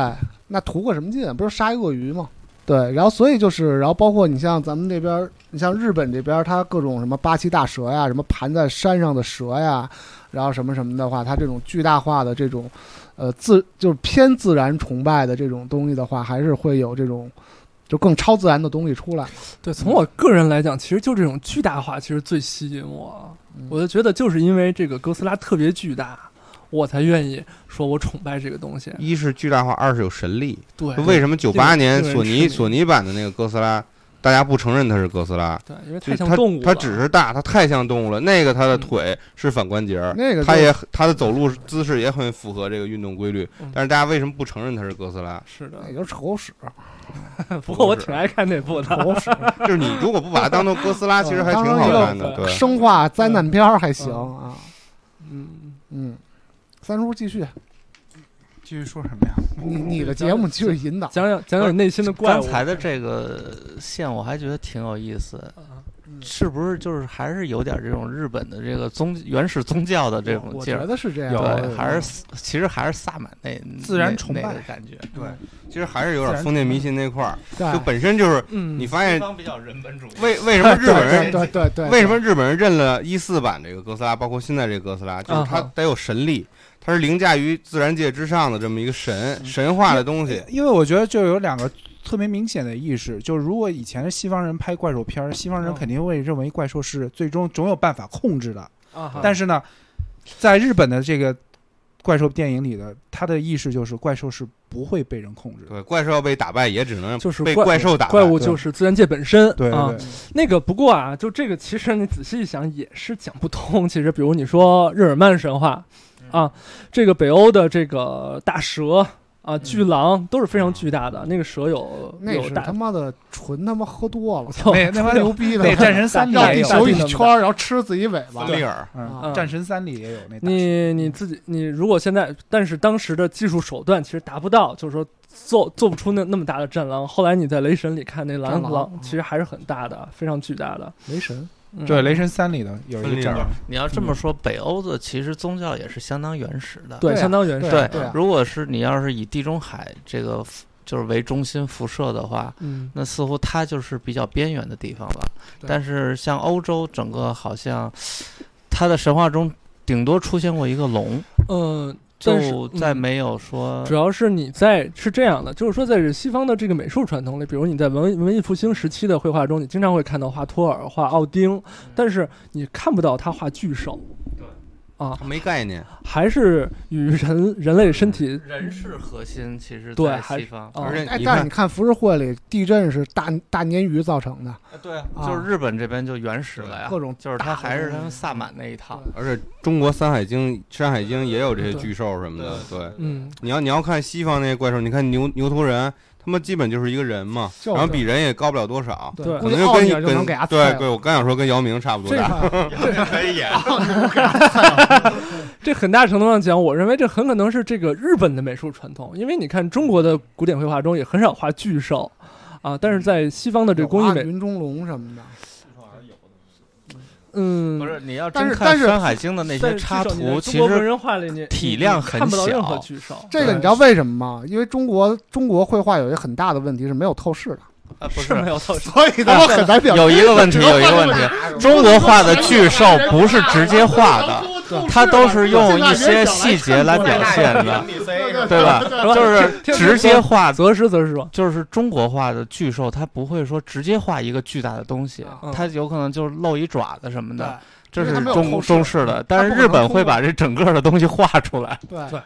[SPEAKER 4] 那图个什么劲啊？不是杀一鳄鱼吗？对，然后所以就是，然后包括你像咱们这边儿，你像日本这边儿，它各种什么八岐大蛇呀，什么盘在山上的蛇呀，然后什么什么的话，它这种巨大化的这种，呃，自就是偏自然崇拜的这种东西的话，还是会有这种就更超自然的东西出来。
[SPEAKER 5] 对，从我个人来讲，其实就这种巨大化，其实最吸引我。
[SPEAKER 6] 嗯
[SPEAKER 5] 我就觉得，就是因为这个哥斯拉特别巨大，我才愿意说我崇拜这个东西。
[SPEAKER 6] 一是巨大化，二是有神力。
[SPEAKER 5] 对，
[SPEAKER 6] 嗯为什么九八年
[SPEAKER 5] 令人
[SPEAKER 6] 索
[SPEAKER 5] 痴
[SPEAKER 6] 尼
[SPEAKER 5] 迷
[SPEAKER 6] 索尼版的那个哥斯拉，大家不承认它是哥斯拉？
[SPEAKER 5] 对，因为
[SPEAKER 6] 就
[SPEAKER 5] 太
[SPEAKER 6] 是
[SPEAKER 5] 像
[SPEAKER 6] 它
[SPEAKER 5] 动物了，
[SPEAKER 6] 它只是大，它太像动物了。那个它的腿是反关节，
[SPEAKER 4] 那个
[SPEAKER 6] 它
[SPEAKER 4] 就
[SPEAKER 6] 也它的走路姿势也很符合这个运动规律
[SPEAKER 5] 嗯。
[SPEAKER 6] 但是大家为什么不承认它是哥斯拉？
[SPEAKER 5] 是的。
[SPEAKER 4] 也就是丑狗屎，
[SPEAKER 5] 不过我挺爱看那部
[SPEAKER 4] 丑
[SPEAKER 5] 的。
[SPEAKER 4] 狗 屎。
[SPEAKER 6] 就是你如果不把它当做哥斯拉，其实还挺好看的。对，
[SPEAKER 4] 生化灾难片儿还行啊。
[SPEAKER 5] 嗯，
[SPEAKER 4] 嗯，三叔继续，
[SPEAKER 3] 继续说什么呀？
[SPEAKER 4] 你
[SPEAKER 9] 嗯
[SPEAKER 4] 你的节目就是引导。
[SPEAKER 5] 讲讲讲讲你内心的怪物。
[SPEAKER 9] 刚才的这个线我还觉得挺有意思，
[SPEAKER 5] 啊
[SPEAKER 9] 是不是就是还是有点这种日本的这个宗原始宗教的这种
[SPEAKER 4] 我
[SPEAKER 9] 劲
[SPEAKER 4] 觉
[SPEAKER 9] 儿？
[SPEAKER 4] 得是这样，
[SPEAKER 9] 对，啊还是萨其实还是萨满那
[SPEAKER 3] 自然崇拜
[SPEAKER 9] 那那个感觉，
[SPEAKER 6] 其实还是有点封建迷信那块儿，
[SPEAKER 4] 对
[SPEAKER 6] 就本身就是
[SPEAKER 5] 嗯，
[SPEAKER 6] 你发现
[SPEAKER 9] 方比较人本主义
[SPEAKER 6] 为为什么日本
[SPEAKER 4] 对
[SPEAKER 6] 人
[SPEAKER 4] 对对对，
[SPEAKER 6] 为什么日本人认了一四版这个哥斯拉，包括现在这个哥斯拉，就是它
[SPEAKER 5] 啊哈
[SPEAKER 6] 得有神力，它是凌驾于自然界之上的这么一个神神话的东西。
[SPEAKER 3] 因为我觉得就有两个特别明显的意识，就是如果以前是西方人拍怪兽片儿，西方人
[SPEAKER 5] 嗯
[SPEAKER 3] 肯定会认为怪兽是最终总有办法控制的。
[SPEAKER 5] 啊
[SPEAKER 4] 嗯
[SPEAKER 5] 哈，
[SPEAKER 3] 但是呢，在日本的这个怪兽电影里的，他的意识就是怪兽是不会被人控制的。
[SPEAKER 6] 对，怪兽要被打败，也只能
[SPEAKER 5] 就是
[SPEAKER 6] 被
[SPEAKER 5] 怪
[SPEAKER 6] 怪兽打败。
[SPEAKER 5] 怪物就是自然界本身。
[SPEAKER 3] 对
[SPEAKER 5] 啊
[SPEAKER 4] 嗯
[SPEAKER 3] 对，对，
[SPEAKER 5] 那个不过啊，就这个其实你仔细一想也是讲不通。 其实比如你说日耳曼神话啊，这个北欧的这个大蛇啊、巨狼都是非常巨大的，那个蛇有
[SPEAKER 4] 那
[SPEAKER 5] 有
[SPEAKER 4] 是
[SPEAKER 5] 大
[SPEAKER 4] 他。妈的纯他妈喝多了，
[SPEAKER 5] 操
[SPEAKER 3] 那那
[SPEAKER 4] 吹
[SPEAKER 3] 帮
[SPEAKER 4] 牛逼的，
[SPEAKER 3] 那战神三里也
[SPEAKER 4] 绕嗯地
[SPEAKER 3] 有，
[SPEAKER 4] 球一圈儿，然后吃自己尾巴。啊
[SPEAKER 6] 利尔，
[SPEAKER 3] 嗯，
[SPEAKER 5] 嗯
[SPEAKER 3] 战神三里也有那大蛇。
[SPEAKER 5] 你你自己，你如果现在，但是当时的技术手段其实达不到，就是说做做不出那那么大的战狼。后来你在雷神里看那狼
[SPEAKER 4] 战狼
[SPEAKER 5] 狼，其实还是很大的，非常巨大的。
[SPEAKER 4] 雷神，
[SPEAKER 5] 嗯
[SPEAKER 3] 对，雷神三里的有一
[SPEAKER 6] 分
[SPEAKER 3] 个
[SPEAKER 6] 裂
[SPEAKER 3] 战狼，
[SPEAKER 9] 你要这么说，北欧的其实宗教也是相当原始的。
[SPEAKER 5] 对，
[SPEAKER 4] 对啊
[SPEAKER 5] 相当原始。
[SPEAKER 4] 对啊
[SPEAKER 9] 对如果是你要是以地中海这个就是为中心辐射的话，
[SPEAKER 5] 嗯，
[SPEAKER 9] 那似乎它就是比较边缘的地方吧。
[SPEAKER 4] 对
[SPEAKER 9] 但是像欧洲整个好像它的神话中顶多出现过一个龙，
[SPEAKER 5] 呃，但是
[SPEAKER 9] 就再
[SPEAKER 5] 嗯
[SPEAKER 9] 没有说
[SPEAKER 5] 主要是你在是这样的，就是说在这西方的这个美术传统里，比如你在文文艺复兴时期的绘画中，你经常会看到画托尔、画奥丁，但是你看不到他画巨手，
[SPEAKER 6] 他没概念，
[SPEAKER 5] 还是与人人类身体
[SPEAKER 9] 人是核心，其实
[SPEAKER 5] 对
[SPEAKER 9] 在
[SPEAKER 5] 还
[SPEAKER 9] 西方，
[SPEAKER 5] 啊
[SPEAKER 6] 而且
[SPEAKER 4] 哎，
[SPEAKER 6] 你
[SPEAKER 4] 但是
[SPEAKER 6] 看
[SPEAKER 4] 你看浮世绘里，地震是大大鲶鱼造成的，
[SPEAKER 9] 对啊
[SPEAKER 4] 啊
[SPEAKER 9] 就是日本这边就原始了呀，
[SPEAKER 4] 各种
[SPEAKER 9] 就是
[SPEAKER 4] 大
[SPEAKER 9] 它
[SPEAKER 4] 的
[SPEAKER 9] 还是
[SPEAKER 4] 东
[SPEAKER 9] 他们
[SPEAKER 4] 西
[SPEAKER 9] 萨满那一套。
[SPEAKER 6] 而且中国《山海经》《山海经》也有这些巨兽什么的。
[SPEAKER 8] 对
[SPEAKER 6] 对，
[SPEAKER 5] 嗯
[SPEAKER 6] 你要你要看西方那些怪兽，你看牛牛头人，他们基本就是一个人嘛，
[SPEAKER 4] 就是
[SPEAKER 6] 然后比人也高不了多少，
[SPEAKER 5] 对
[SPEAKER 6] 可
[SPEAKER 4] 估计
[SPEAKER 6] 能就
[SPEAKER 4] 奥
[SPEAKER 6] 跟
[SPEAKER 4] 尼尔就能
[SPEAKER 6] 跟
[SPEAKER 4] 给他
[SPEAKER 6] 对
[SPEAKER 4] 菜
[SPEAKER 6] 对，我刚想说跟姚明差 不多
[SPEAKER 4] 这
[SPEAKER 6] 大，
[SPEAKER 4] 块
[SPEAKER 6] 可以演。
[SPEAKER 5] 这很大程度上讲，我认为这很可能是这个日本的美术传统，因为你看中国的古典绘画中也很少画巨兽，啊，但是在西方的这个工艺
[SPEAKER 4] 有啊
[SPEAKER 5] 美，
[SPEAKER 4] 云中龙什么的，
[SPEAKER 5] 嗯，
[SPEAKER 9] 不是，你要
[SPEAKER 4] 但
[SPEAKER 9] 真
[SPEAKER 4] 是
[SPEAKER 9] 看
[SPEAKER 4] 但
[SPEAKER 9] 《
[SPEAKER 4] 是
[SPEAKER 9] 山海经》的那
[SPEAKER 5] 在
[SPEAKER 9] 些
[SPEAKER 5] 巨
[SPEAKER 9] 插
[SPEAKER 5] 兽你在中
[SPEAKER 9] 图，其
[SPEAKER 5] 国文
[SPEAKER 9] 实
[SPEAKER 5] 人画里你
[SPEAKER 9] 体量很
[SPEAKER 5] 看不到任何
[SPEAKER 9] 小
[SPEAKER 5] 巨兽，
[SPEAKER 4] 这个你知道为什么吗？因为中国中国绘画有一个很大的问题是没有透视 的，
[SPEAKER 9] 呃不
[SPEAKER 5] 是没有透视。
[SPEAKER 4] 所以他们很难表现。
[SPEAKER 9] 有一个问题，有一个问题，中国画的巨兽不是直接画的，它都是用一些细节来表现的，对吧？就是直接画，
[SPEAKER 5] 择时择时说，
[SPEAKER 9] 就是中国画的巨兽，它不会说直接画一个巨大的东西
[SPEAKER 5] 嗯，
[SPEAKER 9] 它有可能就是露一爪子什么的，这
[SPEAKER 4] 因为
[SPEAKER 9] 是
[SPEAKER 4] 它没有
[SPEAKER 9] 中
[SPEAKER 4] 透视
[SPEAKER 9] 中式的。但是
[SPEAKER 4] 它不可
[SPEAKER 9] 日
[SPEAKER 4] 能
[SPEAKER 9] 本会
[SPEAKER 4] 通过
[SPEAKER 9] 把这整个的东西画出来，
[SPEAKER 4] 对
[SPEAKER 5] 对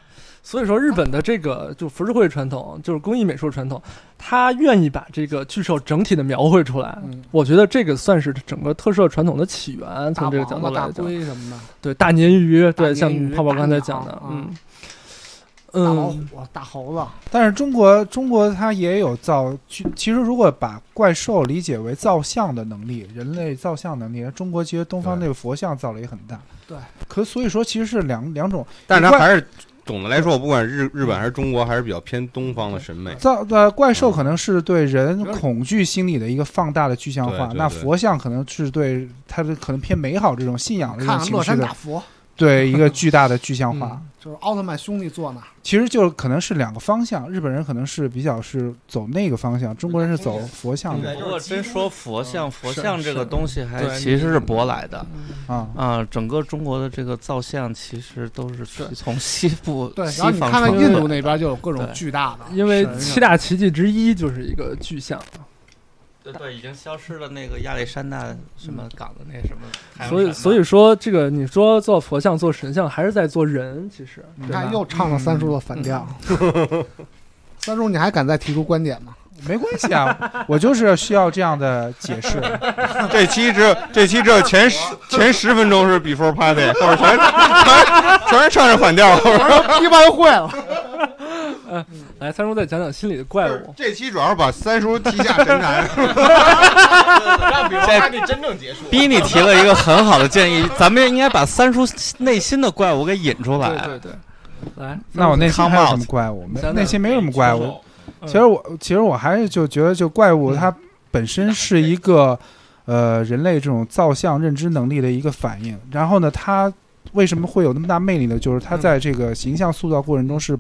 [SPEAKER 5] 所以说日本的这个就浮世绘传统，就是工艺美术传统，他愿意把这个巨兽整体的描绘出来。
[SPEAKER 4] 嗯
[SPEAKER 5] 我觉得这个算是整个特摄传统的起源，
[SPEAKER 4] 大
[SPEAKER 5] 从这个角
[SPEAKER 4] 王
[SPEAKER 5] 度
[SPEAKER 4] 八、大
[SPEAKER 5] 来讲，
[SPEAKER 4] 龟什么的，
[SPEAKER 5] 对大鲶鱼，
[SPEAKER 4] 大鲶
[SPEAKER 5] 对
[SPEAKER 4] 鱼
[SPEAKER 5] 像泡泡刚才讲
[SPEAKER 4] 大
[SPEAKER 5] 的，
[SPEAKER 4] 鸟
[SPEAKER 5] 嗯，
[SPEAKER 4] 大老
[SPEAKER 5] 嗯，
[SPEAKER 4] 虎、大猴子，
[SPEAKER 3] 但是中国中国它也有造，其其实如果把怪兽理解为造像的能力，人类造像能力，中国其实东方那个佛像造了也很大。
[SPEAKER 4] 对，
[SPEAKER 3] 可所以说其实是两两种
[SPEAKER 6] 但是
[SPEAKER 3] 你
[SPEAKER 6] 它
[SPEAKER 3] 怪
[SPEAKER 6] 还是总的来说，我不管日日本还是中国，还是比较偏东方的审美。
[SPEAKER 3] 造呃怪兽可能是对人
[SPEAKER 4] 嗯
[SPEAKER 3] 恐惧心理的一个放大的具象
[SPEAKER 6] 对
[SPEAKER 3] 化，
[SPEAKER 6] 对
[SPEAKER 3] 那
[SPEAKER 6] 对
[SPEAKER 3] 佛像可能是对它的可能偏美好这种信
[SPEAKER 5] 嗯
[SPEAKER 3] 仰的这种
[SPEAKER 4] 看看
[SPEAKER 3] 情
[SPEAKER 4] 乐
[SPEAKER 3] 绪
[SPEAKER 4] 山
[SPEAKER 3] 的
[SPEAKER 4] 大佛，
[SPEAKER 3] 对一个巨大的具象化。
[SPEAKER 4] 就是奥特曼兄弟坐那儿，
[SPEAKER 3] 其实就可能是两个方向，日本人可能是比较是走那个方向，中国人是走佛像的
[SPEAKER 9] 不过真说佛像，佛
[SPEAKER 5] 是
[SPEAKER 9] 像这个
[SPEAKER 5] 是
[SPEAKER 9] 东西还
[SPEAKER 5] 对
[SPEAKER 9] 其实是舶来的
[SPEAKER 3] 啊。
[SPEAKER 9] 啊、整个中国的这个造像其实都是
[SPEAKER 5] 是
[SPEAKER 9] 从西部
[SPEAKER 4] 对，
[SPEAKER 9] 西
[SPEAKER 4] 然后你
[SPEAKER 9] 方
[SPEAKER 4] 看看
[SPEAKER 9] 传
[SPEAKER 4] 印
[SPEAKER 9] 过
[SPEAKER 4] 度
[SPEAKER 9] 来
[SPEAKER 4] 那边就有各种
[SPEAKER 9] 对
[SPEAKER 4] 巨大的，
[SPEAKER 5] 因为
[SPEAKER 4] 神
[SPEAKER 5] 七大奇迹之一就是一个巨像，
[SPEAKER 9] 对对，已经消失了那个亚历山大什
[SPEAKER 4] 嗯
[SPEAKER 9] 么港的那什么太
[SPEAKER 4] 啊
[SPEAKER 9] 阳神嘛，
[SPEAKER 5] 所以所以说这个你说做佛像做神像还是在做人，其实
[SPEAKER 4] 你
[SPEAKER 3] 啊
[SPEAKER 5] 对吧
[SPEAKER 4] 看又唱了三叔的反调。
[SPEAKER 3] 嗯
[SPEAKER 4] 三叔，你还敢再提出观点吗？
[SPEAKER 3] 没关系啊， 我就是需要这样的解释。
[SPEAKER 6] 这期只有这期只有前十前十分钟是 before party，后边全全全是唱着反调，
[SPEAKER 4] 踢完会了，
[SPEAKER 5] 哎，来，三叔再讲讲心里的怪物。
[SPEAKER 6] 这期主要是把三叔踢下神坛，
[SPEAKER 10] 让比如
[SPEAKER 9] 这
[SPEAKER 10] 他给真正结束。
[SPEAKER 9] 逼你提了一个很好的建议，咱们应该把三叔内心的怪物给引出来。
[SPEAKER 5] 对对对，来，
[SPEAKER 3] 那我内心
[SPEAKER 9] Come
[SPEAKER 3] 还有什
[SPEAKER 9] out
[SPEAKER 3] 么怪物？没
[SPEAKER 5] 想想
[SPEAKER 3] 内心没有什么怪物。
[SPEAKER 5] 嗯
[SPEAKER 3] 其实我其实我还是就觉得，就怪物它本身是一个呃人类这种造像认知能力的一个反应。然后呢，它为什么会有那么大魅力呢？就是它在这个形象塑造过程中是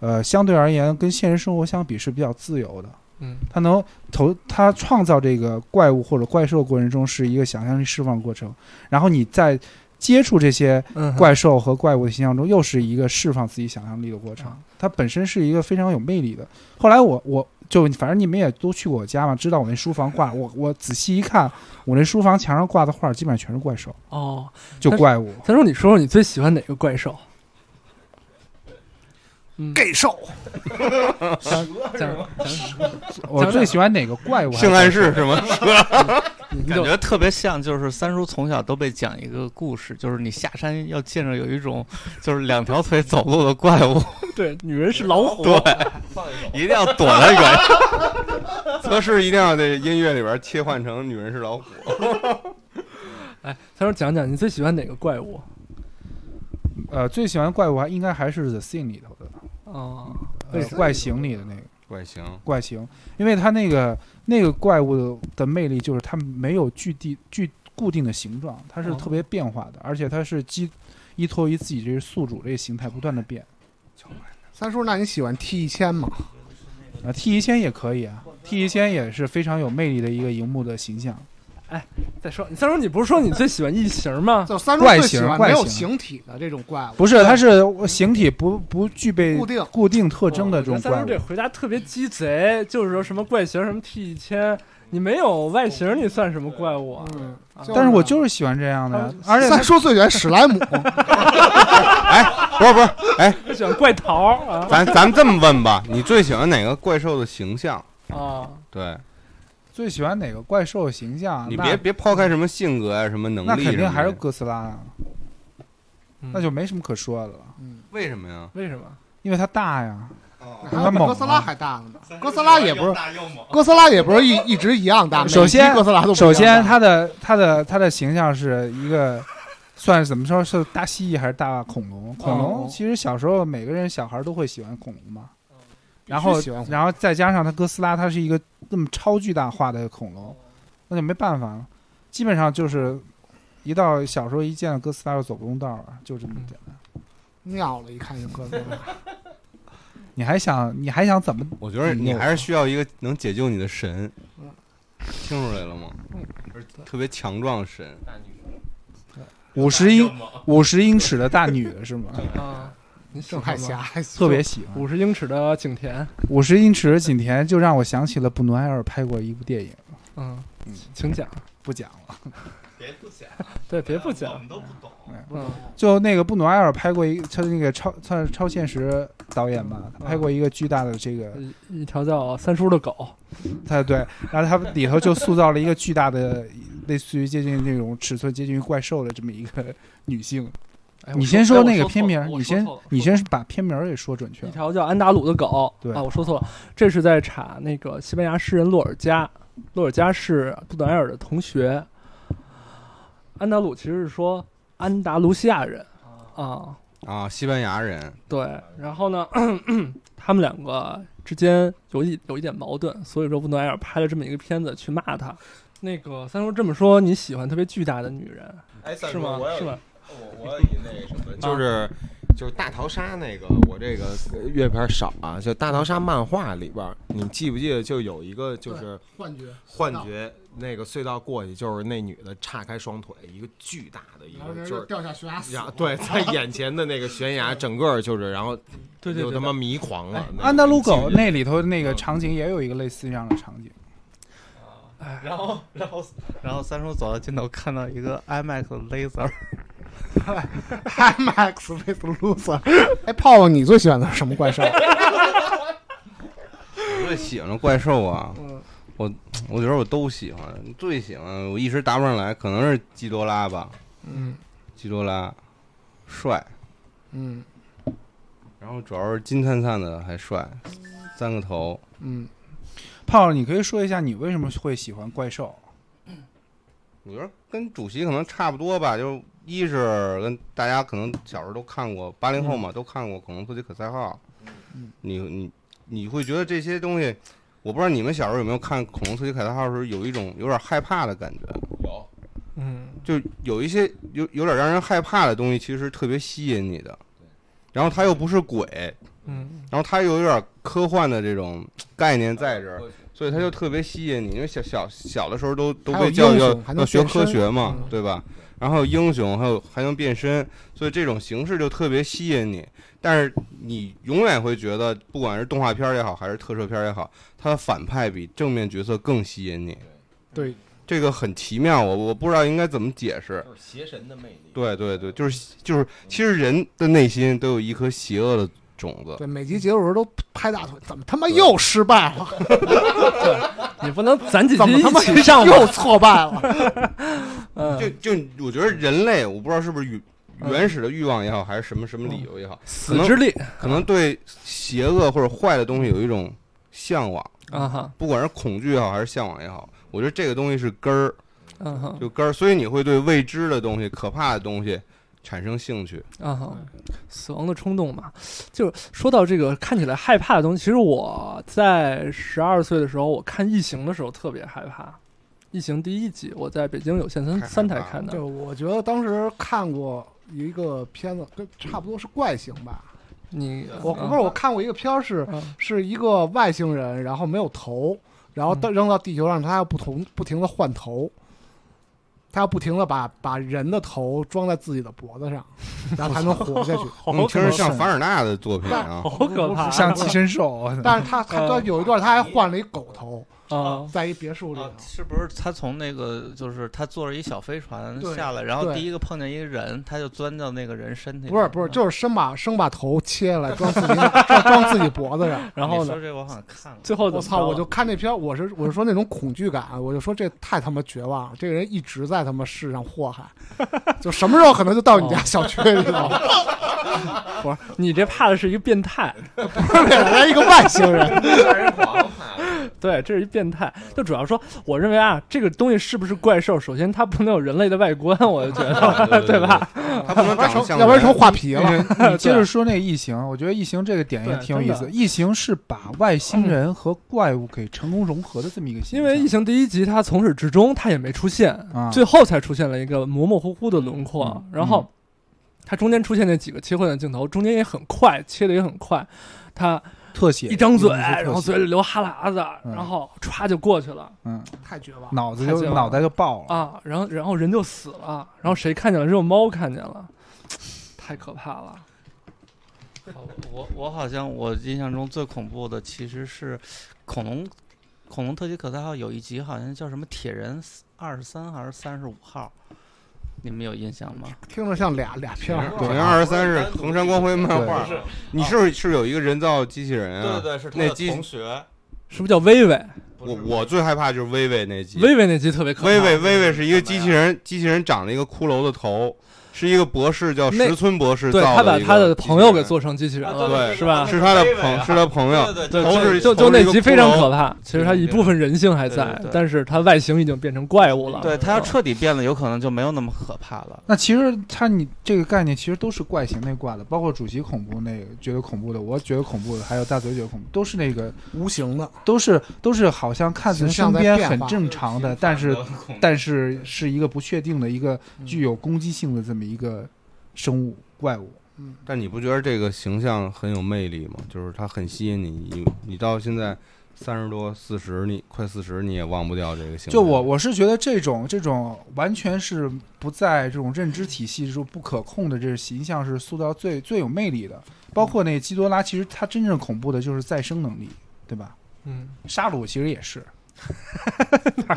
[SPEAKER 3] 呃相对而言跟现实生活相比是比较自由的。
[SPEAKER 5] 嗯，
[SPEAKER 3] 它能投它创造这个怪物或者怪兽过程中是一个想象力释放过程，然后你在接触这些
[SPEAKER 5] 嗯哼
[SPEAKER 3] 怪兽和怪物的形象中，又是一个释放自己想象力的过程
[SPEAKER 5] 嗯。
[SPEAKER 3] 它本身是一个非常有魅力的。后来我我就反正你们也都去过我家嘛，知道我那书房挂我我仔细一看，我那书房墙上挂的画基本上全是怪兽，
[SPEAKER 5] 哦，
[SPEAKER 3] 就
[SPEAKER 5] 但是
[SPEAKER 3] 怪物。
[SPEAKER 5] 三叔，你说说你最喜欢哪个怪兽？嗯，
[SPEAKER 4] gay 兽，
[SPEAKER 5] 讲讲
[SPEAKER 3] 我最喜欢哪个怪物？
[SPEAKER 6] 性暗示是吗？
[SPEAKER 5] 你
[SPEAKER 9] 感
[SPEAKER 5] 就
[SPEAKER 9] 觉特别像，就是三叔从小都被讲一个故事，就是你下山要见着有一种就是两条腿走路的怪物，
[SPEAKER 5] 对，女人是老虎。
[SPEAKER 9] 对，一定要躲它远。
[SPEAKER 6] 测试一定要在音乐里边切换成“女人是老虎
[SPEAKER 5] 哎，三叔讲讲你最喜欢哪个怪物？
[SPEAKER 3] 呃，最喜欢怪物还应该还是《The Thing》里头的、
[SPEAKER 5] 哦，
[SPEAKER 3] 呃、怪形里的那个。”，
[SPEAKER 6] 怪行。
[SPEAKER 3] 怪形，因为它那个那个怪物的魅力就是它没有具地具固定的形状，它是
[SPEAKER 5] 哦
[SPEAKER 3] 特别变化的，而且它是基依托于自己这个宿主这个形态不断的变。
[SPEAKER 4] 三叔，那你喜欢 T 一千吗？
[SPEAKER 3] 啊，T 一千也可以啊，T 一千也是非常有魅力的一个荧幕的形象。
[SPEAKER 5] 再说，三叔，你不是说你最喜欢异形吗？
[SPEAKER 4] 就三叔
[SPEAKER 3] 怪
[SPEAKER 4] 最喜
[SPEAKER 3] 形
[SPEAKER 4] 欢
[SPEAKER 3] 怪
[SPEAKER 4] 没有
[SPEAKER 3] 形
[SPEAKER 4] 形体的这种怪物，
[SPEAKER 3] 不是，它是形体不不具备
[SPEAKER 4] 固定
[SPEAKER 3] 固定特征的这种
[SPEAKER 5] 哦我觉得
[SPEAKER 3] 怪
[SPEAKER 5] 三叔这
[SPEAKER 3] 物。
[SPEAKER 5] 回答特别鸡贼，就是说什么怪形，什么 T 一千，你没有外形，你算什么怪物啊？
[SPEAKER 4] 嗯，
[SPEAKER 3] 但是我就是喜欢这样的呀，而且它
[SPEAKER 4] 三叔最喜欢史 莱姆，
[SPEAKER 6] 不是不是，
[SPEAKER 5] 我喜欢怪桃啊
[SPEAKER 6] 咱咱们这么问吧，你最喜欢哪个怪兽的形象？
[SPEAKER 5] 啊！
[SPEAKER 6] 对
[SPEAKER 3] 最喜欢哪个怪兽形象？
[SPEAKER 6] 你
[SPEAKER 3] 那
[SPEAKER 6] 别别抛开什么性格啊，什么能
[SPEAKER 3] 那
[SPEAKER 6] 力
[SPEAKER 3] 肯
[SPEAKER 6] 什
[SPEAKER 3] 定
[SPEAKER 6] 么
[SPEAKER 3] 还是
[SPEAKER 6] 的，
[SPEAKER 3] 哥斯拉啊，
[SPEAKER 5] 嗯
[SPEAKER 3] 那就没什么可说的了，
[SPEAKER 6] 为什么呀？
[SPEAKER 5] 为什么？
[SPEAKER 3] 因为它大呀。
[SPEAKER 4] 还有
[SPEAKER 3] 他
[SPEAKER 4] 比
[SPEAKER 3] 猛
[SPEAKER 4] 哥斯
[SPEAKER 3] 啊
[SPEAKER 4] 拉还大呢。哥斯啊拉也不是
[SPEAKER 10] 又大又
[SPEAKER 6] 啊
[SPEAKER 10] 猛，
[SPEAKER 4] 哥斯拉也不是一一直一样 大，每
[SPEAKER 3] 首先
[SPEAKER 4] 一集哥斯拉都不一样大
[SPEAKER 3] 首先，他 的他的他的形象是一个，算是怎么说是大蜥蜴还是大恐龙？
[SPEAKER 4] 哦
[SPEAKER 3] 恐龙其实小时候每个人小孩都会喜欢恐龙嘛，然后
[SPEAKER 4] 嗯喜欢恐龙
[SPEAKER 3] 然后再加上他哥斯拉，它是一个那么超巨大化的恐
[SPEAKER 4] 哦
[SPEAKER 3] 龙，那就没办法了，基本上就是一到小时候一见到哥斯拉就走不动道了，就这么
[SPEAKER 4] 嗯
[SPEAKER 3] 简单。
[SPEAKER 4] 尿了，一看就哥斯 拉。
[SPEAKER 3] 你还想你还想怎 么？
[SPEAKER 6] 我觉得你还是需要一个能解救你的神
[SPEAKER 4] 嗯，
[SPEAKER 6] 听出来了吗？就是特别强壮的神，
[SPEAKER 3] 五十英五十英尺的大女的是 吗？
[SPEAKER 5] 啊，你喜
[SPEAKER 4] 郑
[SPEAKER 5] 欢
[SPEAKER 4] 海
[SPEAKER 5] 吗
[SPEAKER 4] 霞还行
[SPEAKER 3] 特别喜欢。
[SPEAKER 5] 五十英尺的景甜，
[SPEAKER 3] 五十英尺的景甜就让我想起了布努埃尔拍过一部电影，
[SPEAKER 5] 嗯，请讲。
[SPEAKER 3] 不讲了。
[SPEAKER 10] 别不讲，
[SPEAKER 5] 对，别不
[SPEAKER 10] 我
[SPEAKER 5] 讲。
[SPEAKER 10] 们都不懂。
[SPEAKER 5] 嗯，
[SPEAKER 3] 就那个布努埃尔拍过一个，他那个超算是超现实导演吧，
[SPEAKER 5] 嗯
[SPEAKER 3] 他拍过一个巨大的这个，
[SPEAKER 5] 一一条叫三叔的狗。
[SPEAKER 3] 他对，然后他里头就塑造了一个巨大的，类似于接近那种尺寸接近于怪兽的这么一个女性。
[SPEAKER 5] 哎
[SPEAKER 3] 你
[SPEAKER 5] 我
[SPEAKER 3] 先
[SPEAKER 5] 哎我
[SPEAKER 3] 那个
[SPEAKER 5] 错
[SPEAKER 3] 片
[SPEAKER 5] 了
[SPEAKER 3] 名儿，
[SPEAKER 5] 我
[SPEAKER 3] 你
[SPEAKER 5] 说
[SPEAKER 3] 先
[SPEAKER 5] 错了嗯
[SPEAKER 3] 你先把片名儿给说准确
[SPEAKER 5] 一。条叫安达鲁的狗。
[SPEAKER 3] 对
[SPEAKER 5] 啊，我说错了，这是在查那个西班牙诗人洛尔加，洛尔加是杜南埃尔的同学。安达鲁其实是说安达卢西亚人啊，
[SPEAKER 6] 啊，西班牙人，
[SPEAKER 5] 对。然后呢， 他们两个之间有一有一点矛盾，所以说布南埃尔拍了这么一个片子去骂他。那个三叔这么说，你喜欢特别巨大的女人
[SPEAKER 10] 哎，三
[SPEAKER 5] 是
[SPEAKER 10] 叔
[SPEAKER 5] 吗
[SPEAKER 10] 我？有
[SPEAKER 5] 是吗？啊
[SPEAKER 10] 我我以那个什么，就是就是大逃杀那个，我这个阅片少啊。就大逃杀漫画里边儿，你记不记得就有一个就是
[SPEAKER 4] 幻觉，
[SPEAKER 10] 幻觉那个隧道过去，就是那女的岔开双腿，一个巨大的一
[SPEAKER 4] 然后
[SPEAKER 10] 个
[SPEAKER 4] 人
[SPEAKER 10] 就。
[SPEAKER 4] 就是掉下悬崖死
[SPEAKER 10] 呀
[SPEAKER 4] 了，
[SPEAKER 10] 对，在眼前的那个悬崖，整个就是，然后
[SPEAKER 5] 对对
[SPEAKER 10] 就
[SPEAKER 5] 对
[SPEAKER 10] 他妈迷狂了。那个
[SPEAKER 3] 安达鲁狗
[SPEAKER 10] 你记不记得
[SPEAKER 3] 那里头那个场景也有一个类似这样的场景，
[SPEAKER 9] 然后然后然后三叔走到尽头，看到一个 IMAX laser，
[SPEAKER 4] ，IMAX with loser。哎，泡泡，你最喜欢的是什么怪兽？
[SPEAKER 6] 我最喜欢的怪兽啊，我我觉得我都喜欢，最喜欢我一时答不上来，可能是基多拉吧。嗯，基多拉，帅，
[SPEAKER 4] 嗯，
[SPEAKER 6] 然后主要是金灿灿的还帅，三个头。
[SPEAKER 4] 嗯，
[SPEAKER 3] 胖，你可以说一下你为什么会喜欢怪兽？
[SPEAKER 6] 我觉得跟主席可能差不多吧，就一是跟大家可能小时候都看过，八零后嘛、都看过《恐龙特级可赛号》你你你会觉得这些东西，我不知道你们小时候有没有看《恐龙特级可赛号》的时候，有一种有点害怕的感觉，
[SPEAKER 10] 有
[SPEAKER 5] 嗯，
[SPEAKER 6] 就有一些有有点让人害怕的东西，其实特别吸引你的。然后它又不是鬼，
[SPEAKER 5] 嗯，
[SPEAKER 6] 然后它又有点科幻的这种概念在这儿，所以它就特别吸引你。因为小小小的时候都都
[SPEAKER 4] 还有
[SPEAKER 6] 被教育
[SPEAKER 4] 英雄
[SPEAKER 6] 要
[SPEAKER 4] 还能
[SPEAKER 6] 要学
[SPEAKER 4] 变身嗯
[SPEAKER 6] 科学嘛，对吧？然后英雄还有还能变身，所以这种形式就特别吸引你。但是你永远会觉得，不管是动画片儿也好，还是特摄片儿也好，它的反派比正面角色更吸引你。
[SPEAKER 4] 对，
[SPEAKER 6] 这个很奇妙，我我不知道应该怎么解释。
[SPEAKER 10] 就是邪神的魅力。
[SPEAKER 6] 对对对，就是就是，其实人的内心都有一颗邪恶的种子。
[SPEAKER 4] 对，每集结束时候都拍大腿，怎么他妈又失败 了？
[SPEAKER 5] 你不能咱几集
[SPEAKER 4] 怎么他妈
[SPEAKER 5] 一起上吧
[SPEAKER 4] 又？挫败 了？
[SPEAKER 5] 嗯，
[SPEAKER 6] 就就我觉得人类，我不知道是不是原原始的欲望也好，还是什么什么理由也好，
[SPEAKER 4] 嗯
[SPEAKER 6] 可
[SPEAKER 5] 死
[SPEAKER 6] 能
[SPEAKER 5] 之力
[SPEAKER 6] 可能对邪恶或者坏的东西有一种向往，
[SPEAKER 5] 啊哈，
[SPEAKER 6] 不管是恐惧也好，还是向往也好，我觉得这个东西是根儿，
[SPEAKER 5] 啊
[SPEAKER 4] 嗯
[SPEAKER 5] 哈，
[SPEAKER 6] 就根儿，所以你会对未知的东西、可怕的东西产生兴趣。
[SPEAKER 5] 啊哈，死亡的冲动嘛，就是说到这个看起来害怕的东西，其实我在十二岁的时候，我看《异形》的时候特别害怕，《异形》第一集我在北京有线三
[SPEAKER 6] 太害
[SPEAKER 5] 三台
[SPEAKER 6] 怕了
[SPEAKER 5] 看的
[SPEAKER 4] 对，，我觉得当时看过一个片子，跟差不多是怪形吧。
[SPEAKER 5] 你啊
[SPEAKER 4] 我不是我看过一个片儿是
[SPEAKER 5] 嗯
[SPEAKER 4] 是一个外星人，然后没有头，然
[SPEAKER 5] 嗯
[SPEAKER 4] 后到扔到地球上，他要不同不停的换头，他要不停的把把人的头装在自己的脖子上，然后才能活 下去。
[SPEAKER 6] 你听着嗯像
[SPEAKER 4] 神
[SPEAKER 6] 凡尔纳的作品啊，
[SPEAKER 5] 好可怕
[SPEAKER 3] 像寄生兽，
[SPEAKER 4] 但是他
[SPEAKER 5] 嗯
[SPEAKER 4] 他他有一段他还换了一狗头，
[SPEAKER 5] 啊！
[SPEAKER 4] 在一别墅里头
[SPEAKER 8] 啊，是不是他从那个就是他坐着一小飞船
[SPEAKER 4] 对
[SPEAKER 8] 下来，然后
[SPEAKER 4] 对
[SPEAKER 8] 第一个碰见一个人，他就钻到那个人身体里？
[SPEAKER 4] 不是不
[SPEAKER 9] 嗯
[SPEAKER 4] 是，就是生把生把头切下来装自己装装自己脖子 上。
[SPEAKER 5] 然
[SPEAKER 8] 你
[SPEAKER 5] 后呢
[SPEAKER 8] 说，这个我好像看过，
[SPEAKER 5] 最后怎
[SPEAKER 4] 我
[SPEAKER 5] 么
[SPEAKER 4] 操！
[SPEAKER 5] 着
[SPEAKER 4] 我就
[SPEAKER 5] 了
[SPEAKER 4] 看这片儿，我是我是说那种恐惧感，啊我就说这太他妈绝望了。这个人一直在他妈世上祸害，就什么时候可能就到你家小区里头，
[SPEAKER 5] 不是你这怕的是一个变态，
[SPEAKER 4] 来一个外星人。
[SPEAKER 10] 杀人狂怕了，
[SPEAKER 5] 对，这是一变态。就主要说，我认为啊，这个东西是不是怪兽，首先它不能有人类的外观，我就觉得，对吧？
[SPEAKER 6] 它不能长得像人，
[SPEAKER 4] 要不然成画皮了。
[SPEAKER 3] 你接着说那个异形，我觉得异形这个点也挺有意
[SPEAKER 5] 对
[SPEAKER 3] 思。异形是把外星人和怪物给成功融合的这么一个形象，
[SPEAKER 5] 因为《异形》第一集，它从始至终它也没出现，
[SPEAKER 3] 啊
[SPEAKER 5] 最后才出现了一个模模糊糊的轮廓。
[SPEAKER 3] 嗯
[SPEAKER 5] 然后，它中间出现那几个切换的镜头，中间也很快，切的也很快。它
[SPEAKER 3] 特写
[SPEAKER 5] 一张嘴，
[SPEAKER 3] 用的是特写
[SPEAKER 5] 然后嘴里流哈喇子，
[SPEAKER 3] 嗯
[SPEAKER 5] 然后歘就过去了
[SPEAKER 3] 嗯，
[SPEAKER 4] 太绝望了。
[SPEAKER 3] 脑子
[SPEAKER 5] 太
[SPEAKER 3] 就
[SPEAKER 5] 绝望了
[SPEAKER 3] 脑袋就爆了。
[SPEAKER 5] 啊，然后然后人就死了，然后谁看见了？只有猫看见了，太可怕了。
[SPEAKER 8] 我 我我好像我印象中最恐怖的其实是恐龙，恐龙特级可赛号有一集好像叫什么铁人二十三还是三十五号，你们有印象吗？
[SPEAKER 4] 听着像俩俩片 儿，
[SPEAKER 6] 九零二十三是衡山光辉漫
[SPEAKER 3] 对
[SPEAKER 6] 画，你是不是是有一个人造机器人
[SPEAKER 10] 对
[SPEAKER 6] 啊？
[SPEAKER 10] 对对，是他
[SPEAKER 6] 那
[SPEAKER 10] 的
[SPEAKER 6] 机
[SPEAKER 10] 同学。
[SPEAKER 5] 是不是叫薇薇？
[SPEAKER 6] 我我最害怕就是薇薇那集，
[SPEAKER 5] 薇薇那集特别可怕。
[SPEAKER 6] 薇薇薇薇是一个机器人，机器人长了一个骷髅的头，是一个博士叫
[SPEAKER 5] 那
[SPEAKER 6] 石村博士
[SPEAKER 5] 对
[SPEAKER 6] 造
[SPEAKER 5] 他把
[SPEAKER 6] 一个
[SPEAKER 5] 他的
[SPEAKER 6] 机器
[SPEAKER 5] 朋友给
[SPEAKER 6] 人
[SPEAKER 5] 做成机器人了，
[SPEAKER 6] 啊对
[SPEAKER 5] 是吧？
[SPEAKER 6] 是他的
[SPEAKER 10] 薇薇
[SPEAKER 6] 朋
[SPEAKER 10] 啊
[SPEAKER 6] 是他朋友，
[SPEAKER 10] 对对
[SPEAKER 6] 都
[SPEAKER 10] 对，
[SPEAKER 6] 是
[SPEAKER 5] 就
[SPEAKER 6] 头
[SPEAKER 5] 就
[SPEAKER 6] 是
[SPEAKER 5] 那
[SPEAKER 6] 一个
[SPEAKER 5] 集非常
[SPEAKER 6] 骷髅
[SPEAKER 5] 可怕，其实它一部分人性还在
[SPEAKER 8] 对对对，
[SPEAKER 5] 但是它外形已经变成怪物了。
[SPEAKER 6] 嗯
[SPEAKER 8] 对，他要彻底变了，有可能就没有那么可怕了。
[SPEAKER 3] 那其实它你这个概念其实都是怪形那挂的，包括主席恐怖那个觉得恐怖的，我觉得恐怖的，还有大嘴觉得恐怖，都是那个
[SPEAKER 4] 无形的，
[SPEAKER 3] 都是都是好像看似
[SPEAKER 4] 形象
[SPEAKER 3] 身
[SPEAKER 4] 在
[SPEAKER 3] 边
[SPEAKER 4] 变
[SPEAKER 3] 很
[SPEAKER 4] 化
[SPEAKER 3] 正常的，但是但是是一个不确定的一个具有攻击性的这么一个生物怪物。
[SPEAKER 6] 但你不觉得这个形象很有魅力吗？就是它很吸引你，你你到现在三十多、四十，你快四十，你也忘不掉这个形象。
[SPEAKER 3] 就我我是觉得这种这种完全是不在这种认知体系中不可控的这个形象是塑造最最有魅力的。包括那基多拉，其实它真正恐怖的就是再生能力，对吧？
[SPEAKER 5] 嗯，
[SPEAKER 3] 沙鲁其实也是，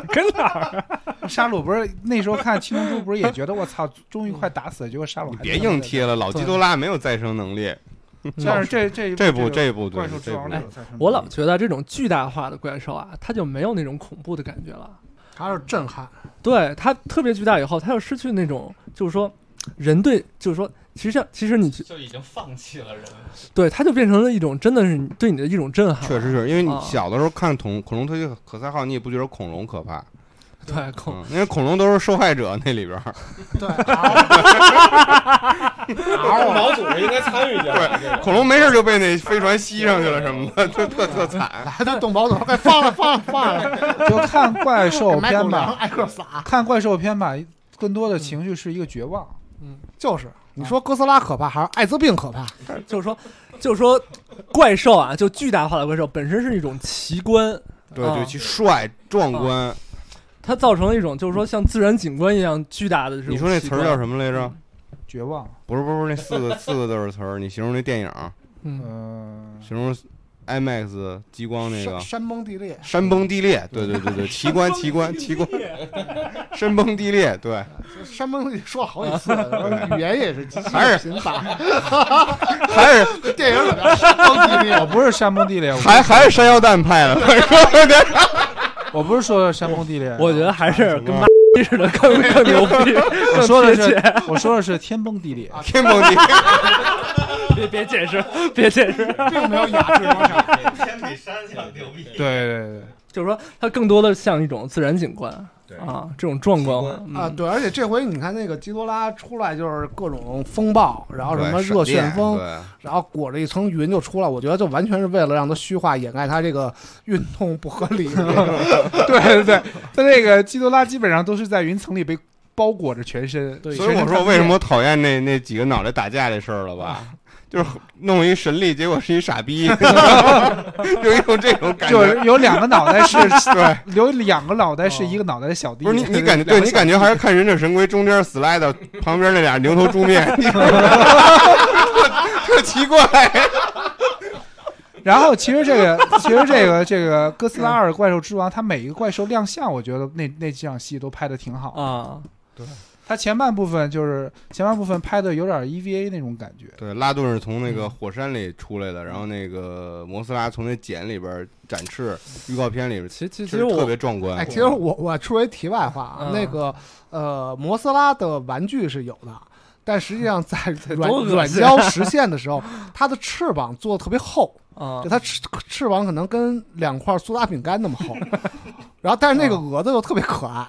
[SPEAKER 5] 跟哪儿啊？
[SPEAKER 3] 沙鲁不是那时候看《七龙珠》，不是也觉得我操，终于快打死了，结果沙鲁
[SPEAKER 6] 你
[SPEAKER 3] 还
[SPEAKER 6] 别
[SPEAKER 3] 他妈
[SPEAKER 6] 硬
[SPEAKER 3] 在
[SPEAKER 6] 贴了，老基多拉没有再生能力。
[SPEAKER 3] 那儿。但是这这一
[SPEAKER 6] 这部
[SPEAKER 3] 这
[SPEAKER 6] 这
[SPEAKER 3] 个
[SPEAKER 6] 部对
[SPEAKER 3] 怪兽之
[SPEAKER 6] 这部
[SPEAKER 3] 王里
[SPEAKER 6] 哎对
[SPEAKER 3] 有再生能力，
[SPEAKER 5] 我老觉得这种巨大化的怪兽啊，它就没有那种恐怖的感觉了。
[SPEAKER 4] 还是震撼。
[SPEAKER 5] 对它特别巨大以后，它又失去那种就是说人对，就是说，其实其实你
[SPEAKER 8] 就已经放弃了人。
[SPEAKER 5] 对，它就变成了一种真的是你对你的一种震撼。
[SPEAKER 6] 确实是因为你
[SPEAKER 5] 啊
[SPEAKER 6] 小的时候看恐恐龙特技可赛号，你也不觉得恐龙可怕，
[SPEAKER 5] 对恐
[SPEAKER 6] 嗯因为恐龙都是受害者那里边儿。
[SPEAKER 4] 对，
[SPEAKER 10] 老祖是应该参与进来的。
[SPEAKER 6] 恐龙没事就被那飞船吸上去了什么的，就特特惨。
[SPEAKER 4] 还得哎动保总，快放了放了放 了，
[SPEAKER 3] 就看怪兽
[SPEAKER 4] 给麦狗
[SPEAKER 3] 片
[SPEAKER 4] 粮
[SPEAKER 3] 吧，
[SPEAKER 4] 挨个撒，
[SPEAKER 3] 看怪兽片 吧，更多的情绪是一个绝望。
[SPEAKER 4] 就是。你说哥斯拉可怕还是艾滋病可怕？
[SPEAKER 6] 嗯
[SPEAKER 5] 就是说，就是说，怪兽啊，就巨大化的怪兽本身是一种奇观，
[SPEAKER 6] 对，
[SPEAKER 5] 啊
[SPEAKER 6] 就去帅壮观。
[SPEAKER 5] 它造成了一种就是说像自然景观一样巨大的这种
[SPEAKER 6] 你说那
[SPEAKER 5] 奇
[SPEAKER 6] 词
[SPEAKER 5] 观
[SPEAKER 6] 儿叫什么来着？
[SPEAKER 3] 绝望，
[SPEAKER 6] 不是不是不是那四个四个字儿词儿，你形容那电影儿，
[SPEAKER 5] 嗯，
[SPEAKER 3] 嗯，
[SPEAKER 6] 形容 IMAX 激光那个
[SPEAKER 4] 山山崩地裂，
[SPEAKER 6] 山崩地裂，对对对对，奇观奇观奇观，山崩地裂，对，
[SPEAKER 4] 山崩地裂说了好几次 了，语言也是极其
[SPEAKER 6] 还是
[SPEAKER 4] 贫 乏。
[SPEAKER 6] 还是
[SPEAKER 4] 电影里边山崩地裂，
[SPEAKER 3] 我不是山崩地裂，
[SPEAKER 6] 还还是山药蛋派 的，
[SPEAKER 3] 我不是说山崩地裂，啊
[SPEAKER 5] 我觉得还是跟妈逼似的更更牛逼，
[SPEAKER 3] 我说的
[SPEAKER 5] 更贴切
[SPEAKER 3] 是我说的是天崩地裂，
[SPEAKER 6] 天崩地裂，
[SPEAKER 5] 别别解释，别解释，
[SPEAKER 4] 并没有雅致多少。
[SPEAKER 3] 对对对，
[SPEAKER 5] 就是说它更多的像一种自然景观啊，这种壮观化
[SPEAKER 4] 啊，
[SPEAKER 5] 嗯
[SPEAKER 4] 对，而且这回你看那个基多拉出来就是各种风暴，然后什么
[SPEAKER 6] 对
[SPEAKER 4] 热
[SPEAKER 6] 闪
[SPEAKER 4] 旋
[SPEAKER 6] 电
[SPEAKER 4] 风，
[SPEAKER 6] 对
[SPEAKER 4] 然后裹着一层云就出来，我觉得就完全是为了让它虚化，掩盖它这个运动不合理。
[SPEAKER 3] 对对对，它那个基多拉基本上都是在云层里被包裹着全身，
[SPEAKER 4] 对
[SPEAKER 6] 所以我说为什么讨厌那那几个脑袋打架这事儿了
[SPEAKER 4] 啊
[SPEAKER 6] 吧？就是弄一神力，结果是一傻逼， 就有这种感
[SPEAKER 3] 就
[SPEAKER 6] 觉。
[SPEAKER 3] 是有两个脑袋是，
[SPEAKER 6] 对，
[SPEAKER 3] 有两个脑袋是一个脑袋的小弟，
[SPEAKER 6] 不是你，你感觉对你感觉还是看《忍者神龟》中间 slide 旁边那俩牛头猪面，你 特特奇怪。
[SPEAKER 3] 然后其实这个，其实这个，这个哥斯拉二怪兽之王，它每一个怪兽亮相，我觉得那那几场戏都拍的挺好。
[SPEAKER 5] 啊，
[SPEAKER 3] 它前半部分就是前半部分拍的有点 EVA 那种感觉，
[SPEAKER 6] 对，拉顿是从那个火山里出来的，然后那个摩斯拉从那茧里边展翅，预告片里边
[SPEAKER 5] 其其
[SPEAKER 6] 其
[SPEAKER 5] 其
[SPEAKER 6] 实
[SPEAKER 5] 实
[SPEAKER 6] 特
[SPEAKER 5] 我
[SPEAKER 6] 别壮观。
[SPEAKER 4] 哎，其实我我出一题外话啊，
[SPEAKER 5] 嗯
[SPEAKER 4] 那个呃，摩斯拉的玩具是有的，但实际 上在软
[SPEAKER 5] 多恶心
[SPEAKER 6] 啊
[SPEAKER 4] 软胶实现的时候，它的翅膀做的特别厚，
[SPEAKER 5] 啊
[SPEAKER 4] 就，它翅翅膀可能跟两块苏打饼干那么厚。然后，但是那个蛾子又特别可爱，
[SPEAKER 5] 啊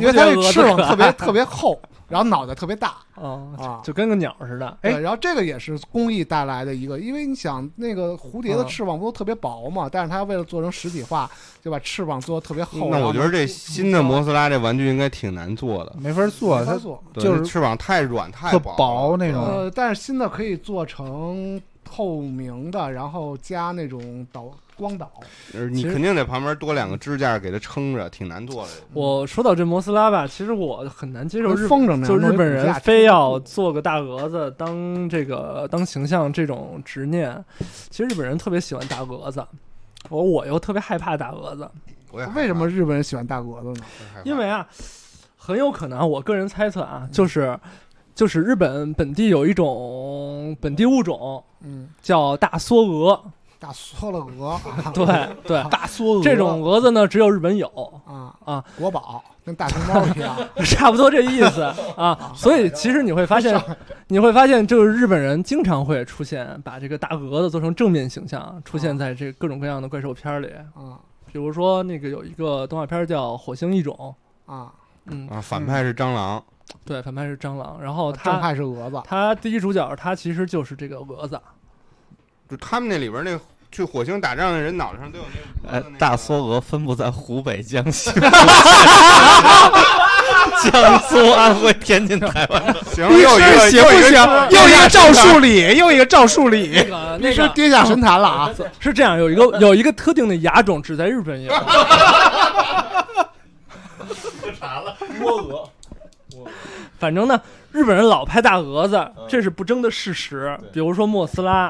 [SPEAKER 4] 因
[SPEAKER 5] 不
[SPEAKER 4] 为
[SPEAKER 5] 觉
[SPEAKER 4] 它
[SPEAKER 5] 得
[SPEAKER 4] 那
[SPEAKER 5] 蛾
[SPEAKER 4] 翅
[SPEAKER 5] 子
[SPEAKER 4] 膀
[SPEAKER 5] 可爱
[SPEAKER 4] 特别特别厚，然后脑袋特别大。
[SPEAKER 5] 啊
[SPEAKER 4] 啊，
[SPEAKER 5] 就就跟个鸟似的，
[SPEAKER 3] 哎
[SPEAKER 4] 对，然后这个也是工艺带来的一个，因为你想那个蝴蝶的
[SPEAKER 5] 嗯
[SPEAKER 4] 翅膀不都特别薄嘛，但是它为了做成实体化，就把翅膀做的特别厚。
[SPEAKER 6] 那
[SPEAKER 4] 然后
[SPEAKER 6] 我觉得这新的摩斯拉这玩具应该挺难做的，
[SPEAKER 3] 没法做，
[SPEAKER 4] 没法
[SPEAKER 3] 它
[SPEAKER 4] 做
[SPEAKER 6] 对
[SPEAKER 3] 就是
[SPEAKER 6] 那翅膀太软太
[SPEAKER 3] 特
[SPEAKER 6] 薄了
[SPEAKER 3] 薄
[SPEAKER 5] 嗯
[SPEAKER 3] 那种
[SPEAKER 4] 呃，但是新的可以做成透明的，然后加那种导光导。
[SPEAKER 6] 呃你
[SPEAKER 5] 其实
[SPEAKER 6] 肯定得旁边多两个支架给它撑着，挺难做的。
[SPEAKER 5] 我说到这摩斯拉吧，其实我很难接受日
[SPEAKER 4] 风筝那样
[SPEAKER 5] 就日本
[SPEAKER 4] 弄一骨
[SPEAKER 5] 人
[SPEAKER 4] 架
[SPEAKER 5] 非要做个大蛾子当这个当形象这种执念。其实日本人特别喜欢大蛾子，我我又特别害怕大蛾子，
[SPEAKER 6] 我也害怕
[SPEAKER 4] 为什么日本人喜欢大蛾子呢？
[SPEAKER 5] 因为啊，很有可能啊我个人猜测啊，就是就是日本本地有一种本地物种
[SPEAKER 4] 嗯，
[SPEAKER 5] 叫大梭蛾，
[SPEAKER 4] 大啊缩了 蛾
[SPEAKER 5] 对 对，
[SPEAKER 3] 大梭
[SPEAKER 5] 这种蛾子呢只有日本有，
[SPEAKER 4] 啊
[SPEAKER 5] 啊，
[SPEAKER 4] 国宝跟大熊猫一样，
[SPEAKER 5] 差不多这意思 啊。所以其实你会发现，你会发现，就是日本人经常会出现把这个大蛾子做成正面形象，出现在这各种各样的怪兽片里。
[SPEAKER 4] 啊
[SPEAKER 5] 比如说那个有一个动画片叫《火星异种》，
[SPEAKER 4] 啊，
[SPEAKER 5] 嗯，
[SPEAKER 6] 啊，反派是蟑螂，
[SPEAKER 5] 对，反派是蟑螂，然后
[SPEAKER 4] 啊正
[SPEAKER 5] 他
[SPEAKER 4] 派是蛾子。
[SPEAKER 5] 他第一主角他其实就是这个蛾子，
[SPEAKER 6] 就他们那里边那去火星打仗的人脑袋上都有那
[SPEAKER 9] 哎
[SPEAKER 8] 呃
[SPEAKER 6] 个，
[SPEAKER 8] 大梭
[SPEAKER 6] 缩。
[SPEAKER 8] 鹅分布在湖北、江 西、 江苏、安徽、天 津、台湾。
[SPEAKER 6] 行，又一 个
[SPEAKER 3] 行不行？又一个赵树理，又一个赵树
[SPEAKER 5] 那
[SPEAKER 3] 理，
[SPEAKER 5] 个嗯
[SPEAKER 4] 你
[SPEAKER 5] 呃那
[SPEAKER 4] 是
[SPEAKER 5] 个
[SPEAKER 4] 跌下神坛了啊！
[SPEAKER 5] 是这样，有一个有一个特定的牙种只在日本有。
[SPEAKER 10] 摸鹅，
[SPEAKER 5] 反正呢，日本人老拍大蛾子，这是不争的事实。比如说莫斯拉，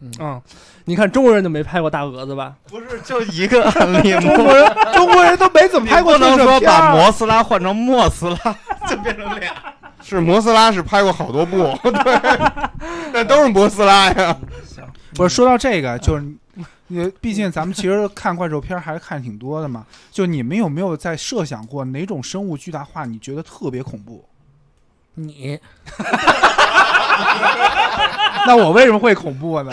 [SPEAKER 4] 对
[SPEAKER 5] 嗯，你看中国人就没拍过大蛾子吧？
[SPEAKER 8] 不是就 一个案例吗？
[SPEAKER 3] 中国人中国人都没怎么拍
[SPEAKER 8] 不
[SPEAKER 3] 过
[SPEAKER 8] 能
[SPEAKER 3] 特摄
[SPEAKER 8] 说
[SPEAKER 3] 片
[SPEAKER 8] 把
[SPEAKER 3] 儿。
[SPEAKER 8] 摩斯拉换成莫斯拉，就变成俩。
[SPEAKER 6] 是摩斯拉是拍过好多部， 对，那都是摩斯拉呀。
[SPEAKER 3] 不是说到这个，就是 你，毕竟咱们其实看怪兽片儿还是看挺多的嘛。就你们有没有在设想过哪种生物巨大化你觉得特别恐怖？
[SPEAKER 4] 你，
[SPEAKER 3] 那我为什么会恐怖呢？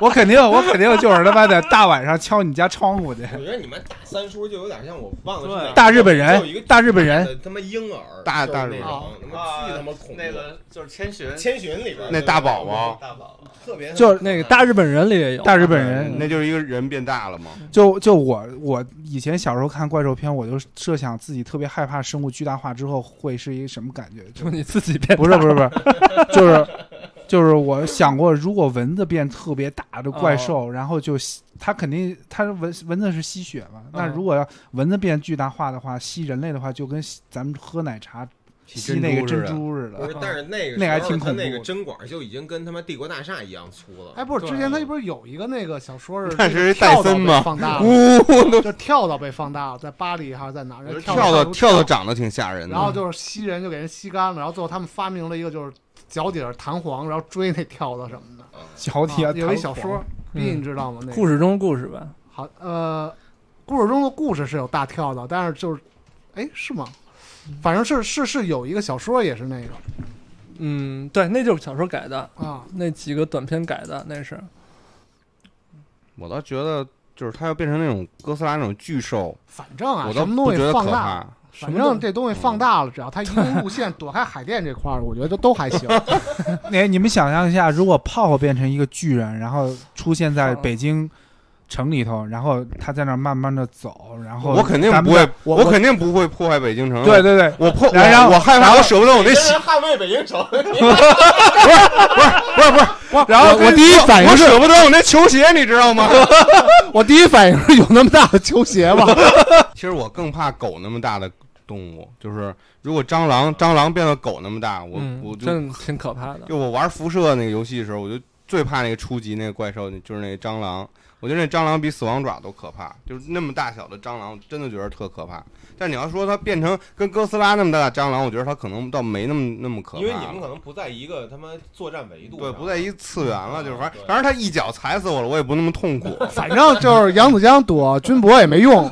[SPEAKER 3] 我肯定，我肯定就是他妈的大晚上敲你家窗户去。
[SPEAKER 10] 我觉得你们大三叔就有点像我忘了是哪
[SPEAKER 5] 啊
[SPEAKER 10] 个
[SPEAKER 3] 大日本
[SPEAKER 10] 就有一个
[SPEAKER 3] 人，大日本人，
[SPEAKER 10] 他妈婴儿，
[SPEAKER 6] 大
[SPEAKER 10] 就是
[SPEAKER 6] 大
[SPEAKER 10] 那
[SPEAKER 6] 日本
[SPEAKER 10] 种他妈巨他妈恐怖，
[SPEAKER 8] 啊那个就是千寻，
[SPEAKER 10] 千寻里边
[SPEAKER 6] 那大宝宝
[SPEAKER 8] 大宝宝
[SPEAKER 10] 特别
[SPEAKER 3] 就是
[SPEAKER 5] 那个大日本人里也有，
[SPEAKER 3] 大日本人。
[SPEAKER 6] 那就是一个人变大了嘛。
[SPEAKER 4] 嗯
[SPEAKER 3] 就就我我以前小时候看怪兽片，我就设想自己特别害怕生物巨大化之后会是一个什么感觉。就
[SPEAKER 5] 就你自己 变
[SPEAKER 3] 不是不是不是，就是就是我想过，如果蚊子变特别大的怪兽，然后就吸它肯定它蚊蚊子是吸血嘛，那如果要蚊子变巨大化的话，吸人类的话，就跟吸咱们喝奶茶吸那个珍 珠似
[SPEAKER 10] 不
[SPEAKER 3] 的。
[SPEAKER 10] 是，但是那个
[SPEAKER 3] 那个还
[SPEAKER 10] 时候
[SPEAKER 3] 挺
[SPEAKER 10] 他
[SPEAKER 3] 恐
[SPEAKER 10] 那个
[SPEAKER 3] 怖
[SPEAKER 10] 针管就已经跟他妈帝国大厦一样粗
[SPEAKER 5] 呃
[SPEAKER 10] 了。
[SPEAKER 4] 哎，不是，之前他不是有一个那个小说是
[SPEAKER 6] 那是
[SPEAKER 4] 跳
[SPEAKER 6] 戴
[SPEAKER 4] 蚤
[SPEAKER 6] 森
[SPEAKER 4] 被
[SPEAKER 6] 吗
[SPEAKER 4] 放大了，
[SPEAKER 6] 呜，
[SPEAKER 4] 就跳蚤被放大了，在巴黎还是在哪儿？人
[SPEAKER 6] 跳
[SPEAKER 4] 跳
[SPEAKER 6] 蚤跳蚤
[SPEAKER 4] 蚤，
[SPEAKER 6] 长得挺吓人的。
[SPEAKER 4] 然后就是吸人就给人吸干了，然后最后他们发明了一个就是脚底下弹簧，然后追那跳蚤什么的。
[SPEAKER 3] 小铁、
[SPEAKER 4] 啊有一小说，
[SPEAKER 5] 嗯
[SPEAKER 4] B 你知道吗？那个
[SPEAKER 5] 故事中故事吧，
[SPEAKER 4] 好，呃，故事中的故事是有大跳蚤，但是就是，哎，是吗？
[SPEAKER 3] 嗯
[SPEAKER 4] 反正是是是有一个小说也是那个
[SPEAKER 5] 嗯，对，那就是小说改的，
[SPEAKER 4] 啊，
[SPEAKER 5] 那几个短片改的，那是
[SPEAKER 6] 我倒觉得，就是它要变成那种哥斯拉那种巨兽，
[SPEAKER 4] 反正啊，
[SPEAKER 6] 我
[SPEAKER 4] 什
[SPEAKER 6] 倒
[SPEAKER 4] 么
[SPEAKER 6] 不
[SPEAKER 4] 东西
[SPEAKER 6] 觉得
[SPEAKER 4] 放
[SPEAKER 6] 可
[SPEAKER 4] 大，
[SPEAKER 6] 怕。嗯
[SPEAKER 4] 反正这东西放大了，只要它移动路 线，躲开海淀这块儿，我觉得都都还行。
[SPEAKER 3] 哎，你们想象一下，如果泡泡变成一个巨人，然后出现在北京城里头，然后他在那儿慢慢的走，然后
[SPEAKER 6] 我肯定
[SPEAKER 3] 咱们
[SPEAKER 6] 不会，
[SPEAKER 3] 我
[SPEAKER 6] 我肯定不会破坏北京城。啊
[SPEAKER 3] 对，对对，
[SPEAKER 6] 我破，我
[SPEAKER 3] 然后
[SPEAKER 6] 我害怕，我舍不得我 那
[SPEAKER 10] 你这
[SPEAKER 6] 鞋
[SPEAKER 10] 是，捍卫北京城，
[SPEAKER 6] 不是不是我，
[SPEAKER 3] 然后
[SPEAKER 6] 我
[SPEAKER 3] 我第一反应
[SPEAKER 6] 我舍不得我那球鞋，你知道吗？
[SPEAKER 4] 我第一反应是有那么大的球鞋吗？
[SPEAKER 6] 其实我更怕狗那么大的动物，就是如果蟑螂，蟑螂变到狗那么大，我
[SPEAKER 5] 嗯
[SPEAKER 6] 我就
[SPEAKER 5] 真的挺可怕的。
[SPEAKER 6] 就我玩辐射那个游戏的时候，我就最怕那个初级那个怪兽，就是那蟑螂。我觉得那蟑螂比死亡爪都可怕，就是那么大小的蟑螂，真的觉得特可怕。但你要说它变成跟哥斯拉那么大的蟑螂，我觉得它可能倒没那么那么可怕了，
[SPEAKER 10] 因为你们可能不在一个他妈作战维度
[SPEAKER 6] 对
[SPEAKER 10] 上，
[SPEAKER 6] 不 在一次元了，就是反正
[SPEAKER 10] 嗯对
[SPEAKER 6] 反正它一脚踩死我了，我也不那么痛苦。
[SPEAKER 4] 反正就是扬子江躲军博也没用，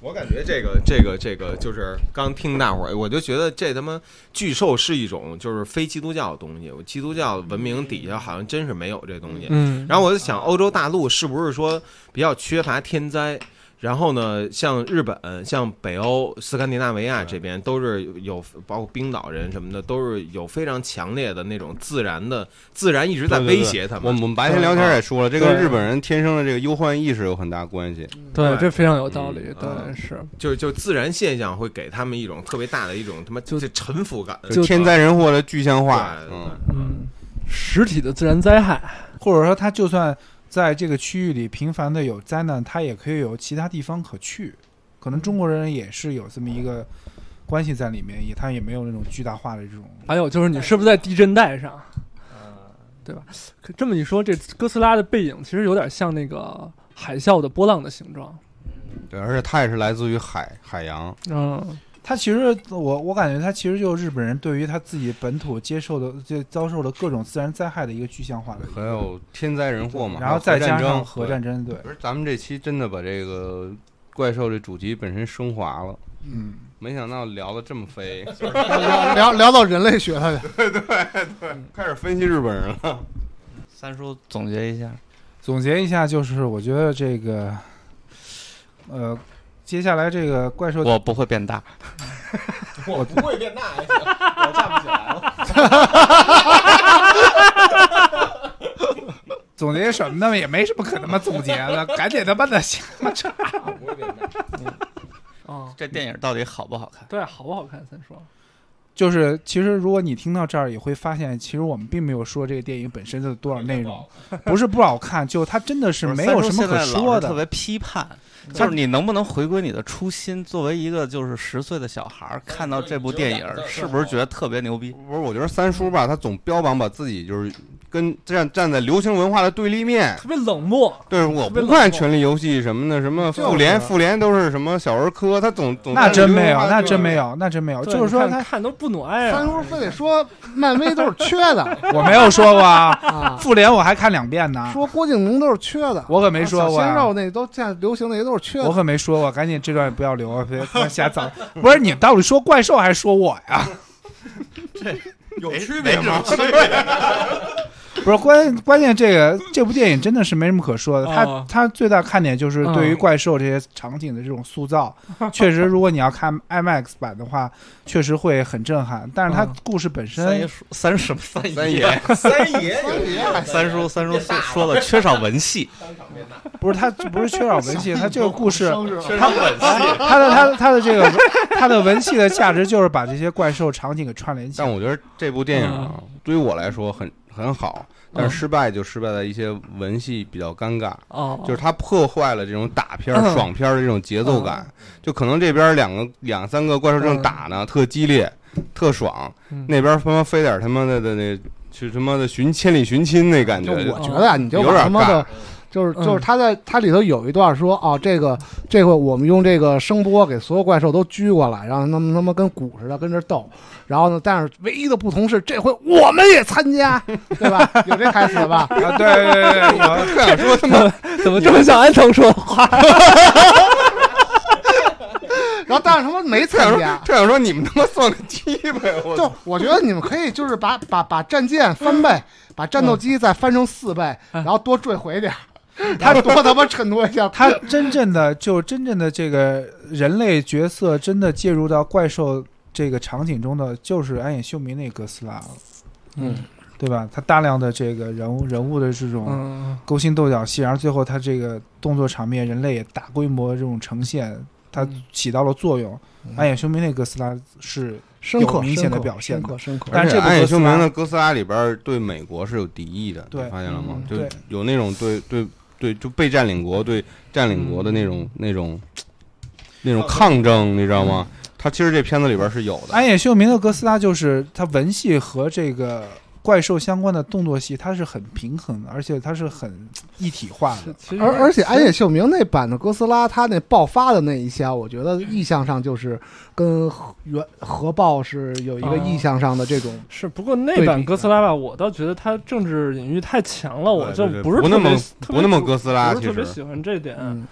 [SPEAKER 10] 我感觉这个这个这个就是刚听大伙儿，我就觉得这他妈巨兽是一种就是非基督教的东西，我基督教文明底下好像真是没有这东西。
[SPEAKER 5] 嗯，
[SPEAKER 10] 然后我就想，欧洲大陆是不是说比较缺乏天灾？然后呢，像日本、像北欧、斯堪的纳维亚这边，都是有包括冰岛人什么的，都是有非常强烈的那种自然的自然一直在
[SPEAKER 6] 对对对
[SPEAKER 10] 威胁嗯他
[SPEAKER 6] 我
[SPEAKER 10] 们。
[SPEAKER 6] 们我们白天聊天也说了，这跟
[SPEAKER 5] 对
[SPEAKER 6] 日本人天生的这个忧患意识有很大关系。
[SPEAKER 5] 对，这非常有道
[SPEAKER 10] 嗯
[SPEAKER 5] 理，
[SPEAKER 10] 嗯
[SPEAKER 5] 当然是。
[SPEAKER 10] 就就自然现象会给他们一种特别大的一种他妈
[SPEAKER 5] 就
[SPEAKER 10] 这臣服感，
[SPEAKER 6] 就天灾人祸的具象化，
[SPEAKER 10] 对啊
[SPEAKER 6] 嗯，
[SPEAKER 5] 嗯，实体的自然灾害，
[SPEAKER 3] 或者说他就算在这个区域里频繁的有灾难，他也可以有其他地方可去。可能中国人也是有这么一个关系在里面，也他也没有那种巨大化的这种。
[SPEAKER 5] 还有就是你是不是在地震带上，对吧？可这么一说，这哥斯拉的背影其实有点像那个海啸的波浪的形状。
[SPEAKER 6] 对，而且它也是来自于海海洋，
[SPEAKER 5] 嗯，
[SPEAKER 3] 他其实我我感觉他其实就是日本人对于他自己本土接受的就遭受的各种自然灾害的一个具象化的一
[SPEAKER 6] 还
[SPEAKER 3] 个，
[SPEAKER 6] 有天灾人祸嘛，
[SPEAKER 3] 然后再加上核
[SPEAKER 6] 核
[SPEAKER 3] 战
[SPEAKER 6] 战
[SPEAKER 3] 争，
[SPEAKER 6] 争。
[SPEAKER 3] 对
[SPEAKER 6] 对，不是，咱们这期真的把这个怪兽这主题本身升华了，
[SPEAKER 3] 嗯，
[SPEAKER 6] 没想到聊的这么飞，
[SPEAKER 4] 聊聊到人类学了。
[SPEAKER 6] 开始分析日本人了。
[SPEAKER 8] 三叔总结一下，
[SPEAKER 3] 总结一下，就是我觉得这个，呃，接下来这个怪兽
[SPEAKER 8] 我不会变大，
[SPEAKER 10] 我不会变大还行，我站不起来了。
[SPEAKER 3] 总结什么呢？也没什么可他妈总结的，赶紧他妈的下他妈扯。
[SPEAKER 10] 不会变大。
[SPEAKER 5] 哦，
[SPEAKER 8] 这电影到底好不好看？
[SPEAKER 5] 对，好不好看？三说，
[SPEAKER 3] 就是其实如果你听到这儿，也会发现，其实我们并没有说这个电影本身的多少内 容，不是不好看，就它真的是没有什么可说
[SPEAKER 8] 三叔现在老是特别
[SPEAKER 3] 的。
[SPEAKER 8] 批判，就是你能不能回归你的初心？作为一个就是十岁的小孩儿，看到这部电影儿，是不是觉得特别牛逼？
[SPEAKER 6] 不是，我觉得三叔吧，他总标榜把自己就是跟站站在流行文化的对立面。
[SPEAKER 5] 特别冷漠。
[SPEAKER 6] 对，我
[SPEAKER 5] 别
[SPEAKER 6] 不
[SPEAKER 5] 冷
[SPEAKER 6] 看《
[SPEAKER 5] 漠
[SPEAKER 6] 权力游戏》什么的，什么复联，复联都是什么小儿科，他总总
[SPEAKER 3] 那
[SPEAKER 6] 站在
[SPEAKER 3] 真
[SPEAKER 6] 流行
[SPEAKER 3] 没有
[SPEAKER 6] 文化，
[SPEAKER 3] 那
[SPEAKER 6] 对
[SPEAKER 3] 真没
[SPEAKER 6] 立面。
[SPEAKER 3] 有，那真没有。
[SPEAKER 5] 对
[SPEAKER 3] 就是说
[SPEAKER 5] 你看
[SPEAKER 3] 它，
[SPEAKER 5] 看都不布努埃
[SPEAKER 4] 三
[SPEAKER 5] 尔，
[SPEAKER 4] 叔非得说漫威都是缺 的
[SPEAKER 3] 我没有说过啊，
[SPEAKER 4] 啊，
[SPEAKER 3] 复联我还看两遍呢，
[SPEAKER 4] 说郭敬明都是缺的，
[SPEAKER 3] 我可没说过
[SPEAKER 4] 小鲜
[SPEAKER 3] 啊、
[SPEAKER 4] 肉那都现在流行那些都是缺
[SPEAKER 3] 我
[SPEAKER 4] 的。
[SPEAKER 3] 可没说过，赶紧这段不要留啊，别别瞎造。不是你们到底说怪兽还是说我呀？
[SPEAKER 10] 有区别吗？
[SPEAKER 3] 不是关关键这个这部电影真的是没什么可说的，它
[SPEAKER 5] 哦
[SPEAKER 3] 它最大看点就是对于怪兽这些场景的这种塑造，确实如果你要看 IMAX 版的话，确实会很震撼。但是它
[SPEAKER 5] 嗯
[SPEAKER 3] 故事本
[SPEAKER 8] 三爷
[SPEAKER 3] 身，
[SPEAKER 8] 说三什么三
[SPEAKER 6] 三
[SPEAKER 8] 爷
[SPEAKER 6] 爷，
[SPEAKER 10] 三爷
[SPEAKER 8] 三叔三叔说说了缺少文戏，
[SPEAKER 3] 不是它不是缺少文 戏，它这个故事，
[SPEAKER 4] 生日了
[SPEAKER 8] 少文戏。
[SPEAKER 3] 它的它的它的这个它的文戏的价值就是把这些怪兽场景给串联起
[SPEAKER 6] 但
[SPEAKER 3] 来。
[SPEAKER 6] 我觉得这部电影啊，
[SPEAKER 3] 嗯
[SPEAKER 6] 对于我来说很很好，但是失败就失败在一些文戏比较尴尬，
[SPEAKER 5] 哦，
[SPEAKER 6] 就是它破坏了这种打片儿、
[SPEAKER 5] 嗯
[SPEAKER 6] 爽片儿的这种节奏感。就可能这边两个两三个怪兽正打呢，特激烈、特爽，
[SPEAKER 5] 嗯
[SPEAKER 6] 那边他妈非点他妈的的那去他妈的寻千里寻亲那感
[SPEAKER 4] 就
[SPEAKER 6] 觉，
[SPEAKER 4] 我觉得啊，你就
[SPEAKER 6] 有
[SPEAKER 4] 把
[SPEAKER 6] 点
[SPEAKER 4] 他妈的
[SPEAKER 6] 尬，
[SPEAKER 4] 就是
[SPEAKER 5] 嗯
[SPEAKER 4] 就是他在他里头有一段说啊，这个这回我们用这个声波给所有怪兽都拘过来，然后他们他妈跟鼓似的跟这斗。然后呢，但是唯一的不同是这回我们也参 加，对吧？有这台词吧？
[SPEAKER 3] 啊，对对对对，有
[SPEAKER 6] 特想说他 妈
[SPEAKER 5] 怎么这么像安藤说的话？
[SPEAKER 4] 然后但是他妈没
[SPEAKER 6] 特想
[SPEAKER 4] 参加
[SPEAKER 6] 说，特想说你们他妈算个鸡巴呀！我
[SPEAKER 4] 就我觉得你们可以就是把把把战舰翻倍，把战斗机再翻成四倍，
[SPEAKER 3] 嗯
[SPEAKER 4] 然后多坠毁点儿，他多他妈衬托一下
[SPEAKER 3] 它真正的就真正的这个人类角色真的介入到怪兽这个场景中的，就是安野秀明那哥斯拉了，
[SPEAKER 4] 嗯，
[SPEAKER 3] 对吧？他大量的这个人物人物的这种
[SPEAKER 5] 嗯，
[SPEAKER 3] 勾心斗角戏，然后最后他这个动作场面，人类也大规模这种呈现，它
[SPEAKER 5] 嗯
[SPEAKER 3] 起到了作用。
[SPEAKER 4] 嗯
[SPEAKER 3] 安野秀明那哥斯拉是
[SPEAKER 4] 深刻
[SPEAKER 3] 有明显的
[SPEAKER 4] 深刻
[SPEAKER 3] 表现
[SPEAKER 4] 深
[SPEAKER 3] 的
[SPEAKER 4] 刻深刻。
[SPEAKER 3] 但是这部
[SPEAKER 6] 啊暗
[SPEAKER 3] 哥
[SPEAKER 6] 夜
[SPEAKER 3] 斯
[SPEAKER 6] 凶
[SPEAKER 3] 拉
[SPEAKER 6] 明的哥斯拉里边儿对美国是有敌意的，
[SPEAKER 3] 对
[SPEAKER 6] 你发现了吗
[SPEAKER 5] 嗯？
[SPEAKER 6] 就
[SPEAKER 3] 对
[SPEAKER 6] 有那种对对对就被占领国对占领国的那
[SPEAKER 5] 嗯
[SPEAKER 6] 种那种那种抗争，你知道
[SPEAKER 5] 嗯
[SPEAKER 6] 吗？他其实这片子里边是有的，
[SPEAKER 3] 安野秀明的哥斯拉，就是它文戏和这个怪兽相关的动作戏，它是很平衡的，而且它是很一体化的。
[SPEAKER 5] 其实
[SPEAKER 4] 而而且安野秀明那版的哥斯拉，他那爆发的那一下，我觉得意向上就是跟核原核爆是有一个
[SPEAKER 5] 哦
[SPEAKER 4] 意向上的这种。
[SPEAKER 5] 是，不过那
[SPEAKER 4] 对
[SPEAKER 5] 版
[SPEAKER 4] 比
[SPEAKER 5] 哥斯拉吧，我倒觉得它政治隐喻太强了，我
[SPEAKER 6] 嗯对
[SPEAKER 5] 就
[SPEAKER 6] 对对
[SPEAKER 5] 哦是
[SPEAKER 6] 呃不
[SPEAKER 5] 特
[SPEAKER 6] 那么
[SPEAKER 5] 别特别
[SPEAKER 6] 不那么
[SPEAKER 5] 喜
[SPEAKER 6] 哥斯拉，
[SPEAKER 5] 不
[SPEAKER 6] 其
[SPEAKER 5] 是特别
[SPEAKER 6] 实
[SPEAKER 5] 喜欢这点。
[SPEAKER 4] 嗯，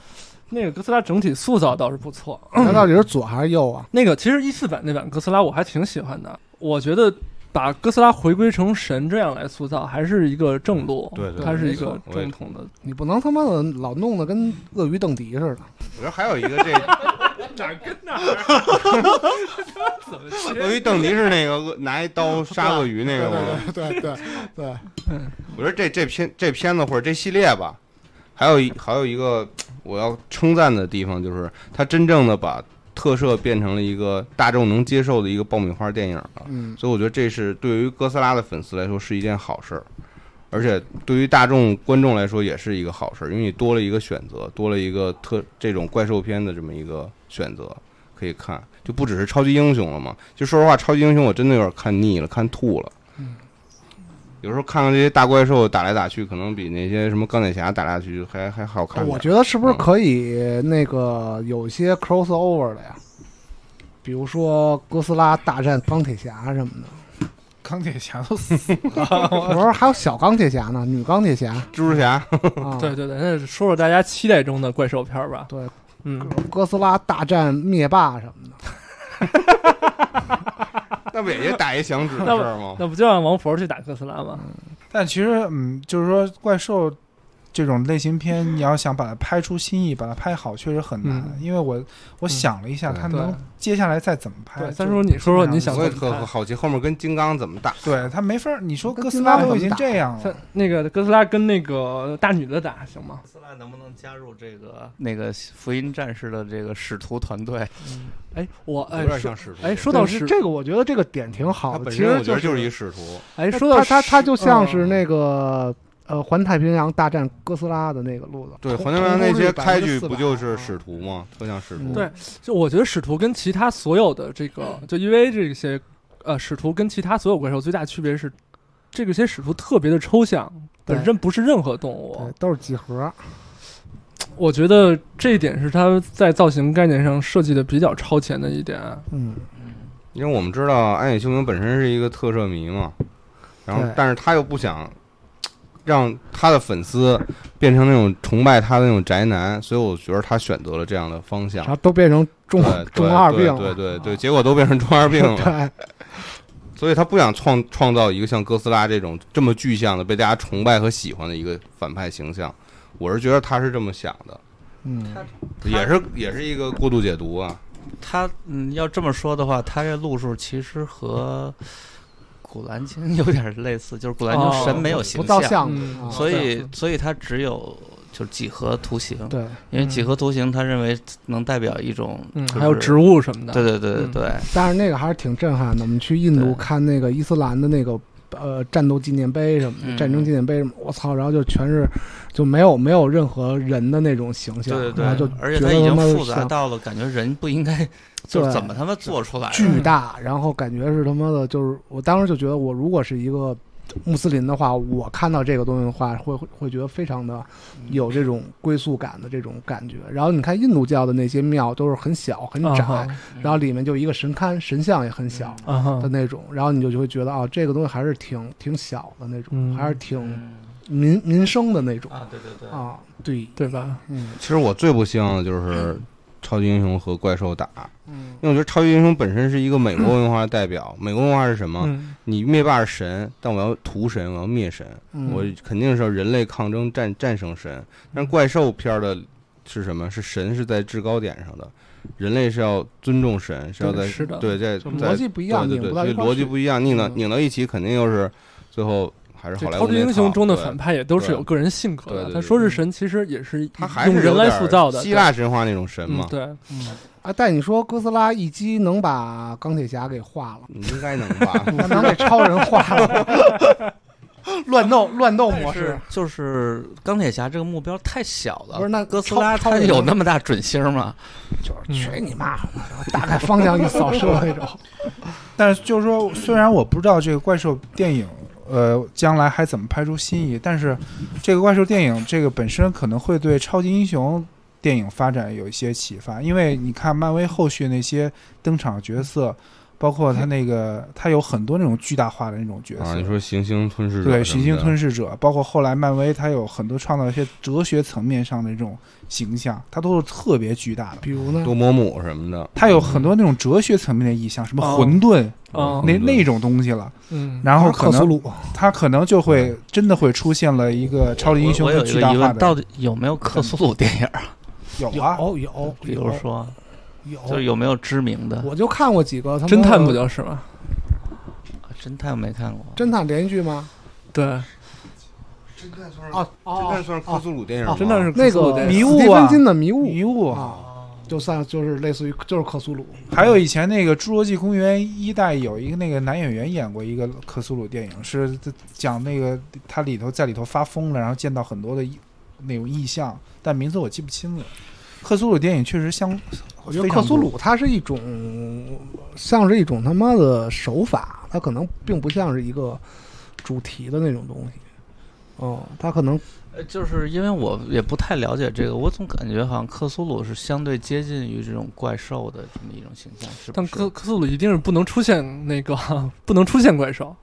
[SPEAKER 5] 那个哥斯拉整体塑造倒是不错。
[SPEAKER 4] 那到底是左还是右啊？
[SPEAKER 5] 那个其实一四版那版哥斯拉我还挺喜欢的，我觉得把哥斯拉回归成神这样来塑造，还是一个正路，
[SPEAKER 6] 嗯对对
[SPEAKER 5] 它是一
[SPEAKER 6] 没
[SPEAKER 5] 个
[SPEAKER 6] 错我也
[SPEAKER 5] 正统的。
[SPEAKER 4] 你不能他妈的老弄得跟鳄鱼邓迪似的。
[SPEAKER 6] 我觉得还有一个这
[SPEAKER 5] 哪儿跟哪儿？ 怎么
[SPEAKER 6] 鳄鱼邓迪是那个鳄拿一 刀杀鳄鱼那个吗？
[SPEAKER 4] 对对对，
[SPEAKER 6] 我说这这片这片子或者这系列吧，还有一还有一个我要称赞的地方，就是它真正的把特摄变成了一个大众能接受的一个爆米花电影了。
[SPEAKER 4] 嗯，
[SPEAKER 6] 所以我觉得这是对于哥斯拉的粉丝来说是一件好事儿，而且对于大众观众来说也是一个好事儿，因为你多了一个选择，多了一个特这种怪兽片的这么一个选择可以看，就不只是超级英雄了嘛。就说实话，超级英雄我真的有点看腻了，看吐了。有时候看看这些大怪兽打来打去，可能比那些什么钢铁侠打来打去还还好看点儿。
[SPEAKER 4] 我觉得是不是可以那个有一些 crossover 的呀？比如说哥斯拉大战钢铁侠什么 的，
[SPEAKER 3] 钢铁侠都死
[SPEAKER 4] 我说还有小钢铁侠呢，女钢铁 侠
[SPEAKER 6] 蜘蛛侠，
[SPEAKER 4] 啊，
[SPEAKER 5] 对对对，那说说大家期待中的怪兽片儿吧。
[SPEAKER 4] 对，
[SPEAKER 5] 嗯，
[SPEAKER 4] 哥斯拉大战灭霸什么的。
[SPEAKER 6] 那不也也打一响指的事儿吗？
[SPEAKER 5] 那不就让王佛去打哥斯拉吗？
[SPEAKER 3] 但其实，嗯，就是说怪兽这种类型片，你要想把它拍出新意，把它拍好，确实很难。
[SPEAKER 5] 嗯
[SPEAKER 3] 因为我我想了一下，
[SPEAKER 6] 嗯
[SPEAKER 3] 它
[SPEAKER 5] 对
[SPEAKER 3] 能接下来再怎么拍
[SPEAKER 5] 对，？三叔，你说说你想
[SPEAKER 6] 我
[SPEAKER 5] 怎
[SPEAKER 6] 也
[SPEAKER 5] 么
[SPEAKER 6] 特
[SPEAKER 5] 看？
[SPEAKER 6] 好奇后面跟金刚怎么打。
[SPEAKER 3] 对它没法儿。你说
[SPEAKER 4] 跟
[SPEAKER 3] 哥斯拉
[SPEAKER 4] 金刚
[SPEAKER 3] 都已
[SPEAKER 4] 怎么
[SPEAKER 3] 经
[SPEAKER 4] 打
[SPEAKER 3] 这样了
[SPEAKER 5] 三，那个哥斯拉跟那个大女的打行吗？
[SPEAKER 8] 斯拉能不能加入这个那个福音战士的这个使徒团队？
[SPEAKER 4] 嗯
[SPEAKER 5] 哎，我哎
[SPEAKER 6] 有点
[SPEAKER 5] 说
[SPEAKER 6] 像使徒
[SPEAKER 5] 哎，说到
[SPEAKER 4] 是
[SPEAKER 5] 使
[SPEAKER 4] 这个，我觉得这个点挺
[SPEAKER 6] 他
[SPEAKER 4] 好的。
[SPEAKER 6] 本
[SPEAKER 4] 其
[SPEAKER 6] 身
[SPEAKER 4] 实
[SPEAKER 6] 我觉得就是是一使徒，
[SPEAKER 5] 哎，
[SPEAKER 4] 他
[SPEAKER 5] 说到
[SPEAKER 4] 他他他就像
[SPEAKER 5] 嗯
[SPEAKER 4] 是那个呃环太平洋大战哥斯拉的那个路子。
[SPEAKER 6] 对，
[SPEAKER 4] 同
[SPEAKER 6] 环太平洋那些开局不
[SPEAKER 4] 同
[SPEAKER 6] 就？
[SPEAKER 4] 步率
[SPEAKER 6] 是
[SPEAKER 4] 400%
[SPEAKER 6] 使徒吗？特像使
[SPEAKER 4] 啊嗯
[SPEAKER 6] 徒。
[SPEAKER 5] 对就我觉得使徒跟其他所有的这个，就因为这些，呃，使徒跟其他所有怪兽最大区别是，这个些使徒特别的抽象，
[SPEAKER 4] 对
[SPEAKER 5] 本身不是任何动
[SPEAKER 4] 对
[SPEAKER 5] 物。，
[SPEAKER 4] 都是几何。
[SPEAKER 5] 我觉得这一点是他在造型概念上设计的比较超前的一点。
[SPEAKER 4] 嗯，
[SPEAKER 6] 因为我们知道安野秀明本身是一个特摄迷嘛，然后
[SPEAKER 3] 对
[SPEAKER 6] 但是他又不想让他的粉丝变成那种崇拜他的那种宅男，所以我觉得他选择了这样的方向
[SPEAKER 4] 然。后都变成中
[SPEAKER 6] 对
[SPEAKER 4] 中二病
[SPEAKER 6] 对对
[SPEAKER 4] 了。啊
[SPEAKER 6] 对对，结果都变成中二病了。
[SPEAKER 4] 对，
[SPEAKER 6] 所以他不想创创造一个像哥斯拉这种这么具象的被大家崇拜和喜欢的一个反派形象。我是觉得他是这么想的，
[SPEAKER 4] 嗯，
[SPEAKER 6] 也是也是一个过度解读啊。
[SPEAKER 8] 他嗯，要这么说的话，他这路数其实和古兰经 有点类似，就是古兰经神没有
[SPEAKER 4] 哦不
[SPEAKER 8] 形
[SPEAKER 4] 照
[SPEAKER 8] 象，
[SPEAKER 4] 相
[SPEAKER 5] 嗯
[SPEAKER 4] 啊
[SPEAKER 8] 所以
[SPEAKER 4] 对
[SPEAKER 8] 所以他只有就几何图形，
[SPEAKER 4] 对嗯
[SPEAKER 8] 因为几何图形他认为能代表一种，
[SPEAKER 5] 嗯，
[SPEAKER 8] 就是
[SPEAKER 5] 还有植物什么的，
[SPEAKER 8] 对对对对
[SPEAKER 5] 嗯
[SPEAKER 8] 对，
[SPEAKER 4] 但是那个还是挺震撼的。我们去印度
[SPEAKER 8] 对
[SPEAKER 4] 看那个伊斯兰的那个呃战斗纪念碑什么的，
[SPEAKER 8] 嗯
[SPEAKER 4] 战争纪念碑什么，我操！然后就全是就没有没有任何人的那种形象，
[SPEAKER 8] 对对
[SPEAKER 4] 然后
[SPEAKER 8] 对
[SPEAKER 4] 就，
[SPEAKER 8] 而且
[SPEAKER 4] 觉
[SPEAKER 8] 它
[SPEAKER 4] 得
[SPEAKER 8] 已
[SPEAKER 4] 他
[SPEAKER 8] 经
[SPEAKER 4] 妈的
[SPEAKER 8] 复杂
[SPEAKER 4] 像
[SPEAKER 8] 到了，感觉人不 应该就是
[SPEAKER 4] 对
[SPEAKER 8] 怎么他妈做
[SPEAKER 5] 哎
[SPEAKER 8] 出来的？
[SPEAKER 4] 巨大，然后感觉是他妈的，就是我当时就觉得，我如果是一个穆斯林的话，我看到这个东西的话，会会会觉得非常的
[SPEAKER 5] 嗯
[SPEAKER 4] 有这种归宿感的这种感觉。然后你看印度教的那些庙都是很小很
[SPEAKER 5] 啊
[SPEAKER 4] 窄，
[SPEAKER 5] 哈
[SPEAKER 4] 然后里面就一个神龛，神像也很小
[SPEAKER 5] 啊
[SPEAKER 4] 的
[SPEAKER 5] 哈，
[SPEAKER 6] 嗯
[SPEAKER 4] 那种，然后你就就会觉得啊，这个东西还是挺挺小的那种，
[SPEAKER 5] 嗯哎
[SPEAKER 4] 还是挺
[SPEAKER 8] 嗯
[SPEAKER 4] 民民生的那种
[SPEAKER 8] 啊，对对对，
[SPEAKER 4] 啊。对，
[SPEAKER 5] 对吧？
[SPEAKER 4] 嗯
[SPEAKER 6] 其实我最不希望的就是超级英雄和怪兽打，
[SPEAKER 4] 嗯
[SPEAKER 6] 因为我觉得超级英雄本身是一个美国文化的代表。美国文化是什么？
[SPEAKER 5] 嗯，
[SPEAKER 6] 你灭霸是神，但我要屠神，我要灭神，
[SPEAKER 4] 嗯，
[SPEAKER 6] 我肯定是要人类抗争战战胜神。但是怪兽片儿的是什么？是神是在制高点上的，人类是要尊重神，是要在
[SPEAKER 5] 对是的
[SPEAKER 6] 对在
[SPEAKER 5] 就
[SPEAKER 4] 逻
[SPEAKER 6] 在
[SPEAKER 4] 辑不一样，
[SPEAKER 6] 对
[SPEAKER 4] 拧
[SPEAKER 6] 对
[SPEAKER 4] 不到一
[SPEAKER 6] 对，所以
[SPEAKER 4] 块儿
[SPEAKER 6] 逻辑
[SPEAKER 4] 去。
[SPEAKER 6] 不一样，拧到
[SPEAKER 4] 嗯
[SPEAKER 6] 拧到一起，肯定又是最后还是
[SPEAKER 5] 这
[SPEAKER 6] 好莱坞
[SPEAKER 5] 超级
[SPEAKER 6] 那
[SPEAKER 5] 英雄
[SPEAKER 6] 套
[SPEAKER 5] 中的
[SPEAKER 6] 对
[SPEAKER 5] 反派也都是
[SPEAKER 6] 对
[SPEAKER 5] 有个人性格
[SPEAKER 6] 对对
[SPEAKER 5] 的，
[SPEAKER 6] 对嗯
[SPEAKER 5] 他说是神，其实也是
[SPEAKER 6] 他还
[SPEAKER 5] 用
[SPEAKER 6] 是有
[SPEAKER 5] 人来
[SPEAKER 6] 点
[SPEAKER 5] 塑
[SPEAKER 6] 儿
[SPEAKER 5] 造的，
[SPEAKER 6] 希腊神话那种神
[SPEAKER 5] 对嗯
[SPEAKER 6] 嘛，
[SPEAKER 5] 对，
[SPEAKER 4] 啊，但你说哥斯拉一击能把钢铁侠给化了，
[SPEAKER 6] 应该能吧？
[SPEAKER 4] 能能给超人化了？ 乱斗乱斗模式，
[SPEAKER 8] 就是钢铁侠这个目标太小了，
[SPEAKER 4] 不是那
[SPEAKER 8] 哥斯
[SPEAKER 4] 超
[SPEAKER 8] 拉
[SPEAKER 4] 超
[SPEAKER 8] 他
[SPEAKER 4] 人
[SPEAKER 8] 有
[SPEAKER 4] 呢
[SPEAKER 8] 那么大准星吗？
[SPEAKER 4] 就是去你妈！的，大概方向一扫射那种。
[SPEAKER 3] 但是就是说，虽然我不知道这个怪兽电影，呃，将来还怎么拍出新意，但是这个怪兽电影这个本身可能会对超级英雄电影发展有一些启发，因为你看漫威后续那些登场角色，包括他那
[SPEAKER 6] 嗯
[SPEAKER 3] 个他有很多那种巨大化的那种角色，
[SPEAKER 6] 啊，你说行星吞噬者
[SPEAKER 3] 对，
[SPEAKER 6] 什么
[SPEAKER 3] 行星
[SPEAKER 6] 的
[SPEAKER 3] 吞噬者，包括后来漫威，它有很多创造一些哲学层面上的这种形象，它都是特别巨大的。
[SPEAKER 4] 比如呢？
[SPEAKER 6] 多摩姆什么的，
[SPEAKER 3] 它有很多那种哲学层面的意象，什么
[SPEAKER 5] 哦
[SPEAKER 3] 混沌、
[SPEAKER 5] 嗯
[SPEAKER 3] 那
[SPEAKER 6] 混沌
[SPEAKER 3] 那种东西了。
[SPEAKER 5] 嗯，
[SPEAKER 3] 然后可
[SPEAKER 4] 克苏
[SPEAKER 3] 能
[SPEAKER 4] 鲁，
[SPEAKER 3] 它可能就会真的会出现了一个超级英雄
[SPEAKER 8] 我我
[SPEAKER 3] 的
[SPEAKER 8] 有一
[SPEAKER 3] 巨
[SPEAKER 8] 个
[SPEAKER 3] 大
[SPEAKER 8] 疑
[SPEAKER 3] 化
[SPEAKER 8] 问，到
[SPEAKER 3] 的。
[SPEAKER 8] 底有没有克苏鲁电影？
[SPEAKER 3] 有啊，
[SPEAKER 6] 哦
[SPEAKER 4] 有有，
[SPEAKER 8] 比如说，就
[SPEAKER 4] 有
[SPEAKER 8] 是有没有知名的？
[SPEAKER 4] 我就看过几个他妈的
[SPEAKER 5] 侦探不就是吗？
[SPEAKER 8] 啊侦探没看过，
[SPEAKER 4] 侦探连续剧吗？
[SPEAKER 5] 对，
[SPEAKER 4] 哦
[SPEAKER 6] 这
[SPEAKER 4] 哦
[SPEAKER 6] 算是克
[SPEAKER 4] 哦，
[SPEAKER 6] 苏鲁电影吗？
[SPEAKER 5] 侦探是
[SPEAKER 4] 那
[SPEAKER 5] 克苏鲁
[SPEAKER 4] 个
[SPEAKER 5] 电影
[SPEAKER 3] 迷雾
[SPEAKER 4] 斯蒂
[SPEAKER 3] 啊
[SPEAKER 4] 芬金的迷雾
[SPEAKER 3] 迷雾，
[SPEAKER 8] 哦
[SPEAKER 4] 啊，就算就是类似于就是克苏鲁，
[SPEAKER 3] 还有以前那个《侏罗纪公园》一代有一个那个男演员演过一个克苏鲁电影，是讲那个他里头在里头发疯了，然后见到很多的异那种异象，但名字我记不清了。克苏鲁电影确实相，
[SPEAKER 4] 我觉得
[SPEAKER 3] 非
[SPEAKER 4] 克
[SPEAKER 3] 常
[SPEAKER 4] 苏
[SPEAKER 3] 多
[SPEAKER 4] 鲁它是一种，像是一种他妈的手法，它可能并不像是一个主题的那种东西。哦，它可能
[SPEAKER 8] 呃就是因为我也不太了解这个，我总感觉好像克苏鲁是相对接近于这种怪兽的这么一种形象，是不
[SPEAKER 5] 但
[SPEAKER 8] 是？
[SPEAKER 5] 克克苏鲁一定是不能出现那个， 不能出现怪兽，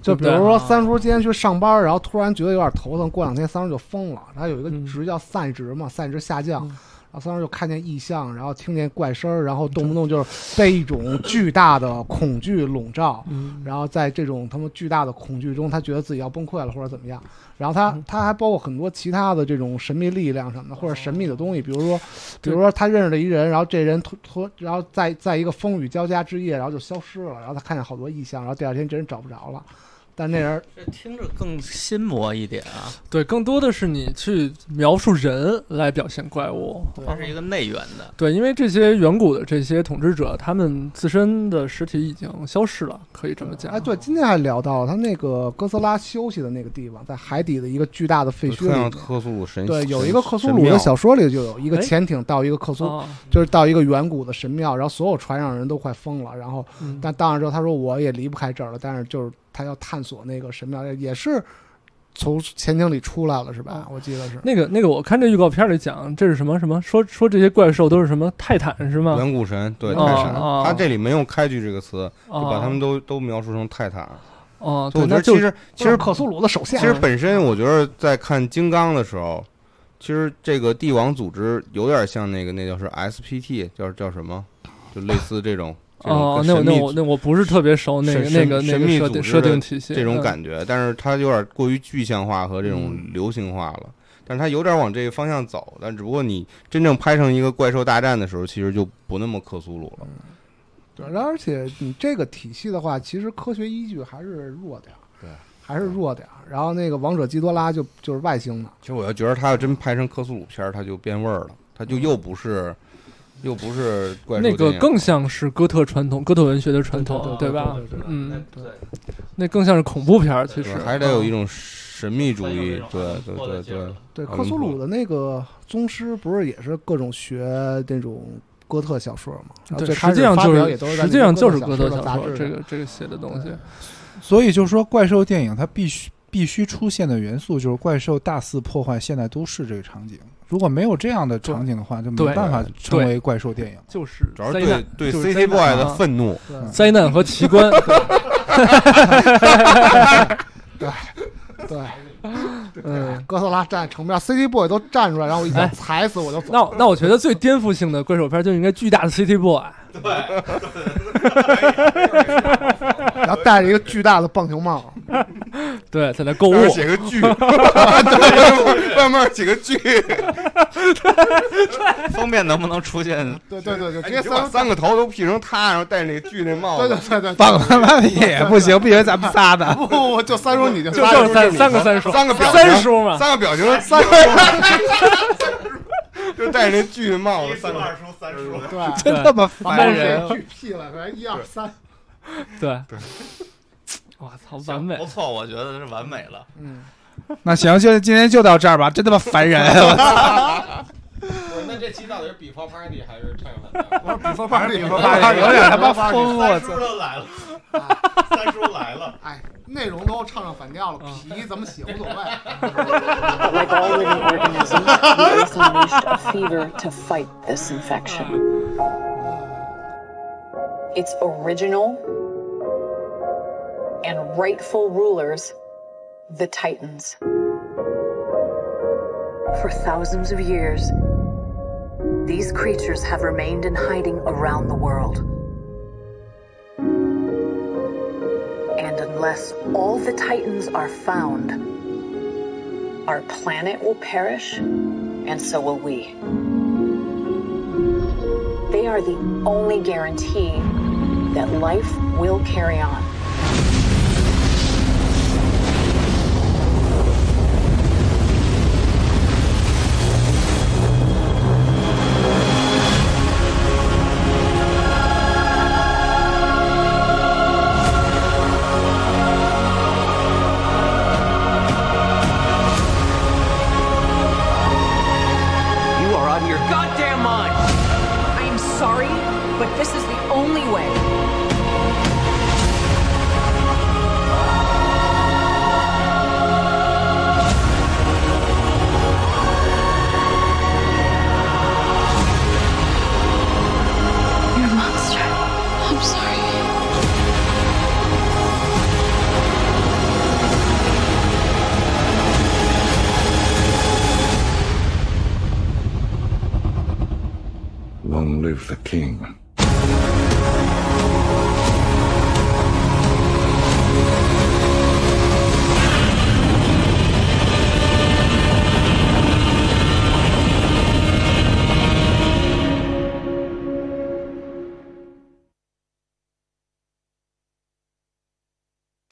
[SPEAKER 4] 就
[SPEAKER 5] 对
[SPEAKER 4] 比
[SPEAKER 5] 不
[SPEAKER 4] 如
[SPEAKER 5] 对
[SPEAKER 4] 说三叔今天去上班，然后突然觉得有点头疼，过两天三叔就疯了。他有一个
[SPEAKER 5] 嗯
[SPEAKER 4] 值叫散值嘛，散值下降，
[SPEAKER 5] 嗯
[SPEAKER 4] 然后三叔就看见异象，然后听见怪声儿，然后动不动就是被一种巨大的恐惧笼罩。
[SPEAKER 5] 嗯，
[SPEAKER 4] 然后在这种他们巨大的恐惧中，他觉得自己要崩溃了或者怎么样。然后
[SPEAKER 5] 嗯
[SPEAKER 4] 他他还包括很多其他的这种神秘力量什么的，或者神秘的东西，比如说，比
[SPEAKER 5] 对
[SPEAKER 4] 如说他认识了一人，然后这人突突，然后在在一个风雨交加之夜，然后就消失了，然后他看见好多异象，然后第二天这人找不着了，但那人
[SPEAKER 8] 这听着更心魔一点啊，
[SPEAKER 5] 对，更多的是你去描述人来表现怪物，
[SPEAKER 8] 它是一个内源的。
[SPEAKER 5] 对，因为这些远古的这些统治者，他们自身的实体已经消失了，可以这么讲。
[SPEAKER 6] 啊
[SPEAKER 4] 哎，对，今天还聊到他那个哥斯拉休息的那个地方，在海底的一个巨大的废墟
[SPEAKER 6] 特像
[SPEAKER 4] 里。
[SPEAKER 6] 克苏鲁神
[SPEAKER 4] 对，有
[SPEAKER 6] 神
[SPEAKER 4] 一个克苏
[SPEAKER 6] 神
[SPEAKER 4] 鲁的
[SPEAKER 6] 庙
[SPEAKER 4] 小说里就有一个
[SPEAKER 5] 哎
[SPEAKER 4] 潜艇到一个克苏，
[SPEAKER 5] 哦，
[SPEAKER 6] 啊
[SPEAKER 4] 就是到一个远古的神庙，然后所有船上人都快疯了，然后
[SPEAKER 5] 嗯
[SPEAKER 4] 但到那之后，他说我也离不开这儿了，但是就是他要探索那个神庙，也是从潜井里出来了是吧？我记得是。
[SPEAKER 5] 那个那个，我看这预告片里讲，这是什么什么？说说这些怪兽都是什么泰坦是吗？
[SPEAKER 6] 远古神对泰
[SPEAKER 5] 哦
[SPEAKER 6] 坦，
[SPEAKER 5] 哦
[SPEAKER 6] 他这里没用开局这个词，就把
[SPEAKER 5] 哦
[SPEAKER 6] 他们都都描述成泰坦。
[SPEAKER 5] 哦，
[SPEAKER 6] 所以
[SPEAKER 5] 对，
[SPEAKER 6] 我觉得
[SPEAKER 5] 那就
[SPEAKER 6] 其实其实
[SPEAKER 4] 克苏鲁的手下
[SPEAKER 6] 其实本身我觉得在看金刚的时候，其实这个帝王组织有点像那个那叫是 SPT，叫叫什么，就类似这种这
[SPEAKER 5] 哦
[SPEAKER 6] 种，
[SPEAKER 5] 那
[SPEAKER 6] 神
[SPEAKER 5] 我那我
[SPEAKER 6] 秘
[SPEAKER 5] 那我不是特别熟那个
[SPEAKER 6] 神
[SPEAKER 5] 那个那
[SPEAKER 6] 神
[SPEAKER 5] 个
[SPEAKER 6] 秘
[SPEAKER 5] 设
[SPEAKER 6] 组
[SPEAKER 5] 定
[SPEAKER 6] 织
[SPEAKER 5] 设
[SPEAKER 6] 的
[SPEAKER 5] 定体系
[SPEAKER 6] 这种
[SPEAKER 5] 嗯
[SPEAKER 6] 感觉，但是它有点过于具象化和这种流行化了。但是它有点往这个方向走，但只不过你真正拍成一个怪兽大战的时候，其实就不那么克苏鲁了。
[SPEAKER 4] 对，然后而且你这个体系的话，其实科学依据还是弱点儿，
[SPEAKER 6] 对，
[SPEAKER 4] 还是弱点儿。然后那个王者基多拉就就是外星的，
[SPEAKER 6] 其实我要觉得他要真拍成克苏鲁片儿，他就变味儿了，他就又不是，又不是怪兽
[SPEAKER 5] 那个
[SPEAKER 6] 电影
[SPEAKER 5] 更像是哥特传统、哥特文学的传
[SPEAKER 4] 对
[SPEAKER 5] 统，
[SPEAKER 4] 对对
[SPEAKER 5] 吧
[SPEAKER 4] 对对对？
[SPEAKER 5] 嗯，
[SPEAKER 8] 对，
[SPEAKER 5] 那更像是恐怖片儿，其实嗯
[SPEAKER 6] 对还是得有一种神秘主义，对对
[SPEAKER 8] 我
[SPEAKER 6] 对
[SPEAKER 8] 得接着
[SPEAKER 6] 对
[SPEAKER 8] 了，
[SPEAKER 4] 对，
[SPEAKER 6] 啊
[SPEAKER 4] 克苏鲁的那个宗师不是也是各种学那种哥特小说嘛？然后
[SPEAKER 5] 啊对，
[SPEAKER 4] 最
[SPEAKER 5] 实
[SPEAKER 4] 开
[SPEAKER 5] 际
[SPEAKER 4] 始
[SPEAKER 5] 上
[SPEAKER 4] 发
[SPEAKER 5] 就
[SPEAKER 4] 表也
[SPEAKER 5] 是
[SPEAKER 4] 都是在
[SPEAKER 5] 实际上就是
[SPEAKER 4] 那
[SPEAKER 5] 哥
[SPEAKER 4] 种哥
[SPEAKER 5] 特
[SPEAKER 4] 特
[SPEAKER 5] 小
[SPEAKER 4] 小
[SPEAKER 5] 说
[SPEAKER 4] 的杂志
[SPEAKER 5] 这
[SPEAKER 4] 上
[SPEAKER 5] 个这个写的东西
[SPEAKER 4] 对。
[SPEAKER 3] 所以就说怪兽电影它必须必须出现的元素就是怪兽大肆破坏现代都市这个场景。如果没有这样的场景的话，就没
[SPEAKER 5] 对
[SPEAKER 3] 办法
[SPEAKER 6] 对
[SPEAKER 3] 成为怪兽电影。
[SPEAKER 5] 就是
[SPEAKER 6] 主要
[SPEAKER 5] 灾
[SPEAKER 6] 是
[SPEAKER 5] 难，
[SPEAKER 6] 对对
[SPEAKER 5] 就是
[SPEAKER 6] City
[SPEAKER 5] 灾难
[SPEAKER 6] Boy 的
[SPEAKER 5] 啊
[SPEAKER 6] 愤怒，
[SPEAKER 5] 灾难和奇观。
[SPEAKER 4] 对啊
[SPEAKER 5] 嗯，
[SPEAKER 4] 哥特拉站城边，City Boy 都站出来，然后我一
[SPEAKER 5] 哎
[SPEAKER 4] 脚踩死我就走。
[SPEAKER 5] 那我那我觉得最颠覆性的怪兽片就应该巨大的 City Boy，
[SPEAKER 4] 然后戴着一个巨大的棒球帽，
[SPEAKER 5] 对，在那购物
[SPEAKER 6] 但是写个 剧，对慢慢写个剧，
[SPEAKER 9] 封面能不能出现？
[SPEAKER 4] 对对对，就直
[SPEAKER 6] 哎
[SPEAKER 4] 接
[SPEAKER 6] 你就把
[SPEAKER 4] 三
[SPEAKER 6] 三个头都 P 成他，然后戴那个剧那帽
[SPEAKER 4] 对对
[SPEAKER 6] 子，
[SPEAKER 4] 对对，
[SPEAKER 3] 爸爸妈妈也不行，不行，咱们仨 的。
[SPEAKER 4] 不不不，就三叔你就
[SPEAKER 5] 就剩三三个三叔，
[SPEAKER 6] 三个表
[SPEAKER 5] 三
[SPEAKER 6] 情
[SPEAKER 5] 叔嘛，
[SPEAKER 6] 三个表情，三 个，就戴着那剧那帽子，三个
[SPEAKER 9] 二叔、三叔，
[SPEAKER 4] 对，
[SPEAKER 3] 真他妈烦人！
[SPEAKER 4] 巨 P 了，来一二三，
[SPEAKER 5] 对。我操，完美
[SPEAKER 9] 不！错， 我觉得是完美了。
[SPEAKER 4] 嗯，
[SPEAKER 3] 那行，就今天就到这儿吧，真他妈烦人！
[SPEAKER 10] 那这期到底是比方 party 还是唱反调？
[SPEAKER 4] 我说比方八里，比 方
[SPEAKER 3] 有点他妈疯，我操！
[SPEAKER 9] 都来了，三叔来了。
[SPEAKER 4] 哎，内容都唱上反调了，皮怎么写无所谓。
[SPEAKER 1] But like all living organisms, he has unleashed a fever to fight this infection. Its original and rightful rulers, the Titans. For thousands of years, these creatures have remained in hiding around the world. And unless all the Titans are found, our planet will perish, and so will we. They are the only guarantee that life will carry on.
[SPEAKER 11] You are out of your goddamn mind! I am sorry, but this is the only way. You're a monster. I'm sorry.
[SPEAKER 2] Long live the king.